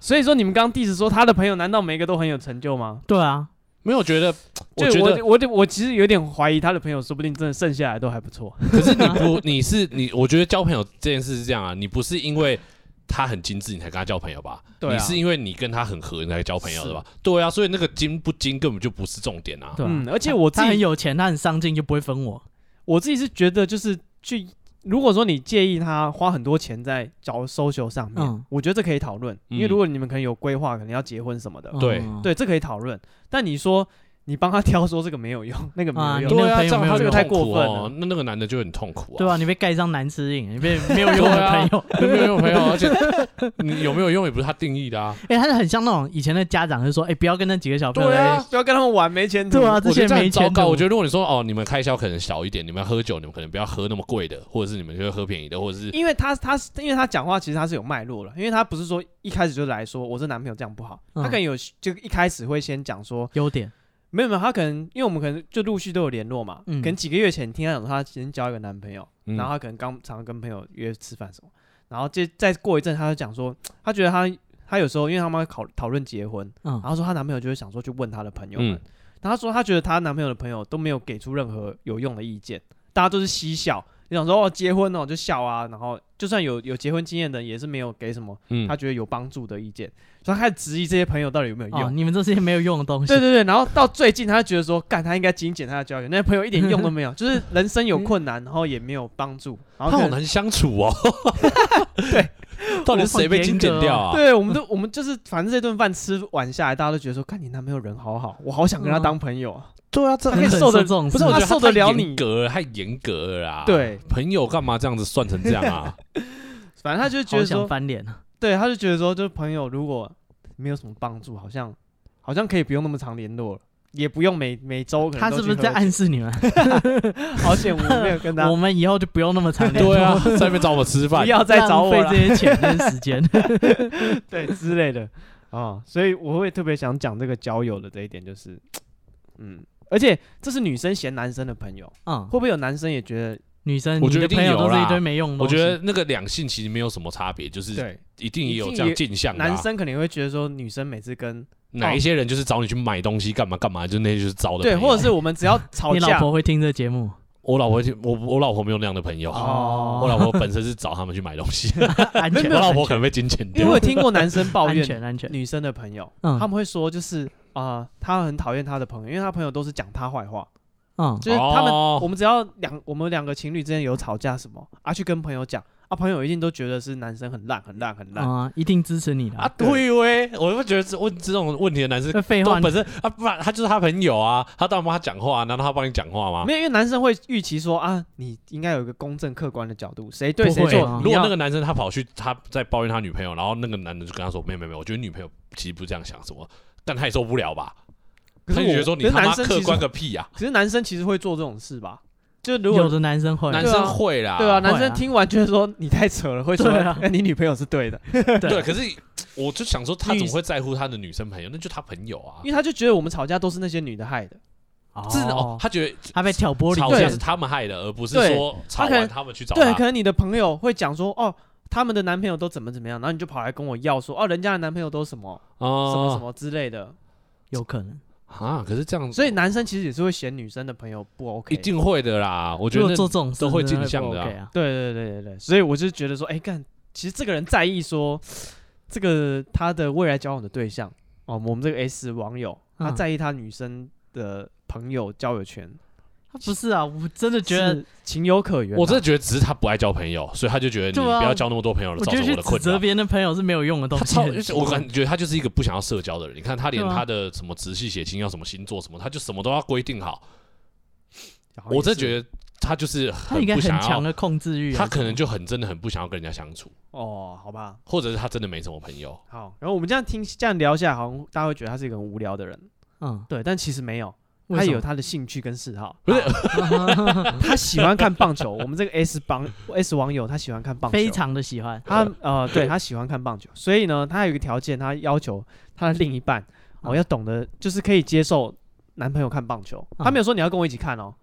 [SPEAKER 2] 所以说你们刚刚 diss 说他的朋友难道每个都很有成就吗？
[SPEAKER 1] 对啊，
[SPEAKER 3] 没有觉得我
[SPEAKER 2] 就
[SPEAKER 3] 觉得，
[SPEAKER 2] 我我我其实有点怀疑他的朋友，说不定真的剩下来都还不错。
[SPEAKER 3] 可是你不，你是你，我觉得交朋友这件事是这样啊，你不是因为他很精致你才跟他交朋友吧？
[SPEAKER 2] 对啊
[SPEAKER 3] 你是因为你跟他很合你才交朋友
[SPEAKER 2] 是
[SPEAKER 3] 的吧？对啊，所以那个精不精根本就不是重点啊。
[SPEAKER 1] 对吧、
[SPEAKER 2] 嗯而且我自
[SPEAKER 1] 他
[SPEAKER 2] 己
[SPEAKER 1] 很有钱，他很上进，就不会分我。
[SPEAKER 2] 我自己是觉得，就是去，如果说你介意他花很多钱在找 social 上面，
[SPEAKER 1] 嗯
[SPEAKER 2] 我觉得这可以讨论，因为
[SPEAKER 3] 嗯
[SPEAKER 2] 如果你们可能有规划，可能要结婚什么的，
[SPEAKER 3] 对
[SPEAKER 1] 嗯
[SPEAKER 2] 对，这可以讨论。但你说你帮他挑，说这个没有用，那个没
[SPEAKER 1] 啊
[SPEAKER 2] 有
[SPEAKER 1] 你那
[SPEAKER 2] 用，
[SPEAKER 3] 对
[SPEAKER 1] 个
[SPEAKER 3] 啊，
[SPEAKER 1] 朋友
[SPEAKER 3] 这样
[SPEAKER 1] 没有
[SPEAKER 3] 他
[SPEAKER 1] 用
[SPEAKER 3] 就
[SPEAKER 2] 太
[SPEAKER 3] 痛
[SPEAKER 2] 过
[SPEAKER 3] 苦
[SPEAKER 2] 分
[SPEAKER 3] 哦
[SPEAKER 2] 了，
[SPEAKER 3] 那那个男的就很痛苦啊。
[SPEAKER 1] 对吧、你被盖上难吃印，你被没有用
[SPEAKER 3] 对
[SPEAKER 1] 的
[SPEAKER 3] 啊
[SPEAKER 1] 朋友。
[SPEAKER 3] 都没有用朋友，而且你有没有用也不是他定义的啊。
[SPEAKER 1] 哎、他是很像那种以前的家长，就说：“哎、不要跟那几个小朋友
[SPEAKER 3] 对
[SPEAKER 1] 在一
[SPEAKER 3] 啊
[SPEAKER 1] 起。
[SPEAKER 2] 不要跟他们玩，没前途。
[SPEAKER 1] 对啊，这
[SPEAKER 3] 我觉
[SPEAKER 1] 些
[SPEAKER 3] 得这样
[SPEAKER 1] 没
[SPEAKER 3] 很糟
[SPEAKER 1] 钱
[SPEAKER 3] 糕。
[SPEAKER 1] 的。
[SPEAKER 3] 我觉得如果你说哦，你们开销可能小一点，你们要喝酒，你们可能不要喝那么贵的，或者是你们就喝便宜的，或者是
[SPEAKER 2] 因为他他因为他讲话其实他是有脉络了，因为他不是说一开始就来说我这男朋友这样不好，
[SPEAKER 1] 嗯
[SPEAKER 2] 他可能有就一开始会先讲说
[SPEAKER 1] 优点，
[SPEAKER 2] 没有没有，他可能因为我们可能就陆续都有联络嘛，
[SPEAKER 1] 嗯
[SPEAKER 2] 可能几个月前听他讲说他先交一个男朋友，
[SPEAKER 3] 嗯
[SPEAKER 2] 然后他可能刚常跟朋友约吃饭什么，然后这再过一阵他就讲说他觉得他他有时候因为他们考讨论结婚，
[SPEAKER 1] 嗯
[SPEAKER 2] 然后说她男朋友就会想说去问她的朋友们，
[SPEAKER 3] 嗯
[SPEAKER 2] 然后她说她觉得她男朋友的朋友都没有给出任何有用的意见，大家都是嬉笑，就想说哦结婚哦就笑啊，然后就算有有结婚经验的人也是没有给什么
[SPEAKER 3] 嗯
[SPEAKER 2] 她觉得有帮助的意见，所以她开始质疑这些朋友到底有没有用。
[SPEAKER 1] 哦，你们这些没有用的东西。
[SPEAKER 2] 对对对，然后到最近，她就觉得说，干，她应该精简她的交友，那些朋友一点用都没有，就是人生
[SPEAKER 3] 嗯
[SPEAKER 2] 有困难，然后也没有帮助，然后
[SPEAKER 3] 他
[SPEAKER 2] 可
[SPEAKER 3] 好
[SPEAKER 2] 能
[SPEAKER 3] 难相处哦。
[SPEAKER 2] 对，
[SPEAKER 3] 到底是谁被精简掉啊？
[SPEAKER 2] 对，我们都我们就是，反正这顿饭吃完下来，大家都觉得说，看你男朋友人好好，我好想跟他
[SPEAKER 1] 嗯
[SPEAKER 2] 当朋友啊。
[SPEAKER 3] 对啊，这
[SPEAKER 1] 很
[SPEAKER 2] 他可以
[SPEAKER 1] 忍
[SPEAKER 2] 受
[SPEAKER 1] 受
[SPEAKER 2] 得
[SPEAKER 1] 这种啊
[SPEAKER 2] 不
[SPEAKER 1] 事
[SPEAKER 2] 是我
[SPEAKER 3] 他
[SPEAKER 2] 觉得受得了
[SPEAKER 3] 太
[SPEAKER 2] 你
[SPEAKER 3] 严格了，太严格了啦。，
[SPEAKER 2] 对，
[SPEAKER 3] 朋友干嘛这样子算成这 样啊？
[SPEAKER 2] 反正他就觉
[SPEAKER 1] 好
[SPEAKER 2] 得
[SPEAKER 1] 想
[SPEAKER 2] 说，
[SPEAKER 1] 翻脸。啊
[SPEAKER 2] 对，他就觉得说，就是朋友如果没有什么帮助，好像好像可以不用那么常联络了，也不用每每周可能
[SPEAKER 1] 他
[SPEAKER 2] 都
[SPEAKER 1] 是不
[SPEAKER 2] 去
[SPEAKER 1] 是
[SPEAKER 2] 喝
[SPEAKER 1] 在
[SPEAKER 2] 酒
[SPEAKER 1] 暗示 你们？
[SPEAKER 2] 好险我没有跟 他
[SPEAKER 1] 我，们以后就不用那么常联络
[SPEAKER 3] 对啊，在那边找我吃
[SPEAKER 2] 不
[SPEAKER 3] 饭，
[SPEAKER 2] 要再找
[SPEAKER 1] 浪
[SPEAKER 2] 我
[SPEAKER 1] 费
[SPEAKER 2] 了
[SPEAKER 1] 这，些钱跟时间。
[SPEAKER 2] 对之类的啊、所以我会特别想讲这个交友的这一点，就是，嗯，而且这是女生嫌男生的朋友，
[SPEAKER 1] 嗯
[SPEAKER 2] 会，不会有男生也觉得
[SPEAKER 1] 女生，
[SPEAKER 3] 我觉得
[SPEAKER 1] 你的朋友
[SPEAKER 3] 一定有
[SPEAKER 1] 都
[SPEAKER 3] 啦
[SPEAKER 1] 是一堆没用的东
[SPEAKER 3] 我
[SPEAKER 1] 西。
[SPEAKER 3] 觉得那个两性其实没有什么差别，就是
[SPEAKER 2] 对？
[SPEAKER 3] 一定也有
[SPEAKER 2] 一
[SPEAKER 3] 这
[SPEAKER 2] 定
[SPEAKER 3] 样
[SPEAKER 2] 也
[SPEAKER 3] 镜像的啊。
[SPEAKER 2] 男生可能会觉得说，女生每次跟
[SPEAKER 3] 哪一些人就是找你去买东西干嘛干嘛，就那些就是糟的朋
[SPEAKER 2] 对，
[SPEAKER 3] 友。
[SPEAKER 2] 或者是我们只要 吵
[SPEAKER 1] 你
[SPEAKER 2] 架
[SPEAKER 1] 老，婆会听这节目
[SPEAKER 3] 我老婆就，我我老婆没有那样的朋友。
[SPEAKER 2] 哦
[SPEAKER 3] 我老婆本身是找他们去买东 西，
[SPEAKER 1] 安全。
[SPEAKER 3] 我老婆可能被金钱
[SPEAKER 2] 因
[SPEAKER 3] 掉
[SPEAKER 2] 为我。有听过男生抱
[SPEAKER 1] 安
[SPEAKER 2] 怨
[SPEAKER 1] 全安全。
[SPEAKER 2] 女生的朋友，
[SPEAKER 1] 嗯
[SPEAKER 2] 他们会说就是啊、他很讨厌他的朋友，因为他朋友都是讲他坏话，
[SPEAKER 1] 嗯，
[SPEAKER 2] 就是他们、
[SPEAKER 3] 哦
[SPEAKER 2] 我们只要两我们两个情侣之间有吵架什么啊，去跟朋友讲啊，朋友一定都觉得是男生很烂很烂很烂。
[SPEAKER 1] 啊，一定支持你的
[SPEAKER 3] 啊
[SPEAKER 1] 啊。，
[SPEAKER 3] 对喂，我就觉得这问这种问题的男生
[SPEAKER 1] 那废
[SPEAKER 3] 都
[SPEAKER 1] 话，
[SPEAKER 3] 本身啊，不然他就是他朋友啊，他当然帮他讲话啊，难道他帮你讲话吗？
[SPEAKER 2] 没有，因为男生会预期说啊，你应该有一个公正客观的角度，谁对
[SPEAKER 1] 不
[SPEAKER 2] 谁
[SPEAKER 1] 会
[SPEAKER 2] 错
[SPEAKER 1] 啊。
[SPEAKER 2] 你
[SPEAKER 3] 如果
[SPEAKER 2] 要
[SPEAKER 3] 那个男生他跑去他在抱怨他女朋友，然后那个男的就跟他说：“没有没有没有，我觉得女朋友其实不是这样想什么。”但他也受不了吧？
[SPEAKER 2] 可
[SPEAKER 3] 他
[SPEAKER 2] 是
[SPEAKER 3] 就
[SPEAKER 2] 我
[SPEAKER 3] 觉得说你
[SPEAKER 2] 可是
[SPEAKER 3] 他妈
[SPEAKER 2] 男生
[SPEAKER 3] 客
[SPEAKER 2] 其
[SPEAKER 3] 观
[SPEAKER 2] 实，
[SPEAKER 3] 个屁啊！
[SPEAKER 2] 可是男生其实会做这种事吧？就
[SPEAKER 1] 有
[SPEAKER 2] 如果
[SPEAKER 1] 的男生会，
[SPEAKER 3] 男生会啦，
[SPEAKER 2] 对啊，
[SPEAKER 1] 会啊
[SPEAKER 2] 男生听完觉得说你太扯了，会说
[SPEAKER 1] 对啊
[SPEAKER 2] 哎你女朋友是对的，啊
[SPEAKER 3] 对。可是我就想说，他
[SPEAKER 2] 女
[SPEAKER 3] 怎么会在乎他的女生朋友？那就他朋友啊
[SPEAKER 2] 因为。他就觉得我们吵架都是那些女的害的。
[SPEAKER 3] 是哦，，他觉得
[SPEAKER 1] 他被挑拨离
[SPEAKER 3] 吵
[SPEAKER 1] 间
[SPEAKER 3] 架是。他们害的，而不是
[SPEAKER 2] 对
[SPEAKER 3] 说吵
[SPEAKER 2] 他可
[SPEAKER 3] 完
[SPEAKER 2] 能
[SPEAKER 3] 他们去找
[SPEAKER 2] 对，
[SPEAKER 3] 他
[SPEAKER 2] 可。能你的朋友会讲说，哦，他们的男朋友都怎么怎么样，然后你就跑来跟我要说，哦，人家的男朋友都什么、什么什
[SPEAKER 3] 哦
[SPEAKER 2] 么之类的。
[SPEAKER 1] 有可能。
[SPEAKER 3] 啊，可是这样，
[SPEAKER 2] 所以男生其实也是会嫌女生的朋友不 OK。
[SPEAKER 3] 一定会的啦。我觉
[SPEAKER 1] 如
[SPEAKER 3] 得
[SPEAKER 1] 果
[SPEAKER 3] 那
[SPEAKER 1] 做这种事
[SPEAKER 3] 都会
[SPEAKER 1] 真
[SPEAKER 3] 镜像
[SPEAKER 1] 不
[SPEAKER 3] 的啊
[SPEAKER 1] OK 啊。
[SPEAKER 2] 对对对对对，所以我就觉得说，哎、干，其实这个人在意说这个他的未来交往的对象哦，我们这个 S 网友，他
[SPEAKER 1] 嗯
[SPEAKER 2] 在意他女生的朋友交友圈，
[SPEAKER 1] 他不是啊，我真的觉得，
[SPEAKER 2] 是情有可原啊、
[SPEAKER 3] 我真的觉得只是他不爱交朋友，所以他就觉得你
[SPEAKER 1] 对啊
[SPEAKER 3] 不要交那么多朋友了，
[SPEAKER 1] 我
[SPEAKER 3] 造
[SPEAKER 1] 觉得去
[SPEAKER 3] 成我的
[SPEAKER 1] 指
[SPEAKER 3] 困扰
[SPEAKER 1] 责。别人的朋友是没有用的东
[SPEAKER 3] 他
[SPEAKER 1] 西
[SPEAKER 3] 超，
[SPEAKER 1] 很奇怪。
[SPEAKER 3] 我感觉他就是一个不想要社交的人。你看他连
[SPEAKER 1] 对啊
[SPEAKER 3] 他的什么直系血亲要什么星座什么，他就什么都要规定好。
[SPEAKER 2] 好像
[SPEAKER 3] 我真
[SPEAKER 2] 也是
[SPEAKER 3] 的觉得他就是
[SPEAKER 1] 哦他
[SPEAKER 3] 很
[SPEAKER 1] 应该
[SPEAKER 3] 不
[SPEAKER 1] 很
[SPEAKER 3] 想
[SPEAKER 1] 强
[SPEAKER 3] 要，
[SPEAKER 1] 的控制欲啊。
[SPEAKER 3] 他可能就很真的很不想要跟人家相处，
[SPEAKER 2] 哦，好吧，
[SPEAKER 3] 或者是他真的没什么朋友。
[SPEAKER 2] 好，然后我们这样听这样聊下来，好像大家会觉得他是一个很无聊的人，
[SPEAKER 1] 嗯，
[SPEAKER 2] 对，但其实没有，
[SPEAKER 1] 为
[SPEAKER 2] 他
[SPEAKER 1] 什
[SPEAKER 2] 有
[SPEAKER 1] 么
[SPEAKER 2] 他的兴趣跟 嗜好，
[SPEAKER 3] 不是
[SPEAKER 2] 他喜欢看棒球。我们这个 S 帮 S 网友他喜欢看棒球，
[SPEAKER 1] 非常的喜欢。
[SPEAKER 2] 他呃，对他喜欢看棒球，所以呢，他有一个条件，他要求他的另一半哦
[SPEAKER 1] 嗯
[SPEAKER 2] 要懂得就是可以接受男朋友看棒球，他没有说你要跟我一起看哦，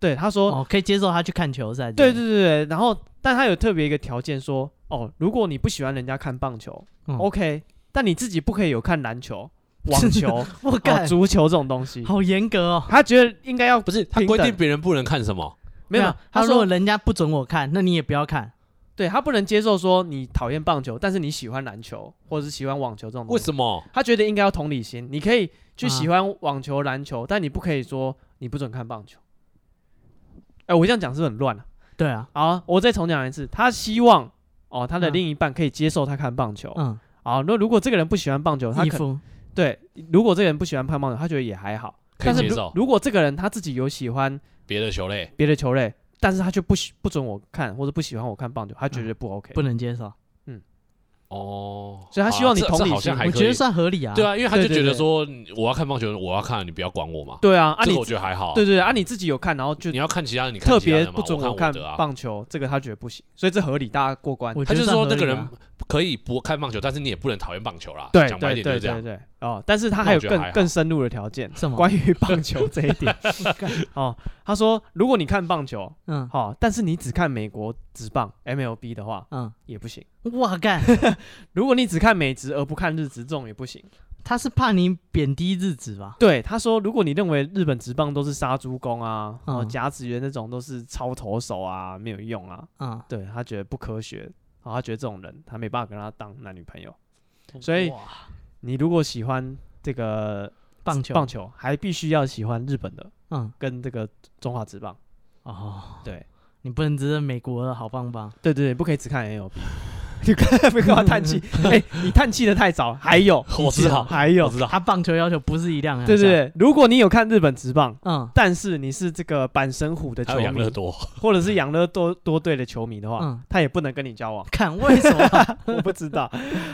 [SPEAKER 2] 对，他说
[SPEAKER 1] 哦，可以接受他去看球赛。
[SPEAKER 2] 对对对对，然后但他有特别一个条件说，哦，如果你不喜欢人家看棒球、
[SPEAKER 1] 嗯
[SPEAKER 2] o k 但你自己不可以有看篮球，网球、
[SPEAKER 1] 我
[SPEAKER 2] 哦
[SPEAKER 1] 干，
[SPEAKER 2] 足球这种东西，
[SPEAKER 1] 好严格哦。
[SPEAKER 2] 他觉得应该要
[SPEAKER 3] 不是他
[SPEAKER 2] 平
[SPEAKER 3] 规
[SPEAKER 2] 等
[SPEAKER 3] 定别人不能看什么，
[SPEAKER 2] 没有
[SPEAKER 1] 啊，
[SPEAKER 2] 他
[SPEAKER 1] 如果
[SPEAKER 2] 说
[SPEAKER 1] 人家不准我看，那你也不要看。
[SPEAKER 2] 对他不能接受说你讨厌棒球，但是你喜欢篮球或者是喜欢网球这
[SPEAKER 1] 嗯
[SPEAKER 2] 种东
[SPEAKER 3] 为
[SPEAKER 2] 西。
[SPEAKER 3] 什么？
[SPEAKER 2] 他觉得应该要同理心，你可以去喜欢网球、篮球，但你不可以说你不准看棒球。哎、我这样讲是不是很乱啊。
[SPEAKER 1] 对啊，
[SPEAKER 2] 好啊，我再重讲一次，他希望哦，他的
[SPEAKER 1] 嗯
[SPEAKER 2] 另一半可以接受他看棒
[SPEAKER 3] 哦
[SPEAKER 2] 球。
[SPEAKER 1] 嗯，
[SPEAKER 2] 好，啊那如果这个人不喜欢棒球，他
[SPEAKER 1] 义
[SPEAKER 2] 可
[SPEAKER 1] 父，
[SPEAKER 2] 对，如果这个人不喜欢看棒球，他觉得也还好。
[SPEAKER 3] 可以
[SPEAKER 2] 但是
[SPEAKER 3] 接
[SPEAKER 2] 如
[SPEAKER 3] 受
[SPEAKER 2] 如果这个人他自己有喜欢
[SPEAKER 3] 别的球类，
[SPEAKER 2] 别的球类，但是他却不喜不准我看，或者不喜欢我看棒球，他
[SPEAKER 3] 嗯
[SPEAKER 2] 绝对不 OK。
[SPEAKER 1] 不能接受，
[SPEAKER 3] 哦，
[SPEAKER 2] 所以他希望你
[SPEAKER 3] 啊这
[SPEAKER 2] 同理
[SPEAKER 3] 这好像
[SPEAKER 2] 心
[SPEAKER 3] 还
[SPEAKER 1] 我
[SPEAKER 3] 可
[SPEAKER 1] 觉得
[SPEAKER 3] 以。
[SPEAKER 1] 算合理啊。
[SPEAKER 3] 对，啊，因为他就
[SPEAKER 2] 对对
[SPEAKER 3] 觉得说，你我要看棒球，我要看，你不要管我嘛。
[SPEAKER 2] 对啊，啊
[SPEAKER 3] 这
[SPEAKER 2] 你
[SPEAKER 3] 个我觉得还好啊。
[SPEAKER 2] 对对对啊你自己有看，然后就
[SPEAKER 3] 你要看其他人，你看
[SPEAKER 2] 特
[SPEAKER 3] 其他
[SPEAKER 2] 别
[SPEAKER 3] 人嘛
[SPEAKER 2] 不准
[SPEAKER 3] 我
[SPEAKER 2] 看
[SPEAKER 3] 看的啊。
[SPEAKER 2] 棒球，这个他觉得不行，所以这合理，大家过关。
[SPEAKER 1] 我觉
[SPEAKER 3] 他
[SPEAKER 1] 得
[SPEAKER 3] 就是说
[SPEAKER 1] 算合
[SPEAKER 3] 那个
[SPEAKER 1] 理
[SPEAKER 3] 人
[SPEAKER 1] 啊
[SPEAKER 3] 可以不看棒球，但是你也不能讨厌棒球啦。
[SPEAKER 2] 对
[SPEAKER 3] 讲白一
[SPEAKER 2] 对对
[SPEAKER 3] 点就是这
[SPEAKER 2] 对
[SPEAKER 3] 样。
[SPEAKER 2] 对哦，但是他
[SPEAKER 3] 那
[SPEAKER 2] 还
[SPEAKER 3] 我
[SPEAKER 2] 有
[SPEAKER 3] 觉得
[SPEAKER 2] 更
[SPEAKER 3] 还好
[SPEAKER 2] 更深入的条件
[SPEAKER 1] 什，么
[SPEAKER 2] 关于棒球这一 点
[SPEAKER 1] 干
[SPEAKER 2] 哦。他说，如果你看棒球，
[SPEAKER 1] 嗯
[SPEAKER 2] 好、但是你只看美国职棒 MLB 的话
[SPEAKER 1] 嗯，
[SPEAKER 2] 也不行；
[SPEAKER 1] 哇干，
[SPEAKER 2] 如果你只看美职而不看日职，这种也不行。
[SPEAKER 1] 他是怕你贬低日子吧？
[SPEAKER 2] 对，他说，如果你认为日本职棒都是杀猪工啊，哦
[SPEAKER 1] 嗯
[SPEAKER 2] 甲子园那种都是超投手啊，没有用啊，
[SPEAKER 1] 嗯，
[SPEAKER 2] 对他觉得不科学，然后他觉得这种人他没办法跟他当男女朋友。所以
[SPEAKER 1] 哇
[SPEAKER 2] 你如果喜欢这个
[SPEAKER 1] 棒球，
[SPEAKER 2] 棒
[SPEAKER 1] 球，
[SPEAKER 2] 球，还必须要喜欢日本的
[SPEAKER 1] 嗯，
[SPEAKER 2] 跟这个中华职棒。
[SPEAKER 1] 哦，
[SPEAKER 2] 对
[SPEAKER 1] 你不能只是美国的好棒棒，
[SPEAKER 2] 对对对，不可以只看 NLB。你 看，不要叹 气，哎、你叹气的太早。还有，
[SPEAKER 3] 我知道
[SPEAKER 2] 还有
[SPEAKER 3] 我，知道，
[SPEAKER 1] 他棒球要求不是一样，
[SPEAKER 2] 对对，啊对，如果你有看日本职棒，
[SPEAKER 1] 嗯
[SPEAKER 2] 但是你是这个阪神虎的
[SPEAKER 3] 还
[SPEAKER 2] 球
[SPEAKER 3] 有养乐
[SPEAKER 2] 迷，
[SPEAKER 3] 多，
[SPEAKER 2] 或者是养乐多多队的球迷的话，
[SPEAKER 1] 嗯，。
[SPEAKER 2] 他也不能跟你交往
[SPEAKER 1] 看为什么
[SPEAKER 2] 我不知道，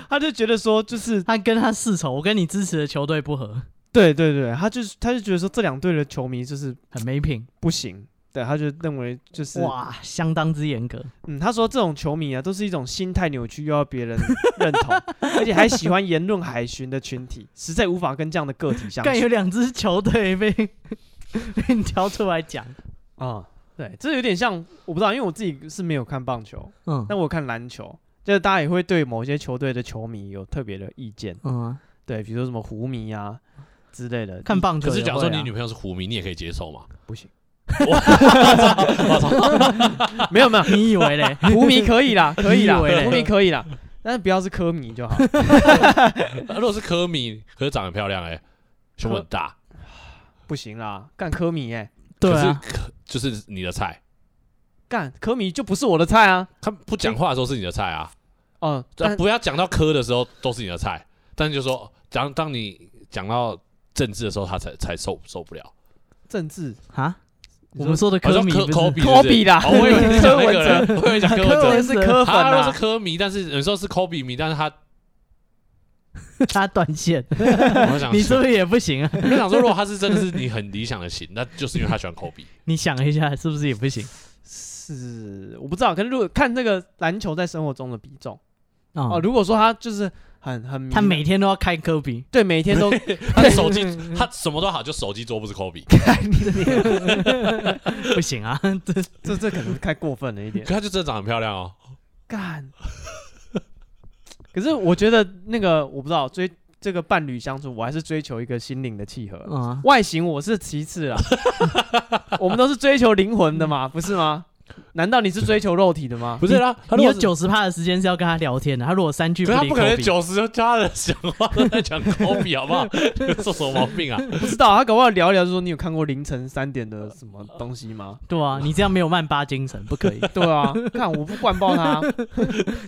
[SPEAKER 2] 他就觉得说，就是
[SPEAKER 1] 他跟他世仇，我跟你支持的球队不合，
[SPEAKER 2] 对对对，他就是他就觉得说，这两队的球迷就是
[SPEAKER 1] 很没品，
[SPEAKER 2] 不行。对，他就认为就是
[SPEAKER 1] 哇，相当之严格，
[SPEAKER 2] 嗯，他说这种球迷啊，都是一种心态扭曲，又要别人 认同，而且还喜欢言论海巡的群体，实在无法跟这样的个体相
[SPEAKER 1] 干有
[SPEAKER 2] 处。
[SPEAKER 1] 两支球队被 被你挑出来讲，
[SPEAKER 2] 啊、对，这有点像，我不知道，因为我自己是没有看棒球，
[SPEAKER 1] 嗯
[SPEAKER 2] 但我有看篮球，就是大家也会对某些球队的球迷有特别的意见，
[SPEAKER 1] 嗯啊，
[SPEAKER 2] 对，比如说什么湖迷啊之类的。
[SPEAKER 1] 看棒球
[SPEAKER 3] 可
[SPEAKER 1] 也会啊，
[SPEAKER 3] 是假如说你女朋友是虎迷，你也可以接受嘛？
[SPEAKER 2] 不行，
[SPEAKER 3] 我
[SPEAKER 2] 啊
[SPEAKER 3] 操，
[SPEAKER 2] 没有没有，
[SPEAKER 1] 你以为嘞？
[SPEAKER 2] 湖迷可以啦，可以啦，
[SPEAKER 1] 你以为嘞
[SPEAKER 2] 湖迷可以啦，但是不要是科迷就好。
[SPEAKER 3] 啊如果是科迷，可是长得漂亮哎，胸很大，
[SPEAKER 2] 不行啦，干科迷哎、
[SPEAKER 1] 对啊，
[SPEAKER 3] 可是可就是你的菜。
[SPEAKER 2] 干科迷就不是我的菜啊。
[SPEAKER 3] 他不讲话的时候是你的菜啊，
[SPEAKER 2] 哦、
[SPEAKER 3] 但
[SPEAKER 2] 但
[SPEAKER 3] 不要讲到科的时候都是你的菜，但是就说当当你讲到政治的时候，他才才受受不了。
[SPEAKER 2] 政治
[SPEAKER 1] 啊，
[SPEAKER 2] 你
[SPEAKER 1] 我们说的
[SPEAKER 3] 好
[SPEAKER 1] 科
[SPEAKER 3] 像
[SPEAKER 1] 迷
[SPEAKER 3] 科
[SPEAKER 1] 不
[SPEAKER 3] 科
[SPEAKER 1] 是
[SPEAKER 3] 比
[SPEAKER 2] 科比啦
[SPEAKER 3] 哦我以为你讲那个人，我以为讲柯
[SPEAKER 2] 柯
[SPEAKER 3] 文
[SPEAKER 2] 文哲
[SPEAKER 3] 哲。
[SPEAKER 2] 是科粉
[SPEAKER 3] 他如果
[SPEAKER 2] 啊
[SPEAKER 3] 是，科迷，但是有时候是科比迷，但是他
[SPEAKER 1] 他断线，
[SPEAKER 3] 我想
[SPEAKER 1] 你是不
[SPEAKER 3] 说，
[SPEAKER 1] 是也不行啊？
[SPEAKER 3] 我想说，如果他是真的是你很理想的型，那就是因为他喜欢科比。
[SPEAKER 1] 你想一下，是不是也不行？
[SPEAKER 2] 是我不知道，可是如果看这个篮球在生活中的比重哦，
[SPEAKER 3] 嗯
[SPEAKER 1] 哦，
[SPEAKER 2] 如果说他就是很很迷
[SPEAKER 1] 他每天都要看科比，
[SPEAKER 2] 对每 天都
[SPEAKER 3] 他的手机，他什么都好，就手机桌不是科比，可嗯
[SPEAKER 1] 不行 啊，
[SPEAKER 2] 这这可能太过分了一点，
[SPEAKER 3] 他就真的长得很漂亮哦。
[SPEAKER 2] 干。 可是我觉得那个我不知道追这个伴侣相处，我还是追求一个心灵的契合。
[SPEAKER 1] 嗯，
[SPEAKER 2] 外形我是其次啊， 我们都是追求灵魂的嘛，不是吗？难道你是追求肉体的 吗？
[SPEAKER 3] 不是啦，他
[SPEAKER 1] 你
[SPEAKER 3] 如
[SPEAKER 1] 有
[SPEAKER 3] 果是，
[SPEAKER 1] 九十趴的时间是要跟他聊天的，他如果三句
[SPEAKER 3] 可是他
[SPEAKER 1] 离
[SPEAKER 3] 不可能
[SPEAKER 1] 科比，
[SPEAKER 3] 九十就叫他的讲话都在讲科比，好不 好？这什么毛病啊？
[SPEAKER 2] 不知道，他搞不好聊一聊就说你有看过凌晨三点的什么东西吗？
[SPEAKER 1] 对啊，
[SPEAKER 3] 嗯
[SPEAKER 1] 你这样没有曼巴精神，不 可以，
[SPEAKER 2] 对啊，看我不灌爆 他，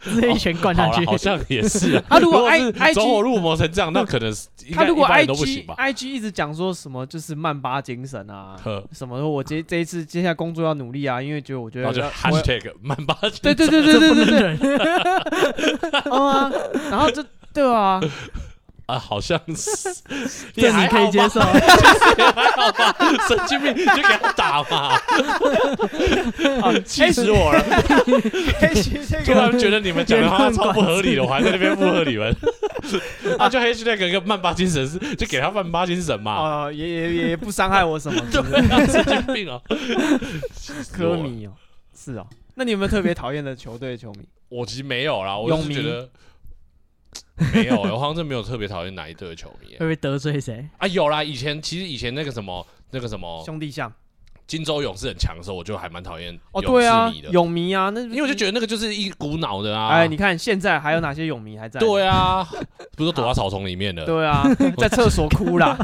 [SPEAKER 1] 直接一拳灌下
[SPEAKER 3] 哦好
[SPEAKER 1] 去，
[SPEAKER 3] 啦，好像也是啊
[SPEAKER 2] 。他如果
[SPEAKER 3] 是
[SPEAKER 2] I- IG
[SPEAKER 3] 走火入魔成这样，那可能是应
[SPEAKER 2] 他
[SPEAKER 3] 该
[SPEAKER 2] 如果
[SPEAKER 3] 一般
[SPEAKER 2] I
[SPEAKER 3] 人都不
[SPEAKER 2] G
[SPEAKER 3] 行吧？
[SPEAKER 2] I G 一直讲说什么就是曼巴精神啊，
[SPEAKER 3] 呵
[SPEAKER 2] 什么我这这一次接下来工作要努力啊，因为觉得我觉
[SPEAKER 3] 然
[SPEAKER 2] 得
[SPEAKER 3] 后就
[SPEAKER 2] 我
[SPEAKER 3] hashtag 曼巴精
[SPEAKER 2] 对对对对对对对 对，啊，然后就对啊，
[SPEAKER 3] 啊，好像 是
[SPEAKER 1] 这
[SPEAKER 3] 也还
[SPEAKER 1] 你可以
[SPEAKER 3] 好
[SPEAKER 1] 接
[SPEAKER 3] 吧，
[SPEAKER 1] 受，
[SPEAKER 3] 也还好吧？ 神经病就给他打 嘛，
[SPEAKER 2] 啊
[SPEAKER 3] 气死我了！
[SPEAKER 2] 哎 H 这
[SPEAKER 3] 突
[SPEAKER 2] 个
[SPEAKER 3] 然觉得你们讲的话超不合理的，我还在那边附和你们。 啊，就 hashtag 跟曼巴精神是，就给他曼巴精神嘛。
[SPEAKER 2] 哦也也也不伤害我什么，
[SPEAKER 3] 对啊， 神经病啊！
[SPEAKER 2] 科迷哦，是哦，那你有没有特别讨厌的球队的球迷？
[SPEAKER 3] 我其实没有啦，我就
[SPEAKER 2] 泳
[SPEAKER 3] 是
[SPEAKER 2] 迷
[SPEAKER 3] 觉得没有欸、我好像真没有特别讨厌哪一队的球迷
[SPEAKER 1] 会
[SPEAKER 3] 欸、
[SPEAKER 1] 不会得罪 谁？
[SPEAKER 3] 啊。有啦，以前其实以前那个什么那个什么
[SPEAKER 2] 兄弟象
[SPEAKER 3] 金州勇士很强的时候，我就还蛮讨厌
[SPEAKER 2] 哦，
[SPEAKER 3] 勇
[SPEAKER 2] 对啊
[SPEAKER 3] 士迷，的，
[SPEAKER 2] 泳迷啊，那因
[SPEAKER 3] 因为我就觉得那个就是一股脑的啊。
[SPEAKER 2] 哎，你看现在还有哪些泳迷还在？
[SPEAKER 3] 对啊，不是都躲到草丛里面的，
[SPEAKER 2] 对啊，在厕所哭 啦，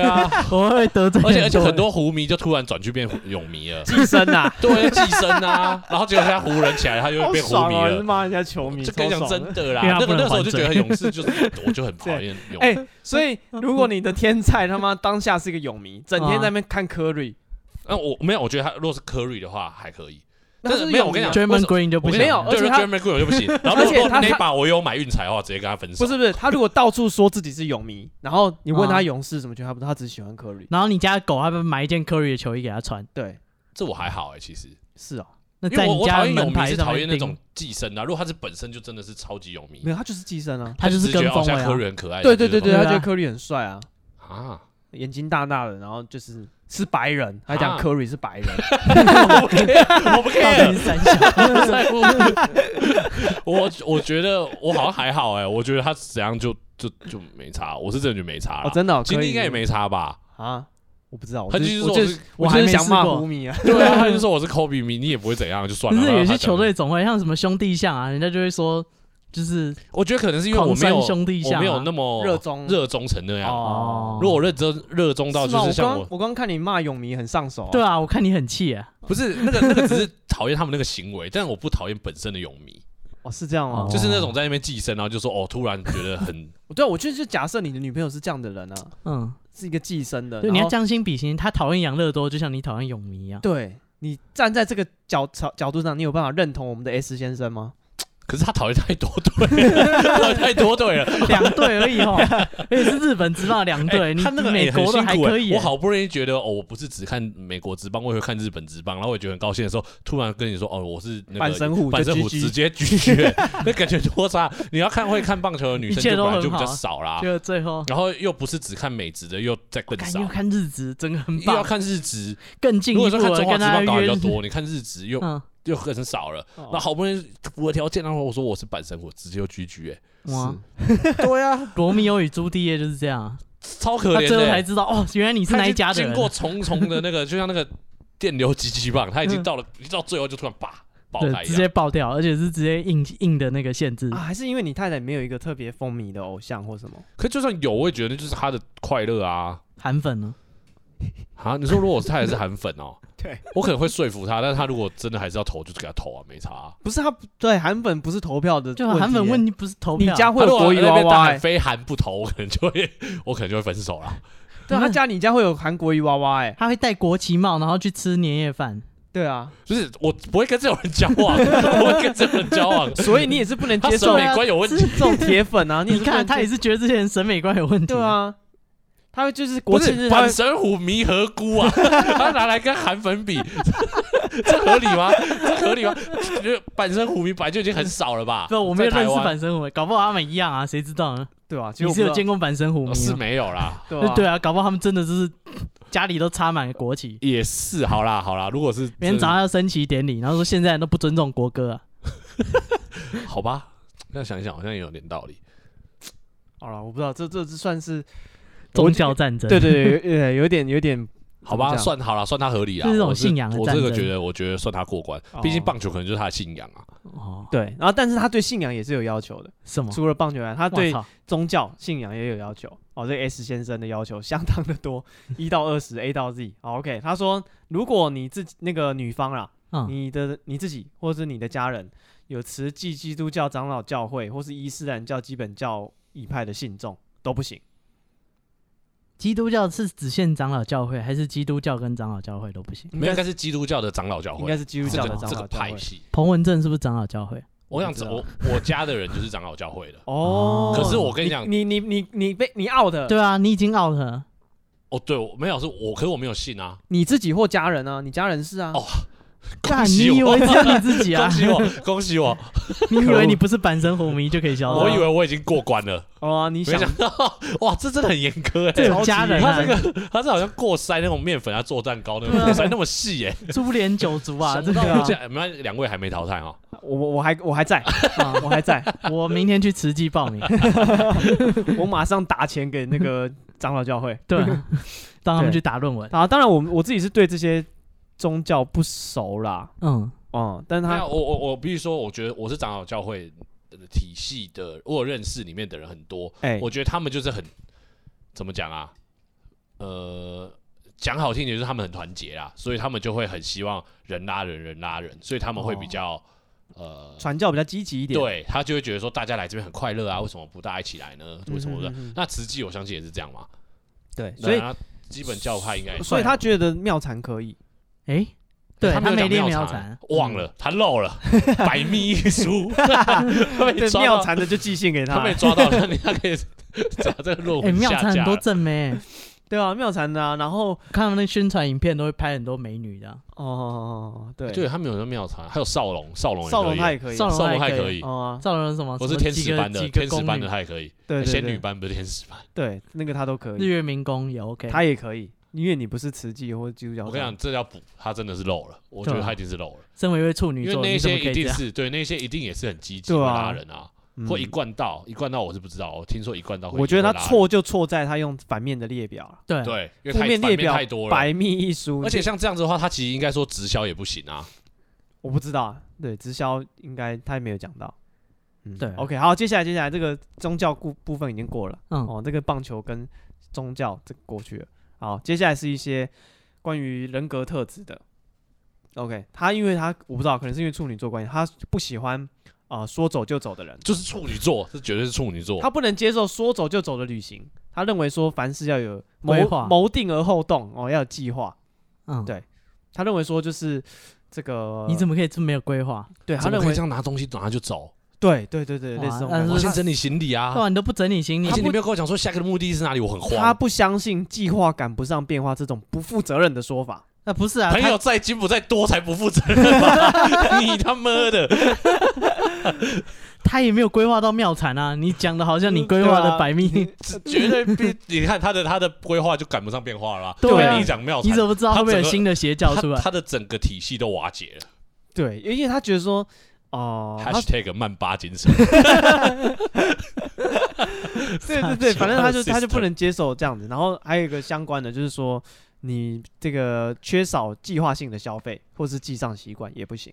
[SPEAKER 3] 啊，
[SPEAKER 1] 我会得罪，
[SPEAKER 3] 而且而且很多湖迷就突然转去变湖泳迷了，
[SPEAKER 2] 寄生 啊，
[SPEAKER 3] 对，寄生 啊，然后结果现在湖人起来，他又
[SPEAKER 2] 好
[SPEAKER 3] 变湖
[SPEAKER 2] 爽
[SPEAKER 3] 迷
[SPEAKER 2] 哦！你
[SPEAKER 3] 了。
[SPEAKER 2] 骂人家球迷，
[SPEAKER 3] 这跟你
[SPEAKER 2] 超
[SPEAKER 3] 讲
[SPEAKER 2] 爽啊
[SPEAKER 3] 真
[SPEAKER 2] 的。
[SPEAKER 3] 的啦，
[SPEAKER 1] 因为他
[SPEAKER 3] 那
[SPEAKER 1] 不
[SPEAKER 3] 个
[SPEAKER 1] 能
[SPEAKER 3] 那时候我就
[SPEAKER 1] 还
[SPEAKER 3] 觉
[SPEAKER 1] 嘴
[SPEAKER 3] 得勇士就是我就很讨厌 勇士，
[SPEAKER 2] 哎，所以如果你的天菜他妈当下是一个泳迷，整天在那边看科瑞，
[SPEAKER 3] 那我没有，我觉得他如果是科瑞的话还可以，
[SPEAKER 2] 那
[SPEAKER 3] 但
[SPEAKER 2] 是
[SPEAKER 3] 没有我
[SPEAKER 2] 泳
[SPEAKER 3] 跟你
[SPEAKER 2] 迷啊
[SPEAKER 3] 讲
[SPEAKER 1] g e r m a n Green 就不
[SPEAKER 3] 我跟
[SPEAKER 1] 行
[SPEAKER 2] 没
[SPEAKER 3] 你
[SPEAKER 2] 有
[SPEAKER 3] 讲
[SPEAKER 2] 而且
[SPEAKER 3] 对
[SPEAKER 2] 他
[SPEAKER 3] g e r m a n g r e e 我就 不行。然后如
[SPEAKER 2] 而且
[SPEAKER 3] 果
[SPEAKER 2] 他
[SPEAKER 3] 那一把我有买运彩的话，直接跟他分手。
[SPEAKER 2] 不是不是，他如果到处说自己是泳 迷，然后你问
[SPEAKER 1] 啊
[SPEAKER 2] 他勇士什么球，他不知道，他只喜欢科瑞。
[SPEAKER 1] 然后你家的狗还不买一件 Curry 的球衣给他穿？
[SPEAKER 2] 对，
[SPEAKER 3] 这我还好哎、其实，
[SPEAKER 2] 是哦，
[SPEAKER 1] 那
[SPEAKER 3] 因为
[SPEAKER 1] 在
[SPEAKER 3] 我
[SPEAKER 1] 你
[SPEAKER 3] 我
[SPEAKER 1] 家
[SPEAKER 3] 讨
[SPEAKER 1] 的
[SPEAKER 3] 厌
[SPEAKER 1] 门
[SPEAKER 3] 泳迷
[SPEAKER 1] 牌
[SPEAKER 3] 是
[SPEAKER 1] 上
[SPEAKER 3] 讨
[SPEAKER 1] 面
[SPEAKER 3] 厌那
[SPEAKER 1] 钉
[SPEAKER 3] 种寄生啊。如果他是本身就真的是超级泳迷
[SPEAKER 2] 没，有，他就是寄生啊。
[SPEAKER 1] 他就是
[SPEAKER 3] 只觉
[SPEAKER 1] 跟
[SPEAKER 3] 得哦
[SPEAKER 1] 风
[SPEAKER 3] 现
[SPEAKER 1] 了
[SPEAKER 3] 在科
[SPEAKER 1] 呀。
[SPEAKER 3] 瑞很可爱，
[SPEAKER 2] 对对对对，
[SPEAKER 1] 对啊
[SPEAKER 3] 哦
[SPEAKER 2] 他觉得科瑞很帅啊，
[SPEAKER 3] 啊，
[SPEAKER 2] 眼睛大大的，然后就是是白人，他讲
[SPEAKER 3] 啊
[SPEAKER 2] 科瑞是白人，
[SPEAKER 1] 到底
[SPEAKER 3] 我不 care，
[SPEAKER 1] 是三 小？
[SPEAKER 3] 我不在乎。 我我觉得我好像还好哎、我觉得他怎样就就就没差，我是真的就没 差
[SPEAKER 2] 哦
[SPEAKER 3] 了。，
[SPEAKER 2] 真的哦，
[SPEAKER 3] 今
[SPEAKER 2] 科
[SPEAKER 3] 天
[SPEAKER 2] 里
[SPEAKER 3] 应该也没差吧？
[SPEAKER 2] 啊，我不知道，我
[SPEAKER 3] 他
[SPEAKER 2] 就
[SPEAKER 3] 就是是
[SPEAKER 2] 我
[SPEAKER 3] 说
[SPEAKER 2] 就
[SPEAKER 3] 我
[SPEAKER 2] 是
[SPEAKER 3] 是
[SPEAKER 1] 哦我还
[SPEAKER 2] 就是
[SPEAKER 1] 没
[SPEAKER 2] 想
[SPEAKER 1] 试
[SPEAKER 2] 骂
[SPEAKER 1] 过
[SPEAKER 2] 胡迷啊，
[SPEAKER 3] 对啊，他就说我是科比迷，你也不会怎样，就算
[SPEAKER 1] 不
[SPEAKER 3] 了。
[SPEAKER 1] 是
[SPEAKER 3] 然后
[SPEAKER 1] 有
[SPEAKER 3] 他
[SPEAKER 1] 些
[SPEAKER 3] 讲
[SPEAKER 1] 球队总会像什么兄弟象啊，人家就会说就是
[SPEAKER 3] 我觉得可能是因为我
[SPEAKER 1] 狂
[SPEAKER 3] 没有
[SPEAKER 1] 山兄弟
[SPEAKER 3] 我
[SPEAKER 1] 象啊，
[SPEAKER 3] 没有那 么
[SPEAKER 2] 热衷
[SPEAKER 3] 哦热衷成那样。
[SPEAKER 1] 哦
[SPEAKER 2] 哦。
[SPEAKER 3] 如果我认真热衷
[SPEAKER 2] 吗
[SPEAKER 3] 到就是像
[SPEAKER 2] 我刚我刚看你骂泳迷很上手啊，
[SPEAKER 1] 对啊，我看你很气啊，
[SPEAKER 3] 不是那个那个只是讨厌他们那个行为，但我不讨厌本身的泳迷，
[SPEAKER 2] 哦是这样哦
[SPEAKER 1] 哦，
[SPEAKER 3] 就是那种在那边寄生，然后就说哦，突然觉得很
[SPEAKER 2] 对啊，我就是假设你的女朋友是这样的人啊，
[SPEAKER 1] 嗯，
[SPEAKER 2] 是一个寄生的，
[SPEAKER 1] 对，你要
[SPEAKER 2] 然后
[SPEAKER 1] 将心比心，他讨厌养乐多，就像你讨厌泳迷一样。
[SPEAKER 2] 对你站在这个角角角度上，你有办法认同我们的 S 先生吗？
[SPEAKER 3] 可是他讨厌太多队了， 讨厌太多队 了。
[SPEAKER 1] 两队而已 哦，而且是日本职棒两队，
[SPEAKER 3] 哎
[SPEAKER 1] 你
[SPEAKER 3] 他那个
[SPEAKER 1] 美
[SPEAKER 3] 哎很
[SPEAKER 1] 国的
[SPEAKER 3] 辛
[SPEAKER 1] 还
[SPEAKER 3] 苦
[SPEAKER 1] 可
[SPEAKER 3] 哎
[SPEAKER 1] 以，
[SPEAKER 3] 我好不容易觉得哦，我不是只看美国职棒，我也会看日本职棒，然后我也觉得很高兴的时候，突然跟你说哦，我是那个
[SPEAKER 2] 半神虎
[SPEAKER 3] 反
[SPEAKER 2] 就
[SPEAKER 3] 正我
[SPEAKER 2] GG
[SPEAKER 3] 直接拒绝， 那感觉多差。你要看会看棒球的女
[SPEAKER 1] 一
[SPEAKER 3] 生
[SPEAKER 1] 切
[SPEAKER 3] 就
[SPEAKER 1] 都
[SPEAKER 3] 本来
[SPEAKER 1] 很
[SPEAKER 3] 就比较
[SPEAKER 1] 好啊
[SPEAKER 3] 少啦，
[SPEAKER 1] 就最后，
[SPEAKER 3] 然后又不是只看美职的，又再更
[SPEAKER 1] 感
[SPEAKER 3] 少
[SPEAKER 1] 觉。要看日职，真的很
[SPEAKER 3] 又要
[SPEAKER 1] 棒，
[SPEAKER 3] 看日职，
[SPEAKER 1] 更进
[SPEAKER 3] 如
[SPEAKER 1] 一
[SPEAKER 3] 果
[SPEAKER 1] 步
[SPEAKER 3] 说看
[SPEAKER 1] 了，
[SPEAKER 3] 中华
[SPEAKER 1] 跟
[SPEAKER 3] 职棒
[SPEAKER 1] 他
[SPEAKER 3] 当然比
[SPEAKER 1] 约
[SPEAKER 3] 较，多，你看日职又
[SPEAKER 1] 嗯，
[SPEAKER 3] 又很少了。那
[SPEAKER 2] 那
[SPEAKER 3] 好不容易符合条件，然后我说我是半神，我直接就 GG 哎，
[SPEAKER 1] 嗯哇，
[SPEAKER 3] 对啊，
[SPEAKER 1] 罗密欧与朱丽叶就是这样啊，
[SPEAKER 3] 超可
[SPEAKER 1] 他
[SPEAKER 3] 怜
[SPEAKER 1] 最后
[SPEAKER 3] 的
[SPEAKER 1] 才
[SPEAKER 3] 欸。
[SPEAKER 1] 知道哦，原来你是
[SPEAKER 3] 他
[SPEAKER 1] 哪
[SPEAKER 3] 已
[SPEAKER 1] 一
[SPEAKER 3] 经
[SPEAKER 1] 家的
[SPEAKER 3] 经
[SPEAKER 1] 人，
[SPEAKER 3] 过重重的那个，就像那个电流急急棒，他已经
[SPEAKER 1] 嗯
[SPEAKER 3] 到了，一到最后就突然叭爆开
[SPEAKER 1] 对，
[SPEAKER 3] 一
[SPEAKER 1] 直
[SPEAKER 3] 样。
[SPEAKER 1] 接爆掉，而且是直接硬硬的那个限制
[SPEAKER 2] 啊，，还是因为你太太没有一个特别风靡的偶像或什么？
[SPEAKER 3] 可就算有，我也觉得就是他的快乐啊
[SPEAKER 1] 韩粉呢，
[SPEAKER 3] 啊！你说如果他也是韩粉哦，
[SPEAKER 2] 对，
[SPEAKER 3] 我可能会说服他，但是他如果真的还是要投，就给他投啊，没差啊。
[SPEAKER 2] 不是他不对韩粉不是投票的，
[SPEAKER 1] 就韩粉
[SPEAKER 2] 问
[SPEAKER 1] 问
[SPEAKER 2] 题
[SPEAKER 1] 题不是投
[SPEAKER 2] 你
[SPEAKER 1] 票啊，
[SPEAKER 2] 家会
[SPEAKER 3] 他
[SPEAKER 2] 有
[SPEAKER 3] 如果
[SPEAKER 2] 国语
[SPEAKER 3] 在那
[SPEAKER 2] 娃
[SPEAKER 3] 边大
[SPEAKER 2] 娃
[SPEAKER 3] 喊
[SPEAKER 2] 欸，
[SPEAKER 3] 非韩不投，我可能就会，我可能就会分手了。
[SPEAKER 2] 对啊，他家你家会有韩国语娃娃哎，
[SPEAKER 1] 他会戴国旗帽，然后去吃年夜饭，
[SPEAKER 2] 对啊，
[SPEAKER 3] 就是我不会跟这种人交 往，我会跟这种人交往。
[SPEAKER 2] 所以你也是不能
[SPEAKER 3] 他
[SPEAKER 2] 接
[SPEAKER 3] 审
[SPEAKER 2] 受
[SPEAKER 1] 对
[SPEAKER 3] 美
[SPEAKER 1] 啊
[SPEAKER 3] 观有问题，
[SPEAKER 2] 这种铁粉 啊，
[SPEAKER 1] 你
[SPEAKER 2] 也是不能
[SPEAKER 1] 看他也
[SPEAKER 2] 接
[SPEAKER 1] 是觉得这些人审美观有问题，
[SPEAKER 2] 对，啊，他就是国
[SPEAKER 3] 不
[SPEAKER 2] 庆
[SPEAKER 3] 是
[SPEAKER 2] 日他
[SPEAKER 3] 反
[SPEAKER 2] 会
[SPEAKER 3] 神虎迷和菇啊， 他拿来跟韩粉比， 这合理吗？这合理吗？觉得板神虎迷本来就已经很少了吧？
[SPEAKER 1] 不，我没有
[SPEAKER 3] 在台
[SPEAKER 1] 认识
[SPEAKER 3] 湾
[SPEAKER 1] 反神虎，搞不好他们一样啊，谁知道呢？
[SPEAKER 2] 对啊，
[SPEAKER 1] 你是有见过反神虎迷
[SPEAKER 3] 哦
[SPEAKER 1] 吗？
[SPEAKER 3] 是没有啦，
[SPEAKER 2] 过
[SPEAKER 1] 对啊，搞不好他们真的就是家里都插满了国旗，
[SPEAKER 3] 也是好啦好啦，如果是
[SPEAKER 1] 明天早上要升旗典礼，然后说现在人都不尊重国歌啊，
[SPEAKER 3] 好吧，那想一想好像也有点道理。
[SPEAKER 2] 好了，我不知道这这这算是
[SPEAKER 1] 宗教战争。
[SPEAKER 2] 对对对，呃，有点有点
[SPEAKER 3] 好吧，
[SPEAKER 2] 怎么讲
[SPEAKER 3] 算好啦，算他合理啦。
[SPEAKER 1] 就是这种
[SPEAKER 3] 我是
[SPEAKER 1] 信仰的
[SPEAKER 3] 我这个
[SPEAKER 1] 战争
[SPEAKER 3] 觉得，我觉得算他过关
[SPEAKER 2] 哦。
[SPEAKER 3] 毕竟棒球可能就是他的信仰啊。
[SPEAKER 1] 哦，
[SPEAKER 2] 对，然后但是他对信仰也是有要求的，
[SPEAKER 1] 什么？
[SPEAKER 2] 除了棒球以外，他
[SPEAKER 1] 我
[SPEAKER 2] 对
[SPEAKER 1] 操
[SPEAKER 2] 宗教信仰也有要求。哦，这个 S 先生的要求相当的 多，一到二十，A 到 Z。好，OK，他说，如果你自己那个女方啦，
[SPEAKER 1] 嗯，
[SPEAKER 2] 你的你自己或者是你的家人有持继基督教长老教会或是伊斯兰教基本教义派的信众都不行。
[SPEAKER 1] 基督教是只限长老教会，还是基督教跟长老教会都不行？
[SPEAKER 3] 没有，应该是基督教的长老教
[SPEAKER 2] 应该
[SPEAKER 3] 会，
[SPEAKER 2] 是基督
[SPEAKER 3] 这
[SPEAKER 2] 教
[SPEAKER 3] 个
[SPEAKER 2] 的长
[SPEAKER 3] 这
[SPEAKER 2] 老
[SPEAKER 3] 个
[SPEAKER 2] 教会
[SPEAKER 3] 派。系。
[SPEAKER 1] 彭文正是不是长老教会？
[SPEAKER 3] 我想
[SPEAKER 2] 不知道
[SPEAKER 3] 我我家的人就是长老教会的。
[SPEAKER 2] 哦，
[SPEAKER 1] 可是
[SPEAKER 3] 我跟你讲
[SPEAKER 2] 你你你你被你 out 的，
[SPEAKER 1] 对啊，你已经 out 了，
[SPEAKER 3] 哦，对，我没有，是我，可是我没有信啊。
[SPEAKER 2] 你自己或家人啊，你家人是啊。
[SPEAKER 3] 哦
[SPEAKER 1] 干，
[SPEAKER 3] 恭
[SPEAKER 1] 你
[SPEAKER 3] 喜
[SPEAKER 1] 以
[SPEAKER 3] 我
[SPEAKER 1] 为！只有你自己啊
[SPEAKER 3] 恭？喜我，恭 喜 我！
[SPEAKER 2] 啊
[SPEAKER 1] 你以为你不是板神虎迷就可以消
[SPEAKER 2] 哦
[SPEAKER 1] 失？
[SPEAKER 3] 我以为我已经过关了，
[SPEAKER 2] 哦啊，你
[SPEAKER 3] 没
[SPEAKER 2] 想
[SPEAKER 3] 想到，哇，这真的很严苛
[SPEAKER 1] 这
[SPEAKER 3] 哎、
[SPEAKER 1] 有家人
[SPEAKER 3] 他这
[SPEAKER 1] 啊，
[SPEAKER 3] 个他这好像过筛那种面粉，他做蛋糕那
[SPEAKER 1] 对
[SPEAKER 3] 种
[SPEAKER 1] 啊
[SPEAKER 3] 过筛那么细哎、
[SPEAKER 1] 株连九族啊，
[SPEAKER 3] 想
[SPEAKER 1] 这
[SPEAKER 3] 不到
[SPEAKER 1] 个
[SPEAKER 3] 这样，没关系，两位还没淘汰哦。
[SPEAKER 2] 我我我还我还在，
[SPEAKER 1] 啊
[SPEAKER 2] 我还 在，
[SPEAKER 1] 我 明天去慈济报 名，
[SPEAKER 2] 我马上打钱给那个长老教会。
[SPEAKER 1] 对，啊让他们
[SPEAKER 2] 对
[SPEAKER 1] 去打论文。
[SPEAKER 2] 啊，当然我我自己是对这些宗教不熟啦，
[SPEAKER 1] 嗯
[SPEAKER 2] 哦、但是
[SPEAKER 3] 没有
[SPEAKER 2] 他
[SPEAKER 3] 我我我必须说，我觉得我是长老教会的体系的，我有认识里面的人很多，
[SPEAKER 2] 哎、
[SPEAKER 3] 我觉得他们就是很怎么讲啊？呃，讲好听点就是他们很团结啦，所以他们就会很希望人拉人，人拉人，所以他们会比较、呃，
[SPEAKER 2] 传教比较积极一点，
[SPEAKER 3] 对他就会觉得说大家来这边很快乐啊，为什么不大家一起来呢？
[SPEAKER 2] 嗯哼，
[SPEAKER 3] 为什么的？
[SPEAKER 2] 嗯哼
[SPEAKER 3] 那慈济我相啊信也是这样嘛，
[SPEAKER 2] 对，所
[SPEAKER 3] 所以
[SPEAKER 2] 以
[SPEAKER 3] 基本教派应该也是。
[SPEAKER 2] 所以他觉得妙禅可 以，
[SPEAKER 1] 诶，对
[SPEAKER 3] 他
[SPEAKER 1] 他没
[SPEAKER 3] 有
[SPEAKER 1] 练
[SPEAKER 3] 讲
[SPEAKER 1] 苗
[SPEAKER 3] 妙
[SPEAKER 1] 禅，
[SPEAKER 3] 嗯忘了他漏了百密一疏， 他被
[SPEAKER 2] 对啊
[SPEAKER 3] 抓
[SPEAKER 2] 妙
[SPEAKER 3] 到，
[SPEAKER 2] 禅的就寄信给
[SPEAKER 3] 他
[SPEAKER 2] 他
[SPEAKER 3] 被，抓到了，他可以 把这个论
[SPEAKER 1] 嗯诶，
[SPEAKER 3] 文
[SPEAKER 1] 妙
[SPEAKER 3] 下
[SPEAKER 1] 禅欸很
[SPEAKER 3] 架
[SPEAKER 1] 多
[SPEAKER 3] 了。
[SPEAKER 1] 正妹、
[SPEAKER 2] 对啊，妙禅的、啊，然后
[SPEAKER 1] 看他们那宣传影片都会拍很多美女的啊、
[SPEAKER 2] 哦，对，
[SPEAKER 3] 对他们有那妙禅，还有少龙，少龙也
[SPEAKER 2] 少
[SPEAKER 3] 可
[SPEAKER 2] 龙
[SPEAKER 3] 以
[SPEAKER 2] 他也可以，
[SPEAKER 1] 少龙
[SPEAKER 3] 少龙
[SPEAKER 1] 还
[SPEAKER 3] 还
[SPEAKER 1] 可
[SPEAKER 3] 可
[SPEAKER 1] 以
[SPEAKER 3] 以，
[SPEAKER 2] 哦啊，
[SPEAKER 1] 造人什么？
[SPEAKER 3] 我
[SPEAKER 1] 什
[SPEAKER 3] 是
[SPEAKER 1] 么
[SPEAKER 3] 天
[SPEAKER 1] 几
[SPEAKER 3] 使
[SPEAKER 1] 个
[SPEAKER 3] 班的，
[SPEAKER 1] 几个
[SPEAKER 3] 天使班的
[SPEAKER 1] 宫
[SPEAKER 3] 他也可以，哎
[SPEAKER 2] 对对
[SPEAKER 3] 仙女
[SPEAKER 2] 对，
[SPEAKER 3] 班不是天使班。
[SPEAKER 2] 对那个他都可
[SPEAKER 1] 女日
[SPEAKER 2] 以，
[SPEAKER 1] 月明宫也 OK。
[SPEAKER 2] 他也可以，因为你不是慈济或基督教徒，
[SPEAKER 3] 我跟你讲，这要补，他真的是漏了，我觉
[SPEAKER 1] 对
[SPEAKER 3] 得
[SPEAKER 1] 啊
[SPEAKER 3] 他一定是漏了，
[SPEAKER 1] 身为一位处女
[SPEAKER 3] 因为
[SPEAKER 1] 座，
[SPEAKER 3] 那
[SPEAKER 1] 你怎
[SPEAKER 3] 些
[SPEAKER 1] 么可
[SPEAKER 3] 一
[SPEAKER 1] 以这
[SPEAKER 3] 定
[SPEAKER 1] 样？
[SPEAKER 3] 是对那些一定也是很积极
[SPEAKER 2] 对
[SPEAKER 3] 会
[SPEAKER 2] 啊
[SPEAKER 3] 拉人啊，
[SPEAKER 2] 嗯
[SPEAKER 3] 或一贯道，一贯道我是不知道，我听说一贯道会，
[SPEAKER 2] 我觉得
[SPEAKER 3] 会
[SPEAKER 2] 他
[SPEAKER 3] 拉人，
[SPEAKER 2] 错就错在他用反面的列表啊，
[SPEAKER 1] 对，
[SPEAKER 3] 对，因为
[SPEAKER 2] 负
[SPEAKER 3] 太
[SPEAKER 2] 面
[SPEAKER 3] 反
[SPEAKER 2] 列
[SPEAKER 3] 面
[SPEAKER 2] 表
[SPEAKER 3] 太多了，
[SPEAKER 2] 百密一疏，
[SPEAKER 3] 而且像这样子的话，他其实应该说直销也不行啊，
[SPEAKER 2] 我不知道啊，对直销应该他也没有讲到。嗯
[SPEAKER 1] 对啊
[SPEAKER 2] ，OK，好，接下来接下来这个宗教部部分已经过了，
[SPEAKER 1] 嗯
[SPEAKER 2] 哦，这个棒球跟宗教这个过去了，好，接下来是一些关于人格特质的。OK，他因为他我不知道，可能是因为处女座关系，他不喜欢啊、呃说走就走的人，
[SPEAKER 3] 就是处女座，这绝对是处女
[SPEAKER 1] 哦
[SPEAKER 3] 座
[SPEAKER 2] 他，不能接受说走就走的旅行，他认为说凡事要有谋
[SPEAKER 1] 规划
[SPEAKER 2] 谋定而后动哦，要有计划。
[SPEAKER 1] 嗯，
[SPEAKER 2] 对他认为说就是这个，
[SPEAKER 1] 你怎
[SPEAKER 2] 么
[SPEAKER 1] 么可以这么没有规划？
[SPEAKER 2] 对他
[SPEAKER 3] 怎么
[SPEAKER 2] 认
[SPEAKER 3] 可以
[SPEAKER 2] 为
[SPEAKER 3] 这样拿东西拿就走？
[SPEAKER 2] 对对对对，
[SPEAKER 1] 哇
[SPEAKER 2] 类似这种
[SPEAKER 1] 但
[SPEAKER 2] 感
[SPEAKER 1] 是
[SPEAKER 2] 觉
[SPEAKER 3] 我先整理行李啊
[SPEAKER 1] 对，啊，你都不整理行李
[SPEAKER 3] 而，且你没有跟我讲说下个的目的地是哪里，我很
[SPEAKER 2] 他
[SPEAKER 3] 慌。
[SPEAKER 2] 不相信计划赶不上变化这种不负责任的说法。
[SPEAKER 1] 啊，不是啊，
[SPEAKER 3] 朋
[SPEAKER 1] 他
[SPEAKER 3] 友在金不在多才不负责任吧？ 你他妈的！
[SPEAKER 1] 他也没有规划到妙产啊。你讲的好像你规划
[SPEAKER 2] 对
[SPEAKER 1] 的
[SPEAKER 2] 啊
[SPEAKER 1] 百密，
[SPEAKER 3] 这绝对比你看他的他的规划就赶不上变化了啊、
[SPEAKER 1] 对啊
[SPEAKER 3] 你讲妙
[SPEAKER 1] 你
[SPEAKER 3] 禅，
[SPEAKER 1] 怎么知道
[SPEAKER 3] 他
[SPEAKER 1] 会不会有
[SPEAKER 3] 整个
[SPEAKER 1] 新的邪教出
[SPEAKER 3] 他
[SPEAKER 1] 来？
[SPEAKER 3] 他的整个体系都瓦解了。
[SPEAKER 2] 对，因为他觉得说，哦、他
[SPEAKER 3] Hashtag 曼巴精神，
[SPEAKER 2] 对对对，反正他就他就
[SPEAKER 3] System
[SPEAKER 2] 不能接受这样子。然后还有一个相关的就是说，你这个缺少计划性的消费或是记账习惯也不行。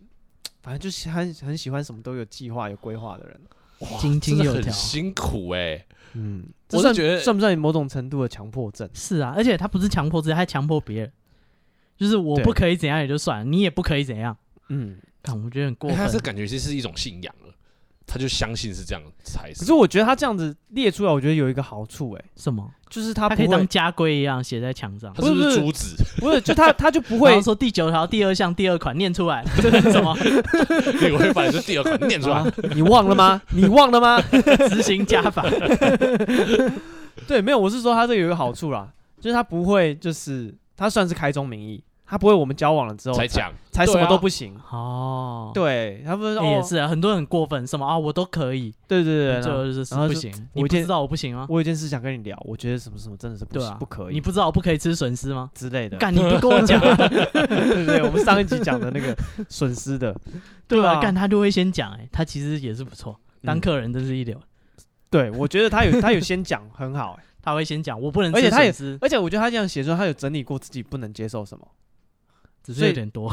[SPEAKER 2] 反正就是很很喜欢什么都有计划、有规划的人。
[SPEAKER 3] 哇
[SPEAKER 1] 井井有条
[SPEAKER 3] 真的很辛苦哎、
[SPEAKER 2] 嗯，这
[SPEAKER 3] 我是
[SPEAKER 2] 算
[SPEAKER 3] 觉得
[SPEAKER 2] 算不算某种程度的强迫症？
[SPEAKER 1] 是啊，而且他不是强迫自己，他还强迫别人，就是我
[SPEAKER 2] 对
[SPEAKER 1] 不可以怎样也就算了，你也不可以怎样。
[SPEAKER 2] 嗯，
[SPEAKER 1] 看，我觉得很过
[SPEAKER 2] 哎
[SPEAKER 3] 他是
[SPEAKER 1] 分。
[SPEAKER 3] 感觉这是一种信仰了，他就相信是这样才
[SPEAKER 2] 可
[SPEAKER 3] 是
[SPEAKER 2] 是。我觉得他这样子列出来，我觉得有一个好处、哎，
[SPEAKER 1] 什么？
[SPEAKER 2] 就是他
[SPEAKER 1] 他
[SPEAKER 2] 不
[SPEAKER 1] 可以当
[SPEAKER 2] 会，
[SPEAKER 1] 家规一样写在墙上。
[SPEAKER 3] 他是不
[SPEAKER 2] 不
[SPEAKER 3] 是
[SPEAKER 2] 是
[SPEAKER 3] 珠子？
[SPEAKER 2] 不是，就他他就 不
[SPEAKER 1] 然
[SPEAKER 2] 会
[SPEAKER 1] 后说第九条第二项第二款念出来， 这是什 么？
[SPEAKER 3] 你会把这第二款念出来
[SPEAKER 2] 啊，你忘了吗？你忘了吗？
[SPEAKER 1] 执行加法。
[SPEAKER 2] 对，没有，我是说他这个有一个好处啦，就是他不会，就是他算是开宗明义，他不会我们交往了之后
[SPEAKER 3] 才讲，
[SPEAKER 2] 才什
[SPEAKER 3] 对
[SPEAKER 2] 么
[SPEAKER 3] 啊
[SPEAKER 2] 都不行。
[SPEAKER 1] 哦，
[SPEAKER 2] 对，他不是
[SPEAKER 1] 欸也
[SPEAKER 2] 哦，
[SPEAKER 1] 是啊，很多人很过分，什么啊我都可以，
[SPEAKER 2] 对对对
[SPEAKER 1] 最后
[SPEAKER 2] 对。
[SPEAKER 1] 就是
[SPEAKER 2] 然后
[SPEAKER 1] 不
[SPEAKER 2] 就
[SPEAKER 1] 行。
[SPEAKER 2] 我
[SPEAKER 1] 你不
[SPEAKER 2] 见
[SPEAKER 1] 知道我不行吗？
[SPEAKER 2] 我有一件事想跟你聊，我觉得什么什么真的是不
[SPEAKER 1] 对
[SPEAKER 2] 行，
[SPEAKER 1] 啊，
[SPEAKER 2] 不可以
[SPEAKER 1] 你不知道我不可以吃笋丝吗？
[SPEAKER 2] 之类的，
[SPEAKER 1] 干，你不跟我讲 啊，
[SPEAKER 2] 对不对？我们上一集讲的那 个损失的，
[SPEAKER 1] 对吧？
[SPEAKER 2] 啊嗯
[SPEAKER 1] 干他就会先讲，哎，他其实也是不错，当客人真是一流。
[SPEAKER 2] 对我觉得他有他有先讲很好、欸，
[SPEAKER 1] 他会先讲，我不能
[SPEAKER 2] 而
[SPEAKER 1] 吃
[SPEAKER 2] 且他
[SPEAKER 1] 笋
[SPEAKER 3] 呃
[SPEAKER 1] 丝，
[SPEAKER 2] 而且我觉得他这样写出来，他有整理过自己不能接受什么，
[SPEAKER 1] 只
[SPEAKER 2] 所
[SPEAKER 1] 是
[SPEAKER 2] 以
[SPEAKER 1] 有点多。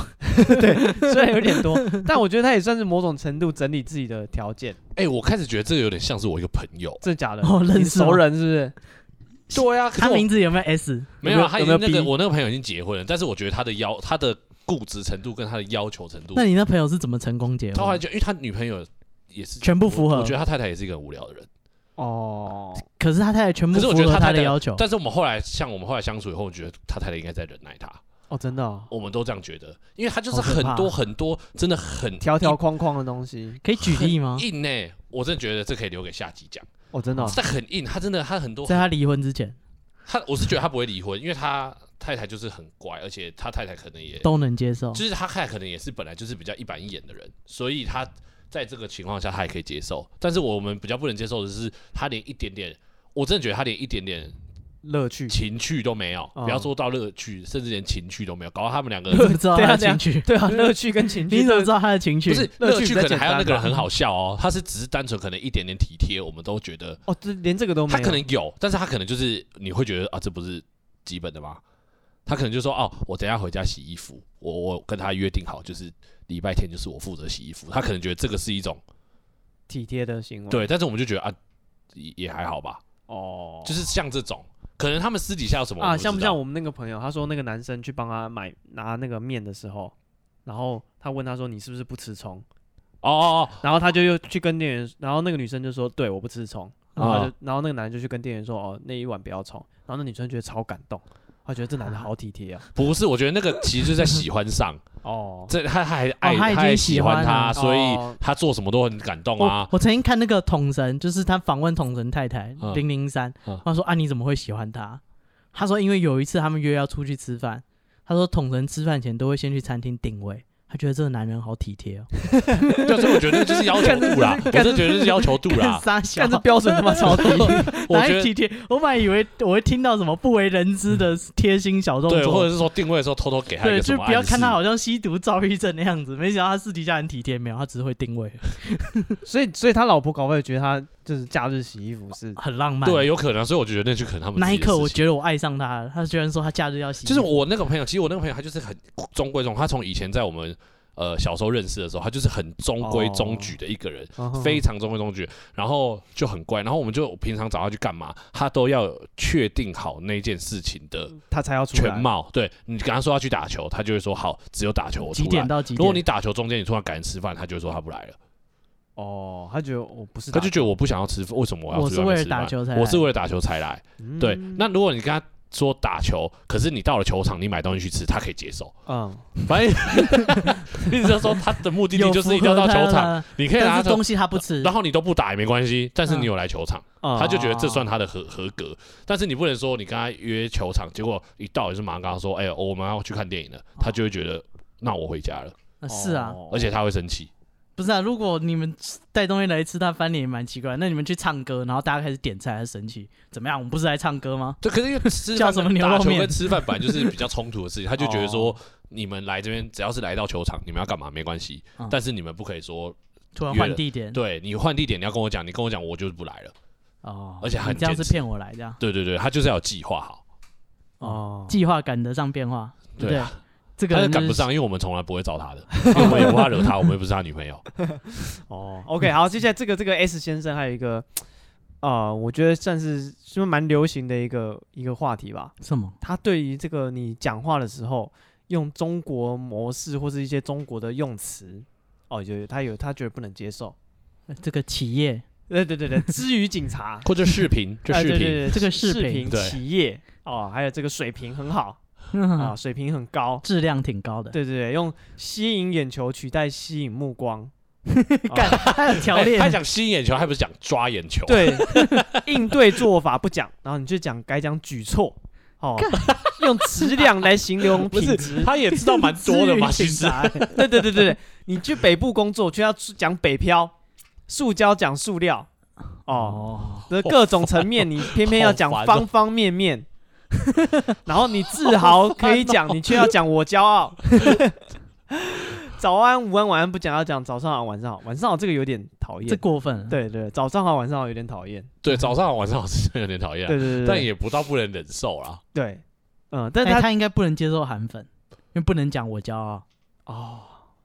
[SPEAKER 2] 虽然有点 多，但我觉得他也算是某种程度整理自己的条件，
[SPEAKER 3] 哎、我开始觉得这个有点像是我一个朋友。
[SPEAKER 2] 真的假的？
[SPEAKER 1] 哦认
[SPEAKER 2] 你
[SPEAKER 1] 识
[SPEAKER 2] 熟
[SPEAKER 1] 吗
[SPEAKER 2] 人是不是？
[SPEAKER 3] 对啊，可
[SPEAKER 1] 他
[SPEAKER 3] 是我
[SPEAKER 1] 名字有没有 S？
[SPEAKER 3] 没
[SPEAKER 2] 有没
[SPEAKER 3] 有
[SPEAKER 2] 有
[SPEAKER 3] 啊，他
[SPEAKER 2] 有
[SPEAKER 3] 已
[SPEAKER 2] 没有
[SPEAKER 3] 经那个
[SPEAKER 2] 逼
[SPEAKER 3] 我那个朋友已经结婚了，但是我觉得他的要他的固执程度跟他的要求程度
[SPEAKER 1] 那你那朋友是怎么成功结
[SPEAKER 3] 他
[SPEAKER 1] 婚
[SPEAKER 3] 后
[SPEAKER 1] 的？
[SPEAKER 3] 来就因为他女朋友也是
[SPEAKER 1] 全部符合
[SPEAKER 3] 我，我觉得他太太也是一个很无聊的人。
[SPEAKER 2] 哦，
[SPEAKER 1] 可是他太太全部
[SPEAKER 3] 可是
[SPEAKER 1] 符
[SPEAKER 3] 我觉得
[SPEAKER 1] 合他
[SPEAKER 3] 他太
[SPEAKER 1] 的
[SPEAKER 3] 太
[SPEAKER 1] 要求。
[SPEAKER 3] 但是我们后来像我们后来相处以后，我觉得他太太应该在忍耐他，
[SPEAKER 2] 哦，真的、哦，
[SPEAKER 3] 我们都这样觉得，因为他就是
[SPEAKER 2] 好可
[SPEAKER 3] 很
[SPEAKER 2] 怕啊
[SPEAKER 3] 多很多真的很
[SPEAKER 2] 条条框框的东西，
[SPEAKER 1] 可以举例吗？
[SPEAKER 3] 硬呢、欸我真的觉得这可以留给下集讲。
[SPEAKER 2] 哦，真的、哦，
[SPEAKER 3] 这很硬，他真的他很多
[SPEAKER 1] 在他离婚之前
[SPEAKER 3] 他，我是觉得他不会离婚，因为他太太就是很乖，而且他太太可能也
[SPEAKER 1] 都能接受，
[SPEAKER 3] 就是他太太可能也是本来就是比较一板一眼的人，所以他在这个情况下他也可以接受。但是我们比较不能接受的是，他连一点点，我真的觉得他连一点点
[SPEAKER 2] 乐趣。
[SPEAKER 3] 情趣都没有，
[SPEAKER 2] 哦
[SPEAKER 3] 不要说到乐趣，甚至连情趣都没有，搞到他们两个
[SPEAKER 1] 你怎么知道他的情绪？
[SPEAKER 2] 对啊，乐趣跟情
[SPEAKER 1] 你
[SPEAKER 2] 绪
[SPEAKER 1] 怎么知道他的情绪？
[SPEAKER 3] 啊不是
[SPEAKER 2] 乐
[SPEAKER 3] 乐
[SPEAKER 2] 趣
[SPEAKER 3] 趣，
[SPEAKER 2] 比较
[SPEAKER 3] 可能
[SPEAKER 2] 简单
[SPEAKER 3] 还要那个人
[SPEAKER 2] 吧
[SPEAKER 3] 很好笑哦，他是只是单纯可能一点点体贴，我们都觉得
[SPEAKER 2] 哦，这连这个都没有。
[SPEAKER 3] 他可能有，但是他可能就是你会觉得啊，这不是基本的吗？他可能就说哦，我等一下回家洗衣服，我我跟他约定好，就是礼拜天就是我负责洗衣服。他可能觉得这个是一种
[SPEAKER 2] 体贴的行为。
[SPEAKER 3] 对，但是我们就觉得啊，也也还好吧，
[SPEAKER 2] 哦，
[SPEAKER 3] 就是像这种，可能他们私底下有什么
[SPEAKER 2] 啊，像不像
[SPEAKER 3] 我
[SPEAKER 2] 我们那个朋友，他说那个男生去帮他买拿那个面的时候，然后他问他说你是不是不吃葱，
[SPEAKER 3] 不知道？哦哦哦，
[SPEAKER 2] 然后他就又去跟店员，然后那个女生就说对我不吃葱，然后他就、
[SPEAKER 3] 啊
[SPEAKER 2] 然后那个男人就去跟店员说哦那一碗不要葱，然后那女生觉得超感动，她觉得这男的好体贴啊，
[SPEAKER 3] 不是，我觉得那个其实就是在喜欢上，
[SPEAKER 2] 哦，
[SPEAKER 3] 这他还爱、
[SPEAKER 1] 他已经
[SPEAKER 3] 还
[SPEAKER 1] 喜
[SPEAKER 3] 喜
[SPEAKER 1] 欢
[SPEAKER 3] 欢
[SPEAKER 1] 了哦
[SPEAKER 3] 他，所
[SPEAKER 2] 哦
[SPEAKER 3] 以他做什么都很感动
[SPEAKER 1] 我
[SPEAKER 3] 啊。
[SPEAKER 1] 我曾经看那个统神，就是他访问统神太太
[SPEAKER 3] 嗯
[SPEAKER 1] 零零三
[SPEAKER 3] 嗯，
[SPEAKER 1] 他说啊你怎么会喜欢他？他说因为有一次他们约要出去吃饭，他说统神吃饭前都会先去餐厅定位，他觉得这个男人好体贴哦，
[SPEAKER 3] 对，所以我觉得 就是要求 度啦，我
[SPEAKER 2] 干
[SPEAKER 3] 真
[SPEAKER 2] 这
[SPEAKER 3] 的觉得是要求度 啦。
[SPEAKER 1] 傻小
[SPEAKER 2] 但这标准他妈超低，
[SPEAKER 3] 我
[SPEAKER 1] 哪里
[SPEAKER 3] 觉得
[SPEAKER 1] 体贴？我本来以为我会听到什么不为人知的贴心小动
[SPEAKER 3] 嗯对，或
[SPEAKER 1] 作，
[SPEAKER 3] 者是说定位的时候偷偷给他一
[SPEAKER 1] 对，
[SPEAKER 3] 个什
[SPEAKER 1] 就
[SPEAKER 3] 么
[SPEAKER 1] 不要
[SPEAKER 3] 暗
[SPEAKER 1] 看
[SPEAKER 3] 示
[SPEAKER 1] 他好像吸毒、躁郁症那样子，没想到他私底下很体贴，没有，他只是会定位，
[SPEAKER 2] 所以所以他老婆搞不好也觉得他就是假日洗衣服是
[SPEAKER 1] 很浪漫。
[SPEAKER 3] 嗯对，，有可能，所以我就觉得那就可能他们
[SPEAKER 1] 那一刻我
[SPEAKER 3] 得。
[SPEAKER 1] 觉得我爱上他了，他居然说他假日要洗衣服，
[SPEAKER 3] 就是我那个朋友，其实我那个朋友他就是很中规中矩，他从以前在我们呃小时候认识的时候，他就是很中规
[SPEAKER 1] 哦
[SPEAKER 3] 中矩的一个人，
[SPEAKER 1] 嗯
[SPEAKER 3] 非常中规中矩，然后就很乖，然后我们就平常找他去干嘛，他都要有确定好那件事情的
[SPEAKER 2] 他才要出
[SPEAKER 3] 全
[SPEAKER 2] 来，
[SPEAKER 3] 貌。对你跟他说要去打球，他就会说好，只有打球我出
[SPEAKER 1] 几
[SPEAKER 3] 来。
[SPEAKER 1] 点到几点？
[SPEAKER 3] 如果你打球中间你突然赶吃饭，他就会说他不来了，
[SPEAKER 2] 哦，他觉得我不是
[SPEAKER 3] 他
[SPEAKER 2] 打，
[SPEAKER 3] 就觉得我不想要吃，为什么我要
[SPEAKER 1] 我
[SPEAKER 3] 吃
[SPEAKER 1] 是
[SPEAKER 3] 饭
[SPEAKER 1] 为了
[SPEAKER 3] 吃
[SPEAKER 1] 打
[SPEAKER 3] 饭
[SPEAKER 1] 球才
[SPEAKER 3] 我是
[SPEAKER 1] 来
[SPEAKER 3] 为了打球才来。
[SPEAKER 2] 嗯
[SPEAKER 3] 对，那如果你跟他说打球，可是你到了球场，你买东西去吃，他可以接 受。
[SPEAKER 2] 嗯
[SPEAKER 3] 反正意思就是说，他的目的地
[SPEAKER 1] 有
[SPEAKER 3] 就是
[SPEAKER 1] 符
[SPEAKER 3] 一定要
[SPEAKER 1] 合
[SPEAKER 3] 到
[SPEAKER 1] 他
[SPEAKER 3] 球场，
[SPEAKER 1] 啦，
[SPEAKER 3] 你可以
[SPEAKER 1] 但
[SPEAKER 3] 拿
[SPEAKER 1] 是
[SPEAKER 3] 着，
[SPEAKER 1] 东西他不吃，
[SPEAKER 3] 然后你都不打也没关系，但是你有来球场，
[SPEAKER 2] 嗯
[SPEAKER 3] 他就觉得这算他的合合格。但是你不能说你跟他约球场，结果一到也是马上跟他说，哎、我们要去看电影了，他就会觉得那我回家了，
[SPEAKER 1] 啊是啊，
[SPEAKER 2] 哦
[SPEAKER 3] 而且他会生气。
[SPEAKER 1] 不是啊，如果你们带东西来吃，他翻脸也蛮奇怪。那你们去唱歌，然后大家开始点菜，他生气，怎么样？我们不是来唱歌吗？
[SPEAKER 3] 对，可是因为吃
[SPEAKER 1] 叫
[SPEAKER 3] 饭
[SPEAKER 1] 什么
[SPEAKER 3] 跟
[SPEAKER 1] 牛
[SPEAKER 3] 打
[SPEAKER 1] 肉
[SPEAKER 3] 球
[SPEAKER 1] 面
[SPEAKER 3] 跟吃饭本来就是比较冲突的事情，他就觉得
[SPEAKER 2] 哦
[SPEAKER 3] 说你们来这边只要是来到球场，你们要干嘛没关系
[SPEAKER 1] 嗯，
[SPEAKER 3] 但是你们不可以说
[SPEAKER 1] 突然
[SPEAKER 3] 约
[SPEAKER 1] 换
[SPEAKER 3] 了
[SPEAKER 1] 地点，
[SPEAKER 3] 对你换地点，你要跟我讲，你跟我讲，我就是不来了。
[SPEAKER 1] 哦，
[SPEAKER 3] 而且很
[SPEAKER 1] 你这样是
[SPEAKER 3] 坚持
[SPEAKER 1] 骗我来这样，
[SPEAKER 3] 对对对，他就是要有计划好。
[SPEAKER 2] 哦，
[SPEAKER 1] 计划赶得上变化，对不
[SPEAKER 3] 对
[SPEAKER 1] 对
[SPEAKER 3] 啊？
[SPEAKER 1] 这个
[SPEAKER 3] 他是
[SPEAKER 1] 人就
[SPEAKER 3] 赶不
[SPEAKER 1] 是
[SPEAKER 3] 上，因为我们从来不会找 他的，因为我们也不怕惹他，我们又不是他女朋友。，
[SPEAKER 2] 哦，OK，好，接下来这个这个 S 先生还有一个，啊，我觉得算是是不是蛮流行的一个一个话题吧？
[SPEAKER 1] 什么？
[SPEAKER 2] 他对于这个你讲话的时候用中国模式或是一些中国的用词，哦，有他有他觉得不能接受。
[SPEAKER 1] 这个企业
[SPEAKER 2] 对对对对，之于警察
[SPEAKER 3] 或者视频，这
[SPEAKER 2] 哎
[SPEAKER 3] 视
[SPEAKER 2] 对对
[SPEAKER 3] 频，
[SPEAKER 2] 对
[SPEAKER 1] 这个
[SPEAKER 2] 视
[SPEAKER 1] 视频
[SPEAKER 3] 对嗯
[SPEAKER 2] 企业哦，还有这个水平很好
[SPEAKER 3] 哦
[SPEAKER 2] 啊，水平很高。
[SPEAKER 1] 嗯质量挺高的，
[SPEAKER 2] 对对对，用吸引眼球取代吸引目光，
[SPEAKER 1] 干还有 条
[SPEAKER 3] 哎
[SPEAKER 1] 列
[SPEAKER 3] 他，讲吸引眼球，还不是讲抓眼球？，
[SPEAKER 2] 对，应对做法不讲，然后你就讲该讲举措，哦，用质量来形容
[SPEAKER 3] 不
[SPEAKER 2] 品
[SPEAKER 3] 是
[SPEAKER 2] 质。
[SPEAKER 3] 他也知道蛮多的 嘛，
[SPEAKER 1] 至于
[SPEAKER 3] 其
[SPEAKER 1] 警
[SPEAKER 3] 实
[SPEAKER 1] 察
[SPEAKER 2] 对对对对对，你去北部工作，就要讲北漂，塑胶讲塑料，哦，
[SPEAKER 1] 哦，
[SPEAKER 2] 那各种层面你偏偏要讲
[SPEAKER 3] 好烦哦
[SPEAKER 2] 方方面面。 然后你自豪可以讲，你却要讲我骄傲。 早安、午安、晚安不讲，要讲早上好、晚上好。晚上好这个有点讨
[SPEAKER 1] 这
[SPEAKER 2] 厌。
[SPEAKER 1] 过分了，
[SPEAKER 2] 对对，对早上好、晚上好有点讨厌。
[SPEAKER 3] 对，早上好晚上好是真的有点讨厌啊
[SPEAKER 2] 对，对对，对
[SPEAKER 3] 但也不到不能忍受啦。
[SPEAKER 2] 对，嗯，但是
[SPEAKER 1] 哎，
[SPEAKER 2] 他
[SPEAKER 1] 他应该不能接受韩粉，因为不能讲我骄傲，
[SPEAKER 2] 哦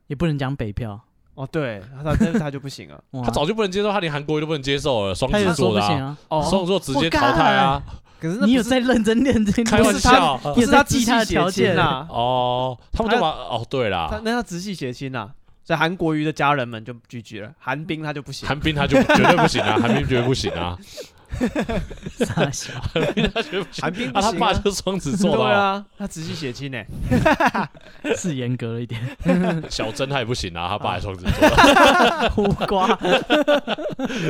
[SPEAKER 1] 也不能讲北漂，
[SPEAKER 2] 哦，对，他他他就 不行了。
[SPEAKER 1] 哇
[SPEAKER 3] 他早就不能接受，他连韩国瑜都不能接受了，双
[SPEAKER 1] 他也
[SPEAKER 3] 子
[SPEAKER 1] 说
[SPEAKER 3] 座
[SPEAKER 1] 不
[SPEAKER 3] 的
[SPEAKER 1] 行
[SPEAKER 3] 啊，
[SPEAKER 1] 啊，
[SPEAKER 3] 双
[SPEAKER 2] 哦，
[SPEAKER 3] 子座直接淘汰啊！
[SPEAKER 2] 可是那
[SPEAKER 1] 你
[SPEAKER 2] 不
[SPEAKER 1] 有
[SPEAKER 2] 是
[SPEAKER 1] 在认真练这件
[SPEAKER 3] 开
[SPEAKER 1] 事吗
[SPEAKER 3] 玩
[SPEAKER 2] 不 是他
[SPEAKER 3] 笑，
[SPEAKER 2] 不
[SPEAKER 1] 你
[SPEAKER 2] 是
[SPEAKER 1] 有在
[SPEAKER 2] 他
[SPEAKER 1] 记他的条件
[SPEAKER 2] 啊，
[SPEAKER 3] 哦，他们都把哦，对
[SPEAKER 2] 他
[SPEAKER 3] 啦，
[SPEAKER 2] 那他直系血亲啊，所以韩国瑜的家人们就拒绝了，韩冰他就不行。
[SPEAKER 3] 韩冰他就绝对不行 啊，韩冰绝对不行啊，
[SPEAKER 1] 傻笑，
[SPEAKER 3] 他绝对不行
[SPEAKER 2] 韩冰不
[SPEAKER 3] 啊，他
[SPEAKER 2] 行
[SPEAKER 3] 爸
[SPEAKER 2] 啊，
[SPEAKER 3] 就是双子座的
[SPEAKER 2] 对
[SPEAKER 3] 啊，
[SPEAKER 2] 啊，他直系血亲呢。
[SPEAKER 1] 是严格了 一点，
[SPEAKER 3] 小珍他也不行啊，他爸也双子座，啊
[SPEAKER 1] 胡瓜，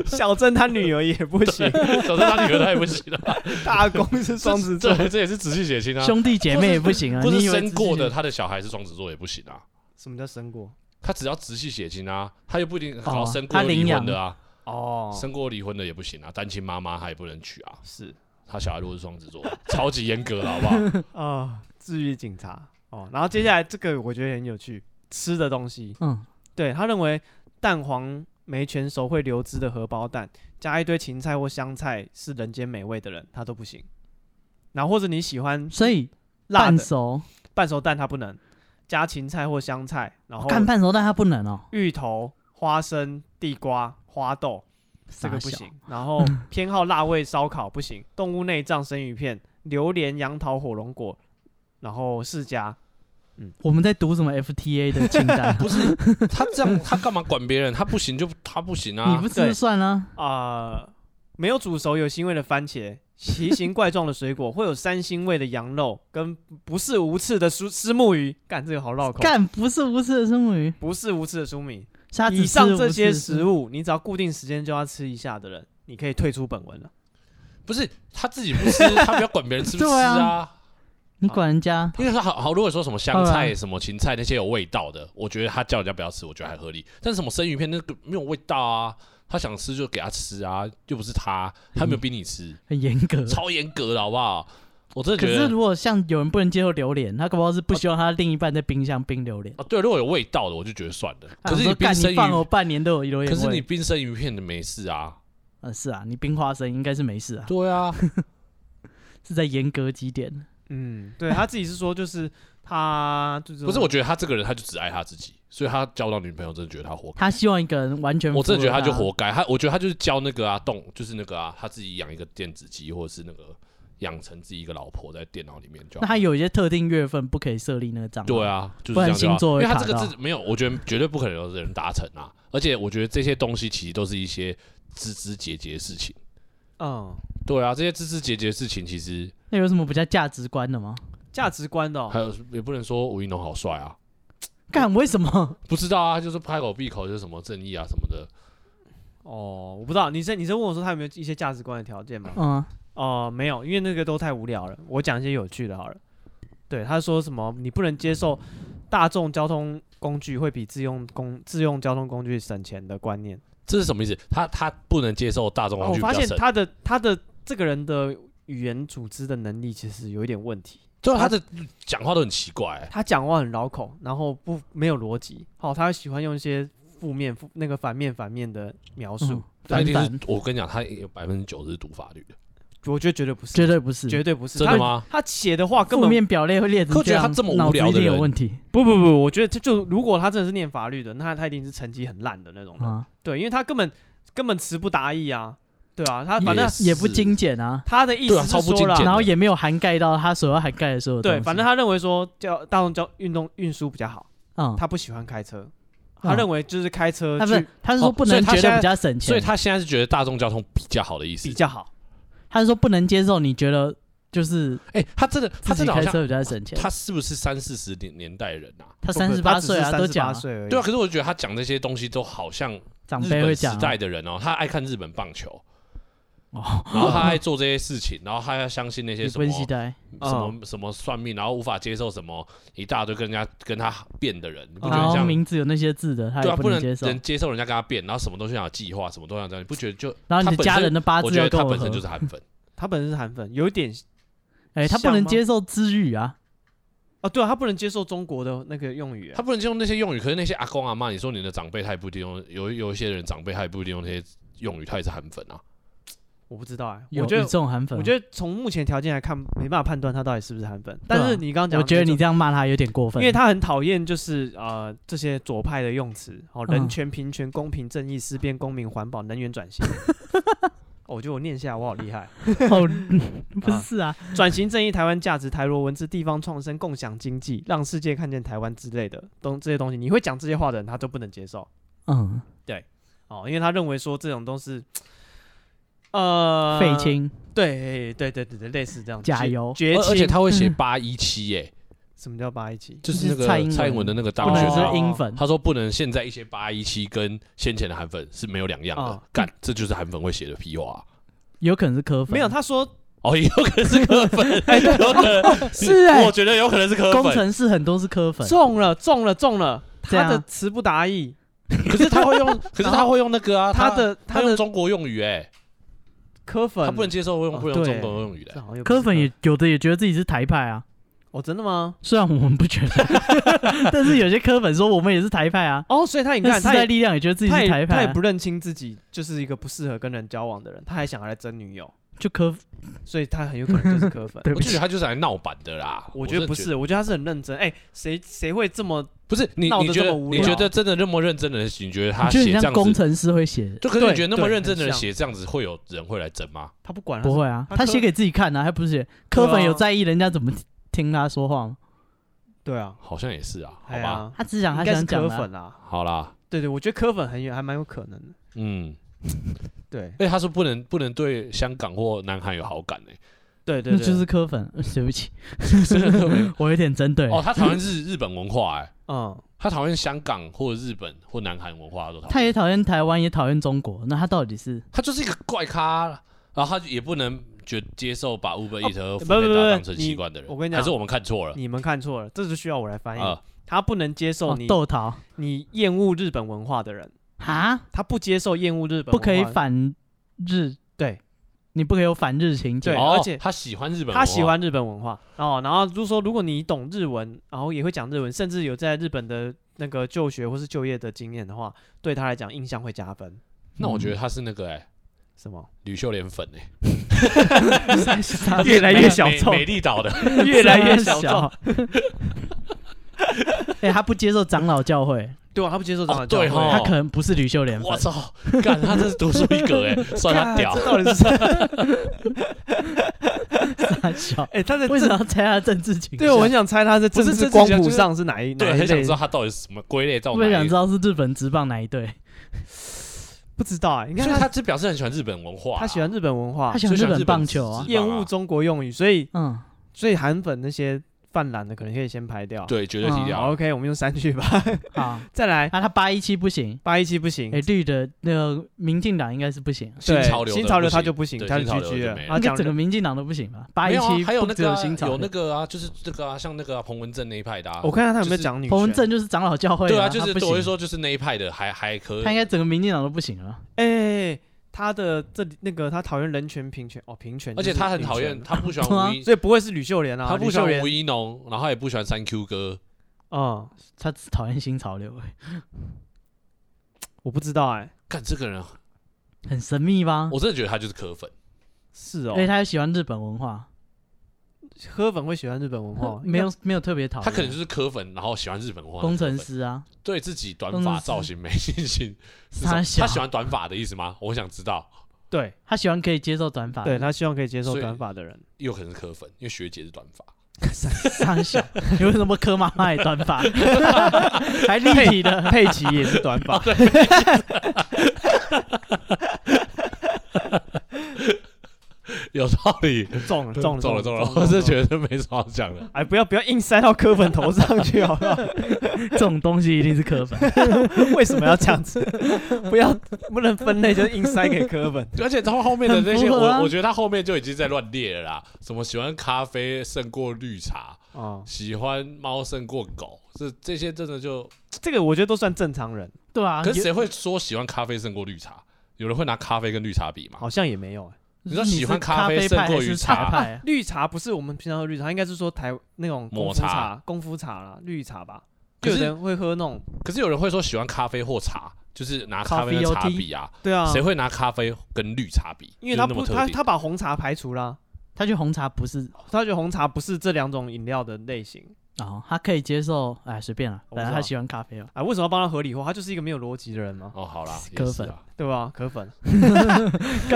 [SPEAKER 2] 小珍他女儿也不行，
[SPEAKER 3] 小珍他女儿他也不行啊，
[SPEAKER 2] 大公是 双子 座，
[SPEAKER 3] 这这也是直系血亲啊，
[SPEAKER 1] 兄弟姐妹也不行啊，
[SPEAKER 3] 不
[SPEAKER 1] 你
[SPEAKER 3] 是
[SPEAKER 1] 以为
[SPEAKER 3] 生
[SPEAKER 1] 自己
[SPEAKER 3] 过的，他的小孩是双子座也不行啊，
[SPEAKER 2] 什么叫生过？
[SPEAKER 3] 他只要直系血亲啊，他又不一定好
[SPEAKER 1] 哦
[SPEAKER 3] 生过
[SPEAKER 1] 他领
[SPEAKER 3] 离
[SPEAKER 1] 养
[SPEAKER 3] 婚的啊，
[SPEAKER 2] 哦，
[SPEAKER 3] 生过离婚的也不行啊，单亲妈妈他也不能娶啊，
[SPEAKER 2] 是
[SPEAKER 3] 他小孩如果是双子座，超级严格的好不 好？
[SPEAKER 2] 啊，治愈警察哦。然后接下来这个我觉得很有趣，吃的东西，
[SPEAKER 1] 嗯，
[SPEAKER 2] 对他认为蛋黄没全熟会流汁的荷包蛋，加一堆芹菜或香菜是人间美味的人，他都不行。然后或者你喜欢
[SPEAKER 1] 所以
[SPEAKER 2] 辣
[SPEAKER 1] 半
[SPEAKER 2] 的
[SPEAKER 1] 熟
[SPEAKER 2] 半熟蛋，他不能加芹菜或香菜，然
[SPEAKER 3] 哦
[SPEAKER 2] 后
[SPEAKER 1] 干半熟蛋它不能哦，
[SPEAKER 2] 芋头、花生、地瓜、花豆，这个
[SPEAKER 1] 傻
[SPEAKER 2] 不
[SPEAKER 1] 小
[SPEAKER 2] 行。然后偏好辣味烧烤不行，动物内脏、生鱼片、榴莲、杨桃、火龙果，然后释迦。
[SPEAKER 1] 我们在读什么 FTA 的清单？
[SPEAKER 3] 不是他这样，他干嘛管别人？他不行就他不行
[SPEAKER 1] 你
[SPEAKER 3] 啊
[SPEAKER 1] 不！吃就
[SPEAKER 2] 对
[SPEAKER 1] 算了。
[SPEAKER 2] 啊、没有煮熟有腥味的番茄，奇形怪状的水果，会有三腥味的羊肉，跟不是无刺的苏虱目鱼。干这个好绕口。
[SPEAKER 1] 干不是无刺的生鱼，
[SPEAKER 2] 不是无刺的苏米。
[SPEAKER 1] 虾子
[SPEAKER 2] 以上这些
[SPEAKER 1] 食
[SPEAKER 2] 食
[SPEAKER 1] 物，
[SPEAKER 2] 物，你只要固定时间就要吃一下的人，你可以退出本文了。
[SPEAKER 3] 不是他自己不 吃，他不要管别人吃不吃
[SPEAKER 1] 对啊
[SPEAKER 3] 啊！
[SPEAKER 1] 你管人家
[SPEAKER 3] 因为他好好，如果说什么香
[SPEAKER 1] 当
[SPEAKER 3] 菜、
[SPEAKER 1] 然
[SPEAKER 3] 什么芹菜那些有味道的，我觉得他叫人家不要吃，我觉得还合理。但是什么生鱼片那个没有味道啊，他想吃就给他吃啊，又不是他，他
[SPEAKER 1] 嗯
[SPEAKER 3] 没有逼你吃，
[SPEAKER 1] 很严格。
[SPEAKER 3] 超严格的好不好？我真的
[SPEAKER 1] 可
[SPEAKER 3] 觉
[SPEAKER 1] 是
[SPEAKER 3] 得
[SPEAKER 1] 如果像有人不能接受榴莲，他搞不好是不希望他另一半在冰箱冰榴莲。
[SPEAKER 3] 啊，对，如果有味道的我就觉得算了。
[SPEAKER 1] 啊
[SPEAKER 3] 可是
[SPEAKER 1] 我
[SPEAKER 3] 你
[SPEAKER 1] 说干
[SPEAKER 3] 冰生
[SPEAKER 1] 你放我
[SPEAKER 3] 鱼，
[SPEAKER 1] 半年都有榴莲
[SPEAKER 3] 可是你
[SPEAKER 1] 味
[SPEAKER 3] 冰生鱼片的没事啊。
[SPEAKER 1] 呃是啊，你冰花生应该是没事啊，
[SPEAKER 3] 对啊，
[SPEAKER 1] 是在严格几点？
[SPEAKER 2] 嗯，对他自己是说，就是他就是
[SPEAKER 1] 啊
[SPEAKER 3] 不是，我觉得他这个人他就只爱他自己，所以他交不到女朋友，真的觉得他活该。
[SPEAKER 1] 他希望一个人完全
[SPEAKER 3] 我真的觉得他
[SPEAKER 1] 他啊
[SPEAKER 3] 就活该。他我觉得他就是教那个啊，动就是那个啊，他自己养一个电子鸡，或者是那个养成自己一个老婆在电脑里面就
[SPEAKER 1] 那
[SPEAKER 3] 好。
[SPEAKER 1] 他有一些特定月份不可以设立那个账号。
[SPEAKER 3] 对啊，就是
[SPEAKER 1] 不
[SPEAKER 3] 这
[SPEAKER 1] 然
[SPEAKER 3] 样就好
[SPEAKER 1] 星座
[SPEAKER 3] 因
[SPEAKER 1] 会
[SPEAKER 3] 为他
[SPEAKER 1] 卡
[SPEAKER 3] 这个
[SPEAKER 1] 到
[SPEAKER 3] 字没有，我觉得绝对不可能有人达成啊。而且我觉得这些东西其实都是一些枝枝节节的事情。
[SPEAKER 2] 嗯
[SPEAKER 3] 对啊，这些枝枝节节的事情，其实
[SPEAKER 1] 那有什么比较价值观的吗？
[SPEAKER 2] 价值观的、
[SPEAKER 3] 还
[SPEAKER 2] 哦，
[SPEAKER 3] 有也不能说吴一农好帅啊，
[SPEAKER 1] 干为什么？
[SPEAKER 3] 不知道啊，就是拍狗闭口就是什么正义啊什么的。
[SPEAKER 2] 哦，我不知道，你是你是问我说他有没有一些价值观的条件吗？
[SPEAKER 1] 嗯，
[SPEAKER 2] 哦、没有，因为那个都太无聊了。我讲一些有趣的好了。对，他说什么？你不能接受大众交通工具会比自用工自用交通工具省钱的观念。
[SPEAKER 3] 这是什么意思？他他不能接受大众
[SPEAKER 2] 哦
[SPEAKER 3] 工
[SPEAKER 2] 我
[SPEAKER 3] 具比
[SPEAKER 2] 发
[SPEAKER 3] 较
[SPEAKER 2] 现
[SPEAKER 3] 省，
[SPEAKER 2] 他的他的这个人的语言组织的能力其实有一点问题。
[SPEAKER 3] 对啊他的讲话都很奇怪、欸
[SPEAKER 2] 他讲话很绕口，然后不没有逻辑。好、他喜欢用一些负面负那个反面反面的描述。
[SPEAKER 1] 嗯
[SPEAKER 3] 他一定
[SPEAKER 1] 反
[SPEAKER 3] 是我跟你讲，他有百分之九十是读法律的，
[SPEAKER 2] 我觉得绝对不是，
[SPEAKER 1] 绝对不是。
[SPEAKER 2] 绝对不是。
[SPEAKER 3] 真的
[SPEAKER 2] 他
[SPEAKER 3] 吗？
[SPEAKER 2] 他写的话根
[SPEAKER 1] 负
[SPEAKER 2] 本
[SPEAKER 1] 面表列会列成
[SPEAKER 3] 可我觉得他
[SPEAKER 1] 样
[SPEAKER 3] 这么无
[SPEAKER 1] 脑子
[SPEAKER 3] 聊
[SPEAKER 1] 一
[SPEAKER 3] 的
[SPEAKER 1] 定有
[SPEAKER 3] 人
[SPEAKER 1] 问题
[SPEAKER 2] 不不不，我觉得这就如果他真的是念法律的，那他一定是成绩很烂的那种
[SPEAKER 3] 嗯
[SPEAKER 2] 人。
[SPEAKER 1] 啊，
[SPEAKER 2] 对，因为他根本根本词不达意啊，对啊，他
[SPEAKER 3] 也
[SPEAKER 2] 反正
[SPEAKER 3] 是
[SPEAKER 1] 也不精简啊，
[SPEAKER 2] 他的意思
[SPEAKER 3] 对啊
[SPEAKER 2] 是
[SPEAKER 3] 超不
[SPEAKER 2] 说
[SPEAKER 3] 精简
[SPEAKER 2] 啦，
[SPEAKER 1] 然后也没有涵盖到他所要涵盖的所有东西。
[SPEAKER 2] 对，反正他认为说交大众交运动运输比较好，
[SPEAKER 1] 嗯，
[SPEAKER 2] 他不喜欢开车，他认为就是开车
[SPEAKER 1] 他不是
[SPEAKER 2] 去，
[SPEAKER 1] 他是说
[SPEAKER 3] 哦
[SPEAKER 1] 不
[SPEAKER 3] 所以
[SPEAKER 1] 能
[SPEAKER 3] 他
[SPEAKER 1] 觉
[SPEAKER 3] 现
[SPEAKER 1] 得
[SPEAKER 3] 在
[SPEAKER 1] 比较省钱，
[SPEAKER 3] 所以他现在是觉得大众交通比较好的意思
[SPEAKER 2] 比。较好。
[SPEAKER 1] 他是说不能接受你觉得就是
[SPEAKER 3] 哎、他真的，他
[SPEAKER 1] 自己
[SPEAKER 3] 真的好
[SPEAKER 1] 开
[SPEAKER 3] 像，
[SPEAKER 1] 车比较省钱。
[SPEAKER 3] 他是不是三四十年年代人啊？
[SPEAKER 1] 他
[SPEAKER 2] 他
[SPEAKER 1] 三十八岁啊，都讲
[SPEAKER 2] 八
[SPEAKER 1] 啊
[SPEAKER 2] 岁而已。
[SPEAKER 3] 对啊，可是我觉得他讲这些东西都好像日
[SPEAKER 1] 长辈会
[SPEAKER 3] 本时
[SPEAKER 1] 讲啊
[SPEAKER 3] 代的人哦、他爱看日本棒球，
[SPEAKER 1] 哦，
[SPEAKER 3] 然后他爱做这些事情，然后他要相信那些
[SPEAKER 1] 离
[SPEAKER 3] 什么
[SPEAKER 1] 婚系代
[SPEAKER 3] 什么什么算命，然后无法接受什么一大堆跟人家跟他辩的人，你不觉
[SPEAKER 1] 然
[SPEAKER 3] 得这
[SPEAKER 1] 后
[SPEAKER 3] 样？
[SPEAKER 1] 名字有那些字的，他
[SPEAKER 3] 对
[SPEAKER 1] 也
[SPEAKER 3] 啊，不
[SPEAKER 1] 能
[SPEAKER 3] 能
[SPEAKER 1] 接受。
[SPEAKER 3] 人接受人家跟他辩，然后什么东西想有计划，什么都想这样，你不觉得就？
[SPEAKER 1] 然后你
[SPEAKER 3] 他
[SPEAKER 1] 的
[SPEAKER 3] 本
[SPEAKER 1] 家
[SPEAKER 3] 身
[SPEAKER 1] 人的八
[SPEAKER 3] 我
[SPEAKER 1] 字
[SPEAKER 3] 觉
[SPEAKER 1] 要
[SPEAKER 3] 得
[SPEAKER 1] 够
[SPEAKER 3] 他
[SPEAKER 1] 合
[SPEAKER 3] 本身就是韩 粉，
[SPEAKER 2] 他本身是韩粉，有一点
[SPEAKER 1] 哎，他不
[SPEAKER 2] 像
[SPEAKER 1] 能
[SPEAKER 2] 吗
[SPEAKER 1] 接受知语啊，
[SPEAKER 2] 哦，对啊，他不能接受中国的那个用语啊
[SPEAKER 3] 他。不能用那些用语。可是那些阿公阿妈，你说你的长辈他也不一定用，有有一些人长辈他也不一定用那些用语，他也是韩粉啊。
[SPEAKER 2] 我不知道哎，
[SPEAKER 1] 有
[SPEAKER 2] 我觉
[SPEAKER 1] 有
[SPEAKER 2] 得
[SPEAKER 1] 这种韩粉啊
[SPEAKER 2] 我
[SPEAKER 1] 吗，
[SPEAKER 2] 觉得从目前条件来看，没办法判断他到底是不是韩粉。但是你刚刚讲
[SPEAKER 1] 啊我
[SPEAKER 2] 的那种，
[SPEAKER 1] 觉得你这样骂他有点过分，
[SPEAKER 2] 因为他很讨厌就是呃这些左派的用词，哦，
[SPEAKER 1] 嗯
[SPEAKER 2] 人权、平权、公平、正义、思辨、公民、环保、能源转型。哦我觉得我念一下，我好厉害。
[SPEAKER 1] 哦， 不是啊，
[SPEAKER 2] 转型正义、台湾价值、台罗文字、地方创生、共享经济，让世界看见台湾之类的东这些东西，你会讲这些话的人，他都不能接受
[SPEAKER 1] 嗯，
[SPEAKER 2] 哦，因为他认为说这种都是呃
[SPEAKER 1] 废。青
[SPEAKER 2] 对对对对对，类似这样
[SPEAKER 1] 加油
[SPEAKER 2] 绝绝
[SPEAKER 3] 而而且
[SPEAKER 2] 情。
[SPEAKER 3] 他会写八一七耶，
[SPEAKER 2] 什么叫八一七？
[SPEAKER 3] 就是那
[SPEAKER 1] 嗯就是蔡英
[SPEAKER 3] 个
[SPEAKER 1] 文
[SPEAKER 3] 蔡英文的那个大
[SPEAKER 1] 不能
[SPEAKER 3] 学
[SPEAKER 2] 哦
[SPEAKER 1] 是
[SPEAKER 3] 生。
[SPEAKER 1] 英粉，
[SPEAKER 3] 他说不能现在一些八一七跟先前的韩粉是没有两样的
[SPEAKER 2] 哦，
[SPEAKER 3] 干这就是韩粉会写的屁话啊
[SPEAKER 1] 有可能是科粉，
[SPEAKER 2] 没有，他说
[SPEAKER 3] 哦，有可能是 科粉，
[SPEAKER 2] 哎
[SPEAKER 3] 有可能
[SPEAKER 1] 是哎
[SPEAKER 3] 我觉得有可能是科
[SPEAKER 1] 工
[SPEAKER 3] 粉，
[SPEAKER 1] 程师很多是科粉，
[SPEAKER 2] 中了，中了，中了。
[SPEAKER 1] 这样
[SPEAKER 2] 他的词不达意，
[SPEAKER 3] 可是他会用，可是他会用那个啊，
[SPEAKER 2] 他的
[SPEAKER 3] 他
[SPEAKER 2] 他
[SPEAKER 3] 用
[SPEAKER 2] 的
[SPEAKER 3] 中国用语哎，
[SPEAKER 2] 柯粉，
[SPEAKER 3] 他不能接受用不
[SPEAKER 2] 哦
[SPEAKER 3] 能用
[SPEAKER 2] 对
[SPEAKER 3] 中国用语
[SPEAKER 2] 这
[SPEAKER 3] 的，
[SPEAKER 2] 好像又不
[SPEAKER 1] 柯粉
[SPEAKER 2] 是
[SPEAKER 1] 也有的也觉得自己是台派啊，
[SPEAKER 2] 哦，真的吗？
[SPEAKER 1] 虽然我们不觉得，但是有些柯粉说我们也是台派啊。
[SPEAKER 2] 哦，所以他你
[SPEAKER 1] 那
[SPEAKER 2] 看
[SPEAKER 1] 时
[SPEAKER 2] 他
[SPEAKER 1] 代
[SPEAKER 2] 也
[SPEAKER 1] 力量也觉得自己
[SPEAKER 2] 他
[SPEAKER 1] 是
[SPEAKER 2] 也
[SPEAKER 1] 台
[SPEAKER 2] 他
[SPEAKER 1] 派、
[SPEAKER 2] 也
[SPEAKER 1] 啊
[SPEAKER 2] 不，认清自己就是一个不适合跟人交往的人，他还想要来争女友，
[SPEAKER 1] 就柯
[SPEAKER 2] 所以他很有可能就是柯粉
[SPEAKER 1] 。对
[SPEAKER 3] 我
[SPEAKER 1] 不
[SPEAKER 3] 就觉
[SPEAKER 1] 起
[SPEAKER 3] 得。他就是来闹版的啦。
[SPEAKER 2] 我觉得
[SPEAKER 3] 真的
[SPEAKER 2] 不是，我觉得他是很认真。哎，谁谁会这么
[SPEAKER 3] 不是你
[SPEAKER 2] 闹得
[SPEAKER 3] 你觉
[SPEAKER 2] 这
[SPEAKER 3] 得
[SPEAKER 2] 么无
[SPEAKER 3] 你
[SPEAKER 2] 聊
[SPEAKER 3] 觉得真的那么认真的人，你觉得他
[SPEAKER 1] 你觉得
[SPEAKER 3] 写
[SPEAKER 1] 你
[SPEAKER 3] 这
[SPEAKER 1] 像
[SPEAKER 3] 样
[SPEAKER 1] 工
[SPEAKER 3] 子，
[SPEAKER 1] 程师会写的，
[SPEAKER 3] 就可是
[SPEAKER 2] 对
[SPEAKER 3] 你觉得那么
[SPEAKER 2] 对
[SPEAKER 3] 认真的
[SPEAKER 2] 很
[SPEAKER 3] 人
[SPEAKER 2] 像
[SPEAKER 3] 写这样子，会有人会来争吗？
[SPEAKER 2] 他不管他
[SPEAKER 1] 不
[SPEAKER 2] 是
[SPEAKER 1] 会啊，
[SPEAKER 2] 他
[SPEAKER 1] 他
[SPEAKER 2] 柯
[SPEAKER 1] 写给自己看啊，他不是写柯粉有在意人家怎么听他说话吗？
[SPEAKER 2] 对啊，
[SPEAKER 3] 好像也是啊，好
[SPEAKER 2] 哎
[SPEAKER 3] 吧，
[SPEAKER 2] 呀，
[SPEAKER 1] 他只讲他
[SPEAKER 2] 应该
[SPEAKER 1] 想
[SPEAKER 2] 是
[SPEAKER 1] 讲
[SPEAKER 2] 柯
[SPEAKER 1] 的啊、
[SPEAKER 2] 粉啊。
[SPEAKER 3] 好啦，
[SPEAKER 2] 对对，我觉得柯粉很有还蛮有可能的。
[SPEAKER 3] 嗯，
[SPEAKER 2] 对
[SPEAKER 3] 哎，他说不能不能对香港或南韩有好感呢、
[SPEAKER 2] 对对
[SPEAKER 1] 那
[SPEAKER 2] 对，
[SPEAKER 1] 就是柯粉，呃对不起，
[SPEAKER 3] 真的特别
[SPEAKER 1] 我有点针对。
[SPEAKER 3] 哦，他讨厌日 日本文化哎、
[SPEAKER 2] 嗯，
[SPEAKER 3] 他讨厌香港或日本或南韩文化都讨厌，
[SPEAKER 1] 他也讨厌台湾，也讨厌中国，那他到底是
[SPEAKER 3] 他就是一个怪咖，然后他也不能觉接受把 Uber Eat 和
[SPEAKER 2] 不哦不
[SPEAKER 3] f o o
[SPEAKER 2] 不不
[SPEAKER 3] 当成习惯的人。
[SPEAKER 2] 你我跟你讲
[SPEAKER 3] 还是我们看错了
[SPEAKER 2] 你们看错了，这就需要我来翻译
[SPEAKER 3] 啊。？
[SPEAKER 2] 他不能接受
[SPEAKER 1] 哦
[SPEAKER 2] 你
[SPEAKER 1] 豆桃
[SPEAKER 2] 你厌恶日本文化的人，
[SPEAKER 1] 啊？
[SPEAKER 2] 他不接受厌恶日本文化，
[SPEAKER 1] 不可以反日，
[SPEAKER 2] 对
[SPEAKER 1] 你不可以有反日情节
[SPEAKER 2] 对。
[SPEAKER 3] 哦
[SPEAKER 2] 而且
[SPEAKER 3] 他喜欢日本文化，
[SPEAKER 2] 他喜欢日本文化哦，然后就是说，如果你懂日文，然后也会讲日文，甚至有在日本的那个就学或是就业的经验的话，对他来讲印象会加分。
[SPEAKER 3] 那我觉得他是那个哎、欸，
[SPEAKER 2] 什么？
[SPEAKER 3] 吕秀莲粉哎、
[SPEAKER 1] 他
[SPEAKER 2] 越来越小
[SPEAKER 3] 美
[SPEAKER 2] 众
[SPEAKER 3] 美美丽 岛的，
[SPEAKER 2] 越来越
[SPEAKER 1] 小
[SPEAKER 2] 小众。。
[SPEAKER 1] 哎，他不接受长老教会，
[SPEAKER 2] 对啊，他不接受这样的
[SPEAKER 3] 哦
[SPEAKER 2] 教
[SPEAKER 3] 对
[SPEAKER 2] 会
[SPEAKER 3] 吼
[SPEAKER 1] 他可能不是吕秀莲粉
[SPEAKER 3] 我操，干他这是独树一格哎、 算他
[SPEAKER 2] 干
[SPEAKER 3] 屌。
[SPEAKER 2] 这到底 是？。
[SPEAKER 1] 他小
[SPEAKER 2] 哎，他在
[SPEAKER 1] 为什
[SPEAKER 2] 政
[SPEAKER 1] 么要猜他的政治倾向？
[SPEAKER 2] 对，我很想猜他在
[SPEAKER 3] 不
[SPEAKER 2] 政
[SPEAKER 3] 是
[SPEAKER 2] 治
[SPEAKER 3] 政治
[SPEAKER 2] 光
[SPEAKER 3] 倾向
[SPEAKER 2] 谱
[SPEAKER 3] 就是
[SPEAKER 2] 上是哪一
[SPEAKER 3] 对，
[SPEAKER 2] 哪一
[SPEAKER 3] 很想
[SPEAKER 2] 类
[SPEAKER 3] 知？道他到底是什么归类到
[SPEAKER 1] 特别
[SPEAKER 3] 哪里。
[SPEAKER 1] 想知道是日本职棒哪一队。
[SPEAKER 2] 不知道啊，你看
[SPEAKER 3] 所以
[SPEAKER 2] 他
[SPEAKER 3] 他这表示很喜欢日本文化啊、
[SPEAKER 2] 他喜欢日本文化
[SPEAKER 1] 他，喜欢
[SPEAKER 3] 就
[SPEAKER 1] 日
[SPEAKER 3] 像
[SPEAKER 1] 本
[SPEAKER 3] 日本
[SPEAKER 1] 棒球啊
[SPEAKER 3] 职。
[SPEAKER 2] 厌恶中国用语，所以
[SPEAKER 1] 嗯，
[SPEAKER 2] 所以韩粉那些泛滥的可能可以先排掉。
[SPEAKER 3] 对，绝对低
[SPEAKER 1] 啊
[SPEAKER 3] 调。
[SPEAKER 2] 好，OK，我们用删去吧。
[SPEAKER 1] 好。
[SPEAKER 2] 再来
[SPEAKER 1] 啊，他八一七不行，
[SPEAKER 2] 八一七不行
[SPEAKER 1] 哎、，绿的那个民进党应该是不行，
[SPEAKER 3] 新
[SPEAKER 2] 对
[SPEAKER 3] 潮流的
[SPEAKER 2] 新潮流
[SPEAKER 3] 不行
[SPEAKER 2] 他就不行
[SPEAKER 3] 对
[SPEAKER 2] 他就
[SPEAKER 3] 新潮流
[SPEAKER 2] GG 了
[SPEAKER 3] 没
[SPEAKER 2] 啊
[SPEAKER 1] 应该
[SPEAKER 2] 讲
[SPEAKER 1] 整个
[SPEAKER 2] 的
[SPEAKER 1] 民进党都不行吧？八
[SPEAKER 3] 没
[SPEAKER 1] 一
[SPEAKER 3] 有啊
[SPEAKER 1] 七
[SPEAKER 3] 还有那
[SPEAKER 1] 只
[SPEAKER 3] 个
[SPEAKER 1] 有
[SPEAKER 3] 啊
[SPEAKER 1] 新潮流，
[SPEAKER 3] 有那个啊，就是这个啊，像那个啊彭文正那一派的啊。
[SPEAKER 2] 我看看他有没
[SPEAKER 3] 就
[SPEAKER 2] 有
[SPEAKER 3] 是
[SPEAKER 2] 讲女
[SPEAKER 1] 彭文
[SPEAKER 2] 权
[SPEAKER 1] 正就是长老教会、
[SPEAKER 3] 对啊，
[SPEAKER 1] 啊，
[SPEAKER 3] 就
[SPEAKER 1] 他
[SPEAKER 3] 是
[SPEAKER 1] 不行
[SPEAKER 3] 我会，说，就是那一派的还还可以
[SPEAKER 1] 他。应该整个民进党都不行了。
[SPEAKER 2] 哎，他的这里那个他讨厌人权平权哦平权，
[SPEAKER 3] 而且
[SPEAKER 2] 就是
[SPEAKER 3] 他很
[SPEAKER 2] 平
[SPEAKER 3] 讨
[SPEAKER 2] 权
[SPEAKER 3] 厌，他不喜
[SPEAKER 1] 对啊
[SPEAKER 3] 欢吴一，
[SPEAKER 2] 所以不会是吕秀莲啊，
[SPEAKER 3] 他不
[SPEAKER 2] 吕
[SPEAKER 3] 喜
[SPEAKER 2] 秀
[SPEAKER 3] 欢
[SPEAKER 2] 莲
[SPEAKER 3] 吴一农，然后也不喜欢三 Q 哥。
[SPEAKER 2] 嗯，
[SPEAKER 1] 他只讨厌新潮流、 哎
[SPEAKER 2] 我不知道哎，
[SPEAKER 3] 看这个人，
[SPEAKER 1] 很神秘吧？
[SPEAKER 3] 我真的觉得他就是磕粉。
[SPEAKER 2] 是
[SPEAKER 1] 而
[SPEAKER 2] 哦
[SPEAKER 1] 且，他又喜欢日本文化，
[SPEAKER 2] 柯粉会喜欢日本文化，
[SPEAKER 1] 没有没有特别讨厌。
[SPEAKER 3] 他可能就是磕粉，然后喜欢日本文化的
[SPEAKER 1] 工
[SPEAKER 3] 柯
[SPEAKER 1] 程
[SPEAKER 3] 粉。
[SPEAKER 1] 师啊，
[SPEAKER 3] 对自己短
[SPEAKER 1] 工程
[SPEAKER 3] 发
[SPEAKER 1] 师
[SPEAKER 3] 造型没信心。是什么
[SPEAKER 1] 他
[SPEAKER 3] 他喜欢短发的意思吗？我想知道，
[SPEAKER 2] 对
[SPEAKER 1] 他喜欢可以接受短发，
[SPEAKER 2] 对，，他希望可以接受
[SPEAKER 3] 所以
[SPEAKER 2] 短发的人，
[SPEAKER 3] 有可能是磕粉，因为学姐是短 发。
[SPEAKER 1] 傻小， 你为什么柯妈妈也短发，还立体的？
[SPEAKER 2] 佩奇也是短 发，
[SPEAKER 3] 有道 理，
[SPEAKER 2] 中了中了
[SPEAKER 3] 中了
[SPEAKER 2] 中
[SPEAKER 3] 中
[SPEAKER 2] 了
[SPEAKER 3] 了，， 我
[SPEAKER 2] 得
[SPEAKER 3] 是觉得没什么好讲 的。
[SPEAKER 2] 哎不要不要硬塞到柯粉头上去好不 好？
[SPEAKER 1] 这种东西一定是柯粉。
[SPEAKER 2] 为什么要这样 子？不要不能分类，就是硬塞给柯 粉。
[SPEAKER 3] 而且他后面的那些，
[SPEAKER 1] 很符合啊
[SPEAKER 3] 我我觉得他后面就已经在乱列了啦。什么喜欢咖啡胜过绿茶，
[SPEAKER 2] 哦，
[SPEAKER 3] 喜欢猫胜过狗，这这些真的就，
[SPEAKER 2] 这个我觉得都算正常人，
[SPEAKER 1] 对啊，
[SPEAKER 3] 可是谁会说喜欢咖啡胜过绿茶？有人会拿咖啡跟绿茶比
[SPEAKER 1] 啊
[SPEAKER 3] 吗？
[SPEAKER 2] 好像也没有、欸。
[SPEAKER 3] 你说
[SPEAKER 1] 是
[SPEAKER 3] 喜欢
[SPEAKER 1] 是
[SPEAKER 3] 咖
[SPEAKER 1] 咖
[SPEAKER 3] 啡胜
[SPEAKER 1] 派
[SPEAKER 3] 过
[SPEAKER 1] 还
[SPEAKER 3] 于
[SPEAKER 1] 是
[SPEAKER 3] 茶
[SPEAKER 1] 茶派啊？
[SPEAKER 2] 绿茶不是我们平常的绿茶，应该是说台那种功
[SPEAKER 3] 抹
[SPEAKER 2] 夫
[SPEAKER 3] 茶
[SPEAKER 2] 茶、功夫茶啦，绿茶吧。
[SPEAKER 3] 可
[SPEAKER 2] 就是有人会喝那种，
[SPEAKER 3] 可是有人会说喜欢咖啡或茶，就是拿咖啡跟
[SPEAKER 1] Coffee or
[SPEAKER 3] 茶
[SPEAKER 1] tea？
[SPEAKER 3] 比啊。
[SPEAKER 2] 对啊，
[SPEAKER 3] 谁会拿咖啡跟绿茶比？
[SPEAKER 2] 因为他
[SPEAKER 3] 就是那
[SPEAKER 2] 不
[SPEAKER 3] 么
[SPEAKER 2] 他
[SPEAKER 3] 特定。
[SPEAKER 2] 他把红茶排除啦，
[SPEAKER 1] 他觉得红茶不是
[SPEAKER 2] 他觉得红茶不是这两种饮料的类型
[SPEAKER 1] 哦，他可以接受，哎，随便了，
[SPEAKER 2] 我不
[SPEAKER 1] 反正
[SPEAKER 2] 知
[SPEAKER 1] 他
[SPEAKER 2] 道
[SPEAKER 1] 喜欢咖啡哦嘛。
[SPEAKER 2] 啊。为什么要帮他合理化？他就是一个没有逻辑的人嘛，
[SPEAKER 3] 哦，好啦，也
[SPEAKER 1] 柯
[SPEAKER 3] 是
[SPEAKER 1] 粉
[SPEAKER 3] 啊
[SPEAKER 2] 对吧？可粉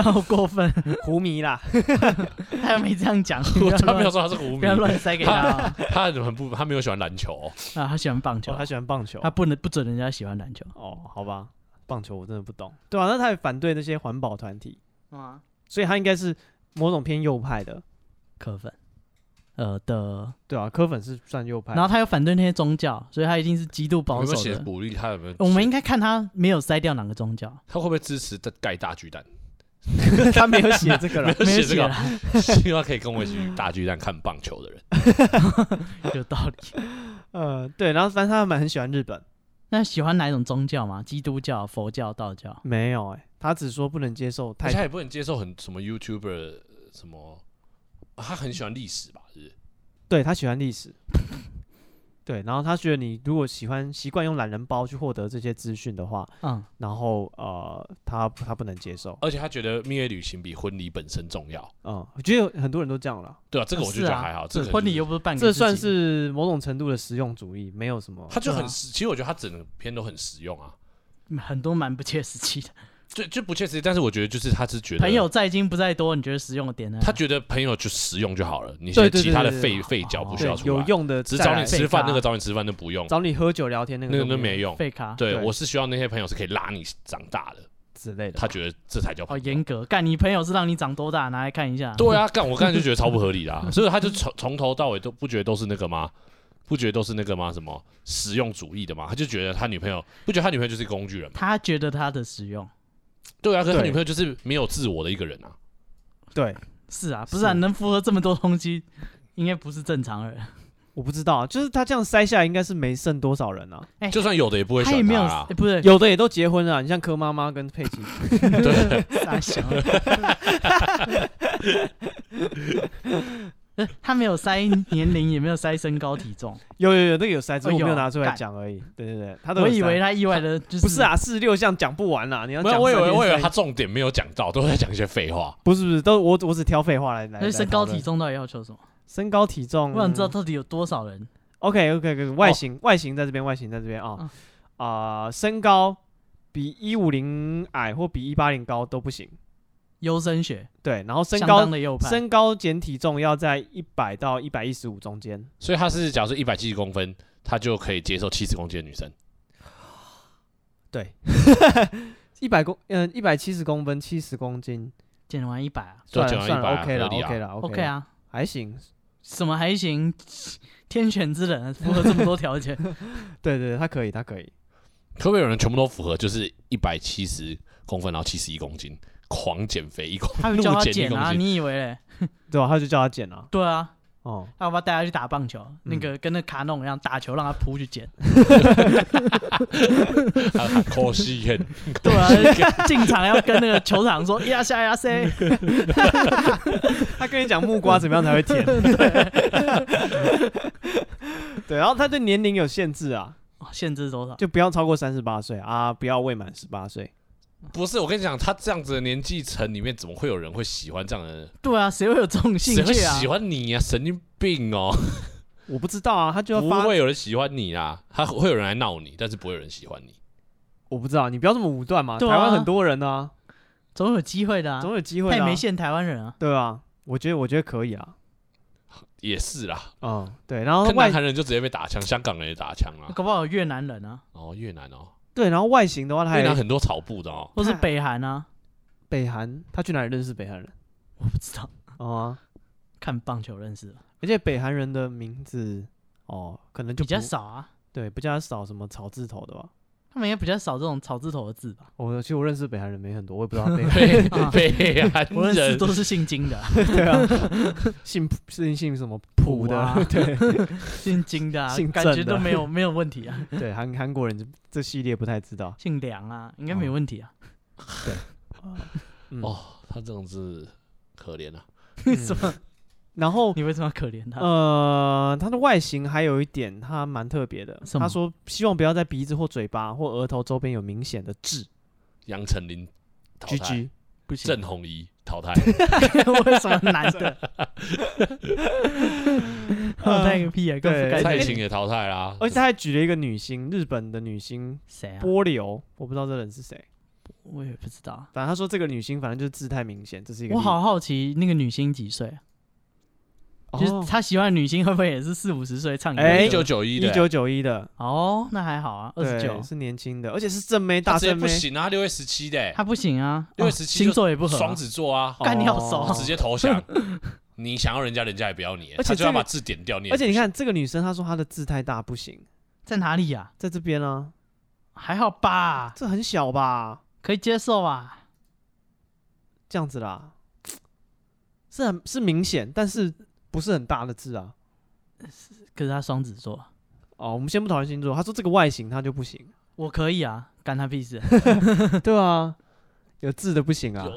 [SPEAKER 1] 好过分，
[SPEAKER 2] 胡迷啦，
[SPEAKER 1] 他又没这样讲，不
[SPEAKER 3] 我
[SPEAKER 1] 要
[SPEAKER 3] 他没有
[SPEAKER 1] 乱
[SPEAKER 3] 说他是个无
[SPEAKER 1] 不
[SPEAKER 3] 名
[SPEAKER 1] 要，乱塞给他啊！
[SPEAKER 3] 他很不，他没有喜欢篮球哦。
[SPEAKER 1] 啊他喜欢棒球
[SPEAKER 2] 哦，他，喜欢棒球
[SPEAKER 1] 他不能不准人家喜欢篮球
[SPEAKER 2] 哦，好吧，棒球我真的不懂，对吧、啊那他也反对那些环保团体，
[SPEAKER 1] 啊，
[SPEAKER 2] 所以他应该是某种偏右派的，
[SPEAKER 1] 科粉，呃的。
[SPEAKER 2] 对啊，柯粉是算右派的，
[SPEAKER 1] 然后他又反对那些宗教，所以他一定是极度
[SPEAKER 3] 有
[SPEAKER 1] 保
[SPEAKER 3] 哎没有
[SPEAKER 1] 守
[SPEAKER 3] 写
[SPEAKER 1] 的。
[SPEAKER 3] 鼓励他？有没有？
[SPEAKER 1] 我们应该看他没有塞掉哪个宗教，
[SPEAKER 3] 他会不会支持的盖大巨 蛋？，
[SPEAKER 2] 他没有写这个了
[SPEAKER 3] 没
[SPEAKER 1] 没有写
[SPEAKER 3] 有写这个啊
[SPEAKER 1] 啦，
[SPEAKER 3] 希望可以跟我一起去大巨蛋看棒球 的人。
[SPEAKER 1] 啊有道理。
[SPEAKER 2] 呃，对，然后但是他蛮很喜欢日本，
[SPEAKER 1] 那喜欢哪一种宗教吗？基督教、佛教、道教？
[SPEAKER 2] 没有哎、他只说不能接受
[SPEAKER 3] 而且他
[SPEAKER 2] 太
[SPEAKER 3] 也不能接受很什么 YouTuber 什么，啊他很喜欢历史吧？是不是
[SPEAKER 2] 对他喜欢历史，对，然后他觉得你如果喜欢习惯用懒人包去获得这些资讯的话，
[SPEAKER 1] 嗯，
[SPEAKER 2] 然后呃，他他不能接受，
[SPEAKER 3] 而且他觉得蜜月旅行比婚礼本身重要，
[SPEAKER 2] 嗯，我觉得有很多人都这样了，
[SPEAKER 3] 对啊，这个我就觉
[SPEAKER 1] 是
[SPEAKER 3] 得
[SPEAKER 1] 啊
[SPEAKER 3] 还好，这个
[SPEAKER 1] 婚礼
[SPEAKER 3] 就是
[SPEAKER 1] 又不是办给
[SPEAKER 2] 这
[SPEAKER 1] 自己
[SPEAKER 2] 算是某种程度的实用主义，没有什么，
[SPEAKER 3] 他就
[SPEAKER 1] 对啊
[SPEAKER 3] 很实，其实我觉得他整个片都很实用啊，
[SPEAKER 1] 很多蛮不切实际的。
[SPEAKER 3] 就就不切实际，但是我觉得就是他是觉得
[SPEAKER 1] 朋友在精不在多，你觉得实用的点呢？
[SPEAKER 3] 他觉得朋友就实用就好了，你
[SPEAKER 2] 对
[SPEAKER 3] 些
[SPEAKER 2] 对
[SPEAKER 3] 其他的
[SPEAKER 2] 对对
[SPEAKER 3] 费费脚不需要
[SPEAKER 2] 对
[SPEAKER 3] 出
[SPEAKER 2] 有
[SPEAKER 3] 来，
[SPEAKER 2] 用的
[SPEAKER 3] 只
[SPEAKER 2] 再
[SPEAKER 3] 找
[SPEAKER 2] 来
[SPEAKER 3] 你吃饭
[SPEAKER 1] 费
[SPEAKER 3] 那
[SPEAKER 1] 啊
[SPEAKER 3] 个找你吃饭那不用，
[SPEAKER 2] 找你喝酒聊天那个
[SPEAKER 3] 那个那
[SPEAKER 2] 都
[SPEAKER 3] 没
[SPEAKER 2] 有
[SPEAKER 3] 用。
[SPEAKER 1] 废咖
[SPEAKER 3] 对
[SPEAKER 2] 对
[SPEAKER 3] 我是需要那些朋友是可以拉你长大的，
[SPEAKER 2] 之类的，
[SPEAKER 3] 他觉得这才叫
[SPEAKER 1] 好
[SPEAKER 3] 朋友。
[SPEAKER 1] 哦严格，干你朋友是让你长多大？拿来看一下。
[SPEAKER 3] 对啊，干我刚才就觉得超不合理的、啊，所以他就从从头到尾都不觉得都是那个吗？不觉得都是那个吗？什么实用主义的吗？他就觉得他女朋友不觉得他女朋友就是个工具人嘛？
[SPEAKER 1] 他觉得他的实用
[SPEAKER 3] 对啊，可是他
[SPEAKER 2] 对
[SPEAKER 3] 女朋友就是没有自我的一个人啊。
[SPEAKER 2] 对，
[SPEAKER 1] 是啊，不是啊，
[SPEAKER 2] 是
[SPEAKER 1] 能符合这么多东西， 应该不是正常人。
[SPEAKER 2] 我不知道，啊就是他这样筛下来应该是没剩多少人啊，
[SPEAKER 1] 哎
[SPEAKER 3] 就算有的也不会啊
[SPEAKER 1] 他
[SPEAKER 3] 选
[SPEAKER 1] 也没有，
[SPEAKER 3] 啦
[SPEAKER 1] 哎。不是
[SPEAKER 2] 有的也都结婚了啊，你像柯妈妈跟佩奇，
[SPEAKER 3] 对，
[SPEAKER 1] 傻小。 呃他没有塞年龄，也没有塞身高体重，
[SPEAKER 2] 有有有那个有筛，只是
[SPEAKER 3] 哦
[SPEAKER 1] 哎
[SPEAKER 2] 我
[SPEAKER 1] 呦
[SPEAKER 3] 啊
[SPEAKER 2] 没有拿出来
[SPEAKER 1] 干
[SPEAKER 2] 讲而已，对对对，他都有
[SPEAKER 1] 我以
[SPEAKER 2] 筛
[SPEAKER 1] 为他意外的就是
[SPEAKER 2] 不是，啊，四十六项讲不完啦，你要
[SPEAKER 3] 没有，
[SPEAKER 2] 讲
[SPEAKER 3] 我以为
[SPEAKER 2] 三天
[SPEAKER 3] 我以为
[SPEAKER 2] 三
[SPEAKER 3] 他重点没有讲到，都在讲一些废话。
[SPEAKER 2] 不是不是，都我我只挑废话来来。
[SPEAKER 1] 那
[SPEAKER 2] 来
[SPEAKER 1] 身高
[SPEAKER 2] 讨论
[SPEAKER 1] 体重到底要求什么？
[SPEAKER 2] 身高体重，
[SPEAKER 1] 我想知道哦到底有多少人
[SPEAKER 2] OK OK OK，外形、外形在这边，外形在这边
[SPEAKER 1] 哦
[SPEAKER 2] 啊啊、身高比一五零矮或比一八零高都不行。
[SPEAKER 1] 优生学
[SPEAKER 2] 对，然后身
[SPEAKER 1] 相
[SPEAKER 2] 高
[SPEAKER 1] 当的右派，
[SPEAKER 2] 身高减体重要在一百到一百一十五中间。
[SPEAKER 3] 所以他是假如说一百七十公分，他就可以接受七十公斤的女生。
[SPEAKER 2] 对， 一百公嗯一百七十公分，七十公斤，
[SPEAKER 1] 减完一百啊
[SPEAKER 3] 就
[SPEAKER 2] 算
[SPEAKER 3] 减
[SPEAKER 2] 了
[SPEAKER 3] 完
[SPEAKER 2] 算了
[SPEAKER 3] 100
[SPEAKER 2] ，OK 了
[SPEAKER 3] 合理啊
[SPEAKER 2] ，OK 了
[SPEAKER 1] ，OK，啊，
[SPEAKER 2] 还行。
[SPEAKER 1] 什么还行，天选之人符合这么多条 件，
[SPEAKER 2] 对对对，他可以，他可以。
[SPEAKER 3] 可不可以有人全部都符合，就是一百七十公分，然后七十一公斤，狂减肥一公
[SPEAKER 1] 他们
[SPEAKER 3] 路
[SPEAKER 1] 叫他
[SPEAKER 3] 减一
[SPEAKER 1] 减啊，
[SPEAKER 3] 公斤？
[SPEAKER 1] 你以为嘞？
[SPEAKER 2] 对吧、他就叫他减啊。
[SPEAKER 1] 对啊，
[SPEAKER 2] 哦、
[SPEAKER 1] 他要不要带他去打棒球？那个跟那卡农一样，打球让他扑去捡。
[SPEAKER 3] 可惜很
[SPEAKER 1] 对啊，进场要跟那个球场说呀下呀塞，
[SPEAKER 2] 他跟你讲木瓜怎么样才会甜， 对，然后他对年龄有限制啊，
[SPEAKER 1] 哦限制多少？
[SPEAKER 2] 就不要超过三十八岁啊，不要未满十八岁。
[SPEAKER 3] 不是，我跟你讲，他这样子的年纪层里面，怎么会有人会喜欢这样的人？
[SPEAKER 1] 对啊，谁会有这种兴
[SPEAKER 3] 谁会
[SPEAKER 1] 趣啊
[SPEAKER 3] 喜？欢你啊？神经病哦！
[SPEAKER 2] 我不知道啊，他就要
[SPEAKER 3] 不
[SPEAKER 2] 发，
[SPEAKER 3] 会有人喜欢你啦，他会有人来闹你，但是不会有人喜欢你。
[SPEAKER 2] 我不知道，你不要这么武断嘛。
[SPEAKER 1] 对
[SPEAKER 2] 台
[SPEAKER 1] 啊
[SPEAKER 2] 湾很多人啊，
[SPEAKER 1] 总有机会的啊，
[SPEAKER 2] 总有机会
[SPEAKER 1] 他也
[SPEAKER 2] 的啊
[SPEAKER 1] 没。限台湾人啊。
[SPEAKER 2] 对啊，我觉得我觉得可以啊。
[SPEAKER 3] 也是啦，
[SPEAKER 2] 嗯，对，然后
[SPEAKER 3] 看
[SPEAKER 2] 外
[SPEAKER 3] 南韩人就直接被打枪，香港人也打枪啦。
[SPEAKER 1] 搞不好有越南人啊，
[SPEAKER 3] 哦，越南哦，
[SPEAKER 2] 对，然后外形的话，他
[SPEAKER 3] 越南
[SPEAKER 2] 还
[SPEAKER 3] 很多草布 的哦。
[SPEAKER 1] 或是北韩啊，
[SPEAKER 2] 北韩，他去哪里认识北韩人？
[SPEAKER 1] 我不知道。
[SPEAKER 2] 哦啊、
[SPEAKER 1] 看棒球认识的
[SPEAKER 2] 而且北韩人的名字哦，可能就
[SPEAKER 1] 比较
[SPEAKER 2] 不，
[SPEAKER 1] 少啊，
[SPEAKER 2] 对，比较少什么草字头的吧。
[SPEAKER 1] 他们也比较少这种草字头的字吧。
[SPEAKER 2] 我其实我认识北韩人没很多，我也不知道 他北韩
[SPEAKER 3] 北
[SPEAKER 1] 啊
[SPEAKER 3] 北韩
[SPEAKER 1] 我认识
[SPEAKER 3] 人
[SPEAKER 1] 都是姓金的啊，
[SPEAKER 2] 对啊， 姓普姓姓什么
[SPEAKER 1] 普
[SPEAKER 2] 朴的，
[SPEAKER 1] 啊
[SPEAKER 2] 对
[SPEAKER 1] 姓金的啊
[SPEAKER 2] 姓，
[SPEAKER 1] 感
[SPEAKER 2] 郑
[SPEAKER 1] 觉
[SPEAKER 2] 的
[SPEAKER 1] 都没有没有问题啊。
[SPEAKER 2] 对，韩韩国人这这系列不太知道。
[SPEAKER 1] 姓梁啊，应该没问题啊。
[SPEAKER 2] 嗯、
[SPEAKER 3] 哦，他这样子可怜啊。
[SPEAKER 1] 为 什么？
[SPEAKER 2] 然后
[SPEAKER 1] 你为什么要可怜他？
[SPEAKER 2] 呃，他的外形还有一点，他蛮特别的。
[SPEAKER 1] 什么
[SPEAKER 2] 他说希望不要在鼻子或嘴巴或额头周边有明显的痣。
[SPEAKER 3] 杨丞琳淘
[SPEAKER 2] 居
[SPEAKER 3] 汰，
[SPEAKER 2] 居，
[SPEAKER 1] 不行，
[SPEAKER 3] 郑红怡淘 汰，
[SPEAKER 1] 为什么男的？我带个屁啊！更不
[SPEAKER 2] 嗯对
[SPEAKER 1] 该
[SPEAKER 3] 蔡
[SPEAKER 1] 带
[SPEAKER 3] 琴也淘汰啦。
[SPEAKER 2] 而且他还举了一个女星，日本的女星
[SPEAKER 1] 谁啊？
[SPEAKER 2] 波流，我不知道这人是谁。
[SPEAKER 1] 我也不知道。
[SPEAKER 2] 反正他说这个女星，反正就是痣太明显，这是一个例
[SPEAKER 1] 我
[SPEAKER 2] 子。
[SPEAKER 1] 好好奇那个女星几岁啊，就是
[SPEAKER 2] 哦，
[SPEAKER 1] 她喜欢的女星会不会也是四五十岁唱
[SPEAKER 2] 哎
[SPEAKER 1] 歌？
[SPEAKER 3] 一九九一
[SPEAKER 2] 一
[SPEAKER 3] 的，
[SPEAKER 2] 九九一的，
[SPEAKER 1] 哦，那还好啊，二十九
[SPEAKER 2] 对，是年轻的，而且是正妹
[SPEAKER 3] 他
[SPEAKER 2] 大
[SPEAKER 3] 直接
[SPEAKER 2] 正
[SPEAKER 3] 不
[SPEAKER 2] 妹，哦
[SPEAKER 3] 行啊，六月十七的，
[SPEAKER 1] 她不行啊，
[SPEAKER 3] 因为
[SPEAKER 1] 哦
[SPEAKER 3] 17
[SPEAKER 1] 星座也不合啊，
[SPEAKER 3] 双子座啊，
[SPEAKER 1] 干你好熟
[SPEAKER 2] 哦
[SPEAKER 1] 啊
[SPEAKER 3] 直接 投降。你想要人家，人家也不要你，
[SPEAKER 2] 而且
[SPEAKER 3] 他就要
[SPEAKER 2] 这个
[SPEAKER 3] 把字点掉。你也
[SPEAKER 2] 而且
[SPEAKER 3] 不
[SPEAKER 2] 你
[SPEAKER 3] 行，
[SPEAKER 2] 看这个女生，她说她的字太大不行，
[SPEAKER 1] 在哪里呀？
[SPEAKER 2] 在这边啊，
[SPEAKER 1] 还好吧，
[SPEAKER 2] 这很小吧，
[SPEAKER 1] 可以接受啊吧？
[SPEAKER 2] 这样子啦，是很是明显，但是不是很大的字啊。
[SPEAKER 1] 可是她双子座，
[SPEAKER 2] 哦，我们先不讨论星座，她说这个外形她就不行，
[SPEAKER 1] 我可以啊，干她屁事。
[SPEAKER 2] 对啊，有字的不行啊。
[SPEAKER 3] 有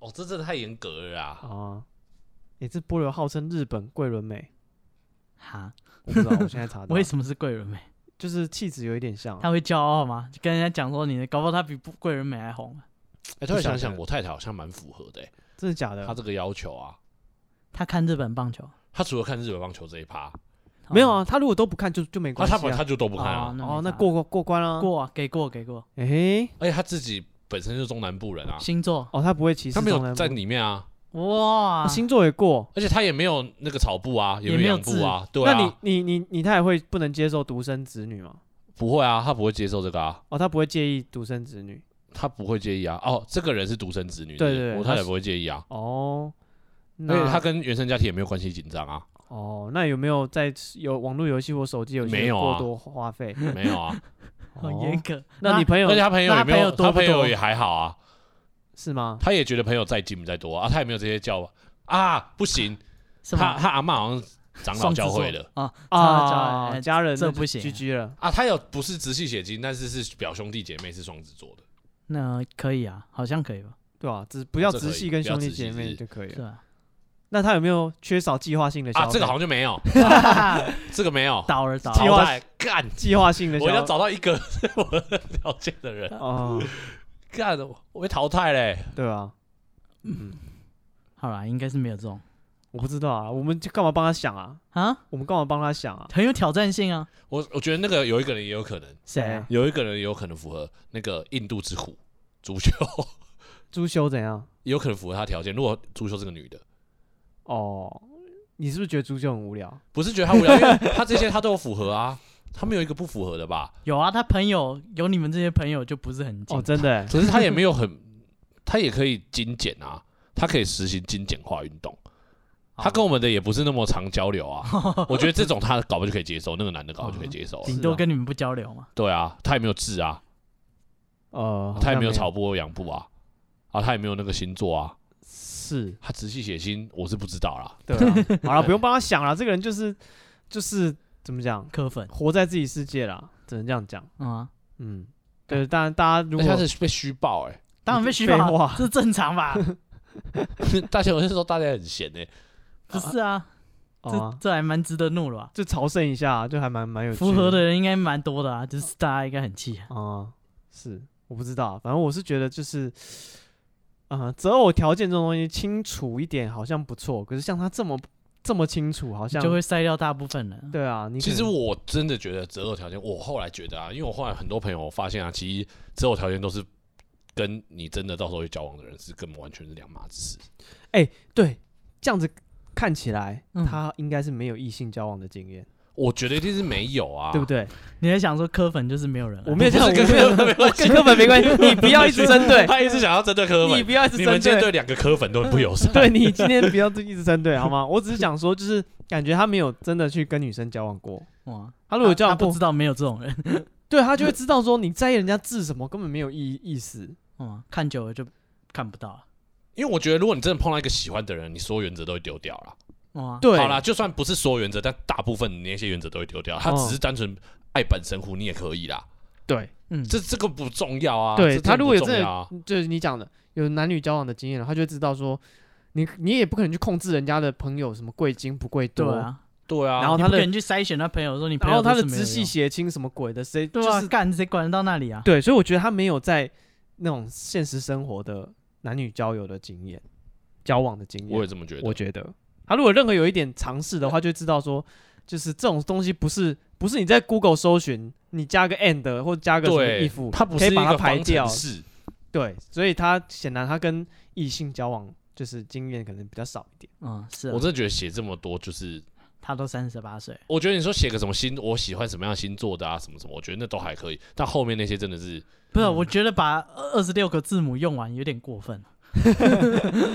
[SPEAKER 3] 哦，这真的太严格了啊！
[SPEAKER 2] 啊，也是波流号称日本桂纶镁，
[SPEAKER 1] 哈，
[SPEAKER 2] 我不知道，我现在查 到
[SPEAKER 1] 为，什么是桂纶镁？
[SPEAKER 2] 就是气质有一点像啊。
[SPEAKER 1] 他会骄傲吗？就跟人家讲说你的，搞不好他比不桂纶镁还红啊。
[SPEAKER 3] 哎，突然想
[SPEAKER 2] 不晓
[SPEAKER 3] 想，
[SPEAKER 2] 得嗯
[SPEAKER 3] 我太太好像蛮符合的欸，
[SPEAKER 2] 真的假的？
[SPEAKER 3] 她这个要求啊，
[SPEAKER 1] 他看日本棒球，
[SPEAKER 3] 她除了看日本棒球这一趴，
[SPEAKER 2] 没有啊，他如果都不看就就没
[SPEAKER 3] 那
[SPEAKER 2] 关系
[SPEAKER 3] 她本她
[SPEAKER 2] 啊。
[SPEAKER 3] 就都不看
[SPEAKER 1] 哦
[SPEAKER 3] 啊，
[SPEAKER 1] 那没
[SPEAKER 2] 哦，那
[SPEAKER 1] 差
[SPEAKER 2] 过过过关了。。
[SPEAKER 1] 过啊，给过给过。
[SPEAKER 2] 诶，
[SPEAKER 3] 而且她自己本身就是中南部人啊，
[SPEAKER 1] 星座
[SPEAKER 2] 哦，他不会歧视
[SPEAKER 3] 她
[SPEAKER 2] 中
[SPEAKER 3] 没
[SPEAKER 2] 南
[SPEAKER 3] 有
[SPEAKER 2] 部
[SPEAKER 3] 在里面啊，
[SPEAKER 1] 哇
[SPEAKER 2] 啊，星座也过。
[SPEAKER 3] 而且她也没有那个草布啊，
[SPEAKER 1] 也
[SPEAKER 3] 没
[SPEAKER 1] 没有
[SPEAKER 3] 有洋布啊，对
[SPEAKER 2] 那你
[SPEAKER 3] 啊，
[SPEAKER 2] 你你你太太会不能接受独生子女吗？
[SPEAKER 3] 不会啊，她不会接受这个啊，
[SPEAKER 2] 哦，他不会介意独生子女。
[SPEAKER 3] 她不会介意啊。哦，这个人是独生子女，
[SPEAKER 2] 对
[SPEAKER 3] 是不是
[SPEAKER 2] 对
[SPEAKER 3] 我
[SPEAKER 2] 她
[SPEAKER 3] 太太
[SPEAKER 2] 是
[SPEAKER 3] 不会介意啊，
[SPEAKER 2] 哦，
[SPEAKER 3] 而且
[SPEAKER 2] 那
[SPEAKER 3] 她跟原生家庭也没有关系紧张啊，
[SPEAKER 2] 哦，那有没有在有网络游戏或手机游戏
[SPEAKER 3] 没有
[SPEAKER 2] 过
[SPEAKER 3] 啊
[SPEAKER 2] 多花费？
[SPEAKER 3] 没有啊，
[SPEAKER 1] 好
[SPEAKER 2] 哦
[SPEAKER 1] 严格。啊
[SPEAKER 2] 那你朋友
[SPEAKER 3] 而且她朋友
[SPEAKER 1] 那她
[SPEAKER 3] 也没有，
[SPEAKER 1] 朋友多
[SPEAKER 3] 她
[SPEAKER 1] 不
[SPEAKER 3] 朋友
[SPEAKER 1] 多
[SPEAKER 3] 也还好啊，
[SPEAKER 2] 是吗？
[SPEAKER 3] 她也觉得朋友再进不再多啊，她也没有这些叫啊，不行，
[SPEAKER 1] 是
[SPEAKER 3] 她
[SPEAKER 1] 吗？
[SPEAKER 3] 她阿嬷好像长老
[SPEAKER 1] 双子
[SPEAKER 3] 教会
[SPEAKER 1] 座
[SPEAKER 3] 了。
[SPEAKER 1] 啊
[SPEAKER 2] 啊，
[SPEAKER 1] 啊！
[SPEAKER 2] 家人
[SPEAKER 1] 这
[SPEAKER 2] 那
[SPEAKER 1] 不
[SPEAKER 2] 就
[SPEAKER 1] 行啊
[SPEAKER 2] 居居了。
[SPEAKER 3] 啊，他有不是直系血亲，但是是表兄弟姐妹，是双子座的。
[SPEAKER 1] 那可以啊，好像可以吧？
[SPEAKER 2] 对啊，只不要
[SPEAKER 3] 这可
[SPEAKER 2] 直
[SPEAKER 3] 以
[SPEAKER 2] 系跟
[SPEAKER 3] 不要
[SPEAKER 2] 兄弟
[SPEAKER 3] 直系
[SPEAKER 2] 姐
[SPEAKER 3] 是
[SPEAKER 2] 妹就可以
[SPEAKER 1] 是
[SPEAKER 2] 了。
[SPEAKER 1] 吧？
[SPEAKER 2] 那他有没有缺少计划性的消
[SPEAKER 3] 啊，
[SPEAKER 2] 费？
[SPEAKER 3] 这个好像就没有， 这个没有。
[SPEAKER 1] 倒了倒
[SPEAKER 3] 淘
[SPEAKER 2] 计
[SPEAKER 1] 了，
[SPEAKER 2] 划
[SPEAKER 3] 汰干，
[SPEAKER 2] 计划性的消
[SPEAKER 3] 我
[SPEAKER 2] 费。
[SPEAKER 3] 要找到一个 是我的条件的人，
[SPEAKER 2] 哦，
[SPEAKER 3] 干，我被淘汰嘞。
[SPEAKER 2] 对啊，
[SPEAKER 1] 好啦，应该是没有这种
[SPEAKER 2] 我不知道啊，我们就干嘛帮他想啊？
[SPEAKER 1] 啊，
[SPEAKER 2] 我们干嘛帮他想啊？
[SPEAKER 1] 很有挑战性啊。
[SPEAKER 3] 我我觉得那个有一个人也有可能，
[SPEAKER 1] 谁啊？
[SPEAKER 3] 有一个人也有可能符合那个印度之虎足球，
[SPEAKER 2] 朱修怎样？
[SPEAKER 3] 也有可能符合他条件。如果足球是个女的，
[SPEAKER 2] 哦，你是不是觉得朱修很无聊？
[SPEAKER 3] 不是觉得他无聊，因为他这些他都有符合啊， 他没有一个不符合的吧？
[SPEAKER 1] 有啊，他朋友有你们这些朋友就不是很近
[SPEAKER 2] 哦，真的欸，
[SPEAKER 3] 可是他也没有很， 他也可以精简啊，他可以实行精简化运动。哦他跟我们的也不是那么常交流啊， 我觉得这种他搞不就可以接受，那个男的搞不就可以接受了
[SPEAKER 1] 哦
[SPEAKER 2] 是
[SPEAKER 1] 顶
[SPEAKER 2] 啊
[SPEAKER 1] 多跟你们不交流嘛。
[SPEAKER 3] 对啊，他也没有痣啊，
[SPEAKER 2] 呃，
[SPEAKER 3] 他也
[SPEAKER 2] 好像
[SPEAKER 3] 没
[SPEAKER 2] 没
[SPEAKER 3] 有草布或养布啊，啊，他也没有那个星座啊，
[SPEAKER 2] 是，
[SPEAKER 3] 他直系血亲我是不知道啦。
[SPEAKER 2] 对啊。好了，不用帮他想了，这个人就是就是怎么讲，
[SPEAKER 1] 磕粉
[SPEAKER 2] 活在自己世界啦，只能这样讲。
[SPEAKER 1] 嗯啊，
[SPEAKER 2] 嗯，对，当然大家如
[SPEAKER 3] 那
[SPEAKER 2] 果
[SPEAKER 3] 哎他是被虚报哎、
[SPEAKER 1] 当然被虚
[SPEAKER 2] 废
[SPEAKER 1] 报
[SPEAKER 2] 话，
[SPEAKER 1] 这正常 吧？
[SPEAKER 3] 大家有些时候大家很闲哎、
[SPEAKER 1] 不是啊，
[SPEAKER 2] 哦啊
[SPEAKER 1] 这这还蛮值得怒的吧？
[SPEAKER 2] 就朝圣一下，啊就还蛮蛮有趣
[SPEAKER 1] 符合的人应该蛮多的啊，就是大家应该很气啊。
[SPEAKER 2] 啊、是我不知道，啊反正我是觉得就是，啊、择偶条件这种东西清楚一点好像不错，可是像他这么这么清楚，好像
[SPEAKER 1] 就会筛掉大部分人。
[SPEAKER 2] 对啊，你
[SPEAKER 3] 其
[SPEAKER 2] 可
[SPEAKER 3] 实
[SPEAKER 2] 能
[SPEAKER 3] 我真的觉得择偶条件，我后来觉得啊，因为我后来很多朋友发现啊，其实择偶条件都是跟你真的到时候会交往的人是根本完全是两码子事。
[SPEAKER 2] 对这样子看起来，
[SPEAKER 1] 嗯
[SPEAKER 2] 他应该是没有异性交往的经验，
[SPEAKER 3] 我觉得一定是没有啊，
[SPEAKER 2] 对不？对？
[SPEAKER 1] 你在想说磕粉就是没有人啊，
[SPEAKER 2] 我没有这样，
[SPEAKER 3] 不
[SPEAKER 2] 我
[SPEAKER 3] 是跟
[SPEAKER 2] 没有
[SPEAKER 3] 科本没
[SPEAKER 2] 我跟科本没关系，你不要一直针对，
[SPEAKER 3] 他一直想要针对科
[SPEAKER 2] 你
[SPEAKER 3] 粉，
[SPEAKER 2] 不要一直
[SPEAKER 3] 你们
[SPEAKER 2] 针
[SPEAKER 3] 今天
[SPEAKER 2] 对。嗯
[SPEAKER 3] 对两个科粉都很不友善。
[SPEAKER 2] 对你今天不要一直针对好吗？我只是想说，就是感觉他没有真的去跟女生交往过。
[SPEAKER 1] 哇，
[SPEAKER 2] 他如果交
[SPEAKER 1] 啊他
[SPEAKER 2] 往
[SPEAKER 1] 不
[SPEAKER 2] 过
[SPEAKER 1] 知，道没有这种人，
[SPEAKER 2] 对他就会知道说你在意人家字什么根本没有意意思。
[SPEAKER 1] 哇，看久了就看不到了，
[SPEAKER 3] 因为我觉得，如果你真的碰到一个喜欢的人，你所有原则都会丢掉了。
[SPEAKER 1] 哇，
[SPEAKER 2] 对，
[SPEAKER 3] 好啦，就算不是所有原则，但大部分你那些原则都会丢掉。他
[SPEAKER 2] 哦
[SPEAKER 3] 只是单纯爱本神乎，你也可以啦。
[SPEAKER 2] 对
[SPEAKER 1] 嗯，
[SPEAKER 3] 这这个不重要啊。
[SPEAKER 2] 对
[SPEAKER 3] 这
[SPEAKER 2] 他如果有
[SPEAKER 3] 这
[SPEAKER 2] 这
[SPEAKER 3] 个不重要啊，
[SPEAKER 2] 嗯就是你讲的有男女交往的经验了，他就会知道说你你也不可能去控制人家的朋友什么贵精不贵
[SPEAKER 1] 对
[SPEAKER 2] 多，
[SPEAKER 1] 啊，
[SPEAKER 3] 对啊。
[SPEAKER 2] 然后
[SPEAKER 1] 你
[SPEAKER 2] 他
[SPEAKER 1] 不可
[SPEAKER 2] 的
[SPEAKER 1] 能去筛选他朋友说你朋
[SPEAKER 2] 然
[SPEAKER 1] 友
[SPEAKER 2] 后
[SPEAKER 1] 都
[SPEAKER 2] 他
[SPEAKER 1] 是
[SPEAKER 2] 的
[SPEAKER 1] 没有
[SPEAKER 2] 直系
[SPEAKER 1] 用，
[SPEAKER 2] 血亲什么鬼的，谁就
[SPEAKER 1] 对啊，
[SPEAKER 2] 是
[SPEAKER 1] 干谁管得到那里啊？
[SPEAKER 2] 对，所以我觉得他没有在那种现实生活的男女交友的经验，交往的经
[SPEAKER 3] 我也
[SPEAKER 2] 验，
[SPEAKER 3] 这么觉
[SPEAKER 2] 我
[SPEAKER 3] 得。
[SPEAKER 2] 觉得他如果任何有一点尝试的话，就会知道说就是这种东西不是不是你在 Google 搜寻。你加个 and 或者加个什么
[SPEAKER 3] 对
[SPEAKER 2] if，，
[SPEAKER 3] 他不
[SPEAKER 2] 可
[SPEAKER 3] 是
[SPEAKER 2] 以
[SPEAKER 3] 一
[SPEAKER 2] 把它
[SPEAKER 3] 个
[SPEAKER 2] 排
[SPEAKER 3] 方
[SPEAKER 2] 掉
[SPEAKER 3] 程，式。
[SPEAKER 2] 对，所以他显然他跟异性交往就是经验可能比较少一点。
[SPEAKER 1] 嗯，是啊
[SPEAKER 3] 我真，的嗯觉得写这么多，就是
[SPEAKER 1] 他都三十八岁，
[SPEAKER 3] 我觉得你说写个什么星，我喜欢什么样星座的啊，什么什么，我觉得那都还可以。但后面那些真的是，
[SPEAKER 1] 不是，啊我觉得把二十六个字母用完有点过分，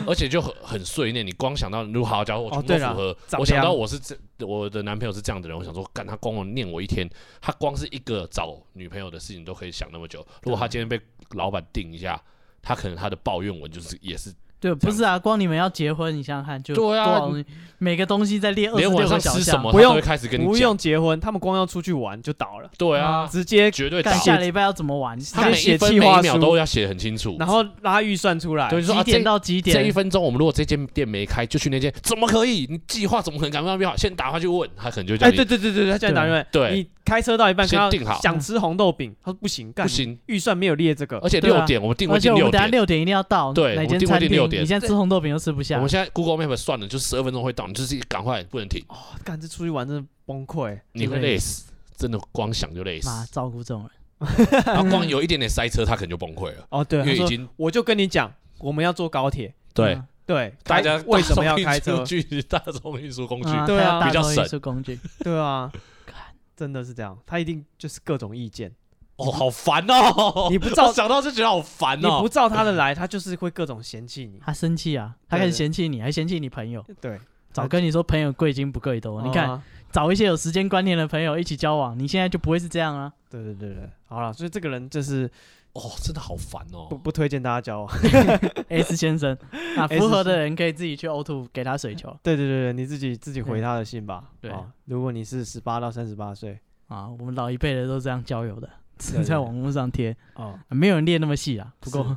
[SPEAKER 3] 而且就很很碎念。你光想到，如果好，假如我
[SPEAKER 2] 哦
[SPEAKER 3] 全部
[SPEAKER 2] 对
[SPEAKER 3] 符
[SPEAKER 2] 啦
[SPEAKER 3] 合，
[SPEAKER 2] 长
[SPEAKER 3] 我想
[SPEAKER 2] 这
[SPEAKER 3] 到
[SPEAKER 2] 样
[SPEAKER 3] 我是这我的男朋友是这样的人，我想说，干他光我念我一天，他光是一个找女朋友的事情都可以想那么久。如果他今天被老板定一下，他可能他的抱怨文就是也是
[SPEAKER 1] 对，不是啊，光你们要结婚，你想想看，就
[SPEAKER 3] 对啊
[SPEAKER 1] 多少东西每个东西在列二十
[SPEAKER 3] 连晚
[SPEAKER 1] 六
[SPEAKER 3] 上
[SPEAKER 1] 个小
[SPEAKER 3] 吃什
[SPEAKER 1] 项
[SPEAKER 3] 么，
[SPEAKER 2] 啊不
[SPEAKER 3] 他都
[SPEAKER 2] 用
[SPEAKER 3] 会开始跟你
[SPEAKER 2] 不
[SPEAKER 3] 讲。
[SPEAKER 2] 用嗯结婚，他们光要出去玩就倒了，
[SPEAKER 3] 对啊
[SPEAKER 1] 啊，
[SPEAKER 2] 直接，
[SPEAKER 3] 绝对打
[SPEAKER 1] 干。下礼拜要怎么玩？
[SPEAKER 3] 他
[SPEAKER 2] 直
[SPEAKER 3] 每
[SPEAKER 2] 接写
[SPEAKER 3] 一分
[SPEAKER 2] 计
[SPEAKER 3] 每
[SPEAKER 2] 划书
[SPEAKER 3] 一秒都要写得很清楚。
[SPEAKER 2] 然后拉预算出来
[SPEAKER 3] 对，，就说
[SPEAKER 1] 几
[SPEAKER 3] 啊，这
[SPEAKER 1] 点到几
[SPEAKER 3] 这一
[SPEAKER 1] 点？
[SPEAKER 3] 分钟，我们如果这间店没开，就去那间，怎么可以？你计划怎么可能赶不上变化？先打电话去问，他可能就会叫
[SPEAKER 2] 哎，
[SPEAKER 3] 你
[SPEAKER 2] 对对对对，他叫你打电话，
[SPEAKER 3] 对
[SPEAKER 2] 你开车到一半，
[SPEAKER 3] 先
[SPEAKER 2] 看
[SPEAKER 3] 定
[SPEAKER 2] 到
[SPEAKER 3] 好
[SPEAKER 2] 想吃红豆饼，他说不行，干
[SPEAKER 3] 不，行，呃
[SPEAKER 2] 预算没有列这个，
[SPEAKER 3] 而且
[SPEAKER 1] 对啊
[SPEAKER 3] 六点我们定位
[SPEAKER 1] 而且
[SPEAKER 3] 定
[SPEAKER 1] 我
[SPEAKER 3] 六
[SPEAKER 1] 们等下
[SPEAKER 3] 点，
[SPEAKER 1] 六点一定要到
[SPEAKER 3] 对
[SPEAKER 1] 哪
[SPEAKER 3] 我
[SPEAKER 1] 间
[SPEAKER 3] 定位
[SPEAKER 1] 餐
[SPEAKER 3] 定六点
[SPEAKER 1] 你现在吃红豆饼又吃不
[SPEAKER 3] 我
[SPEAKER 1] 下
[SPEAKER 3] 们，现在 Google Map 算了，就十二分钟会到，你就是赶快不能停，
[SPEAKER 2] 干这出去玩真的崩溃，
[SPEAKER 3] 你会累死，真的光想就累死。
[SPEAKER 1] 妈照顾这种人，
[SPEAKER 3] 然后光有一点点塞车，他可能就崩溃了，
[SPEAKER 2] 哦， 对，
[SPEAKER 3] 因
[SPEAKER 2] 他
[SPEAKER 3] 为已
[SPEAKER 2] 说
[SPEAKER 3] 经
[SPEAKER 2] 我就跟你讲，我们要坐高铁，
[SPEAKER 3] 对
[SPEAKER 1] 嗯
[SPEAKER 2] 对，
[SPEAKER 3] 大
[SPEAKER 2] 开
[SPEAKER 3] 家
[SPEAKER 2] 为什么要开
[SPEAKER 3] 大
[SPEAKER 2] 车
[SPEAKER 3] 众运输？具大众运输工具，
[SPEAKER 1] 啊
[SPEAKER 2] 对啊
[SPEAKER 1] 还
[SPEAKER 3] 比
[SPEAKER 1] 有大
[SPEAKER 3] 较
[SPEAKER 1] 众
[SPEAKER 3] 省
[SPEAKER 1] 运输工具，
[SPEAKER 2] 对啊
[SPEAKER 1] 干，
[SPEAKER 2] 真的是这样，他一定就是各种意见，
[SPEAKER 3] 哦，好烦哦！
[SPEAKER 2] 你不照
[SPEAKER 3] 我想到就觉得好烦
[SPEAKER 2] 你
[SPEAKER 3] 哦
[SPEAKER 2] 不。照他的来，他就是会各种嫌弃你。
[SPEAKER 1] 他生气啊，他
[SPEAKER 2] 对
[SPEAKER 1] 开始
[SPEAKER 2] 对
[SPEAKER 1] 嫌弃你，还嫌弃你朋友，
[SPEAKER 2] 对，
[SPEAKER 1] 早跟你说朋友贵精不贵多，哦你看
[SPEAKER 2] 啊，
[SPEAKER 1] 找一些有时间观念的朋友一起交往，你现在就不会是这样啊。
[SPEAKER 2] 对对对对，好了，所以这个人就是
[SPEAKER 3] 哦，真的好烦哦
[SPEAKER 2] 不。不推荐大家交往。
[SPEAKER 1] S 先生，啊，
[SPEAKER 2] S
[SPEAKER 1] 符合的人可以自己去呕吐，给他水球
[SPEAKER 2] 对对对对，你自己自己回他的信吧。
[SPEAKER 1] 对
[SPEAKER 2] 啊如果你是十八到三十八岁，
[SPEAKER 1] 啊。我们老一辈的都这样交友的，只
[SPEAKER 2] 对
[SPEAKER 1] 在网络上贴，
[SPEAKER 2] 哦
[SPEAKER 1] 啊没有人列那么细啊。不过
[SPEAKER 2] 是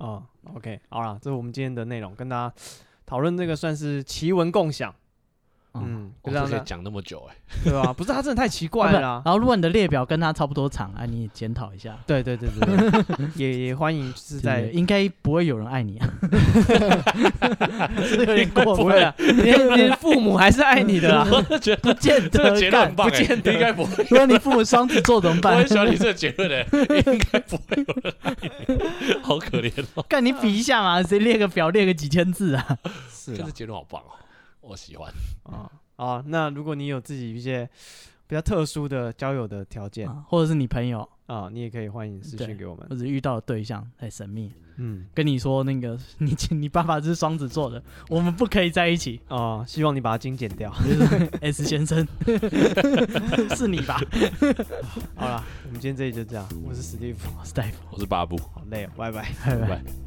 [SPEAKER 2] 哦，OK，好了，这是我们今天的内容，跟大家讨论这个算是奇闻共享。
[SPEAKER 1] 哦
[SPEAKER 2] 嗯，
[SPEAKER 3] 我
[SPEAKER 2] 就这
[SPEAKER 3] 这
[SPEAKER 2] 样
[SPEAKER 3] 可以
[SPEAKER 2] 子，
[SPEAKER 3] 讲那么久哎，
[SPEAKER 2] 对吧？不是他真的太奇
[SPEAKER 1] 啊
[SPEAKER 2] 怪
[SPEAKER 1] 不
[SPEAKER 2] 了
[SPEAKER 1] 然
[SPEAKER 2] 啦。
[SPEAKER 1] 然后如果你的列表跟他差不多长，啊，你也检讨一下。
[SPEAKER 2] 对对对对，对 也也欢迎就是
[SPEAKER 1] 对
[SPEAKER 2] 在
[SPEAKER 1] 应该不会有人爱你啊，是有点过
[SPEAKER 2] 不
[SPEAKER 1] 分
[SPEAKER 2] 会啊，你的你的父母还是爱你的啦。
[SPEAKER 3] 我都 觉得
[SPEAKER 1] 不见
[SPEAKER 3] 啊这个
[SPEAKER 1] 得
[SPEAKER 3] 结论
[SPEAKER 1] 干
[SPEAKER 3] 很。棒
[SPEAKER 2] 嗯不
[SPEAKER 3] 哎，
[SPEAKER 2] 见得
[SPEAKER 3] 应该不会。
[SPEAKER 1] 如果你父母双子座怎么
[SPEAKER 3] 我
[SPEAKER 1] 办
[SPEAKER 3] 很？喜欢你这个结论哎，应该不会有人爱你，好可怜哦。
[SPEAKER 1] 干你比一下嘛，谁列个表列个几千字啊？
[SPEAKER 2] 是
[SPEAKER 3] 这
[SPEAKER 2] 啊
[SPEAKER 3] 个结论好棒哦，我喜欢。
[SPEAKER 2] 啊啊，那如果你有自己一些比较特殊的交友的条件
[SPEAKER 1] 啊或者是你朋友，
[SPEAKER 2] 啊，你也可以欢迎私
[SPEAKER 1] 对
[SPEAKER 2] 信给我们
[SPEAKER 1] 或。者遇到的对象太神秘，
[SPEAKER 2] 嗯
[SPEAKER 1] 跟你说那个 你你爸爸是双子座的，我们不可以在一 起。
[SPEAKER 2] 啊，希望你把它精简掉。
[SPEAKER 1] 就是 S 先生，是你吧？
[SPEAKER 2] 好了，我们今天这里就这样。我是史蒂夫，
[SPEAKER 1] 我是大夫，
[SPEAKER 3] 我是巴布，
[SPEAKER 2] 好累哦，拜拜。
[SPEAKER 1] 拜
[SPEAKER 3] 拜
[SPEAKER 1] 拜
[SPEAKER 3] 拜。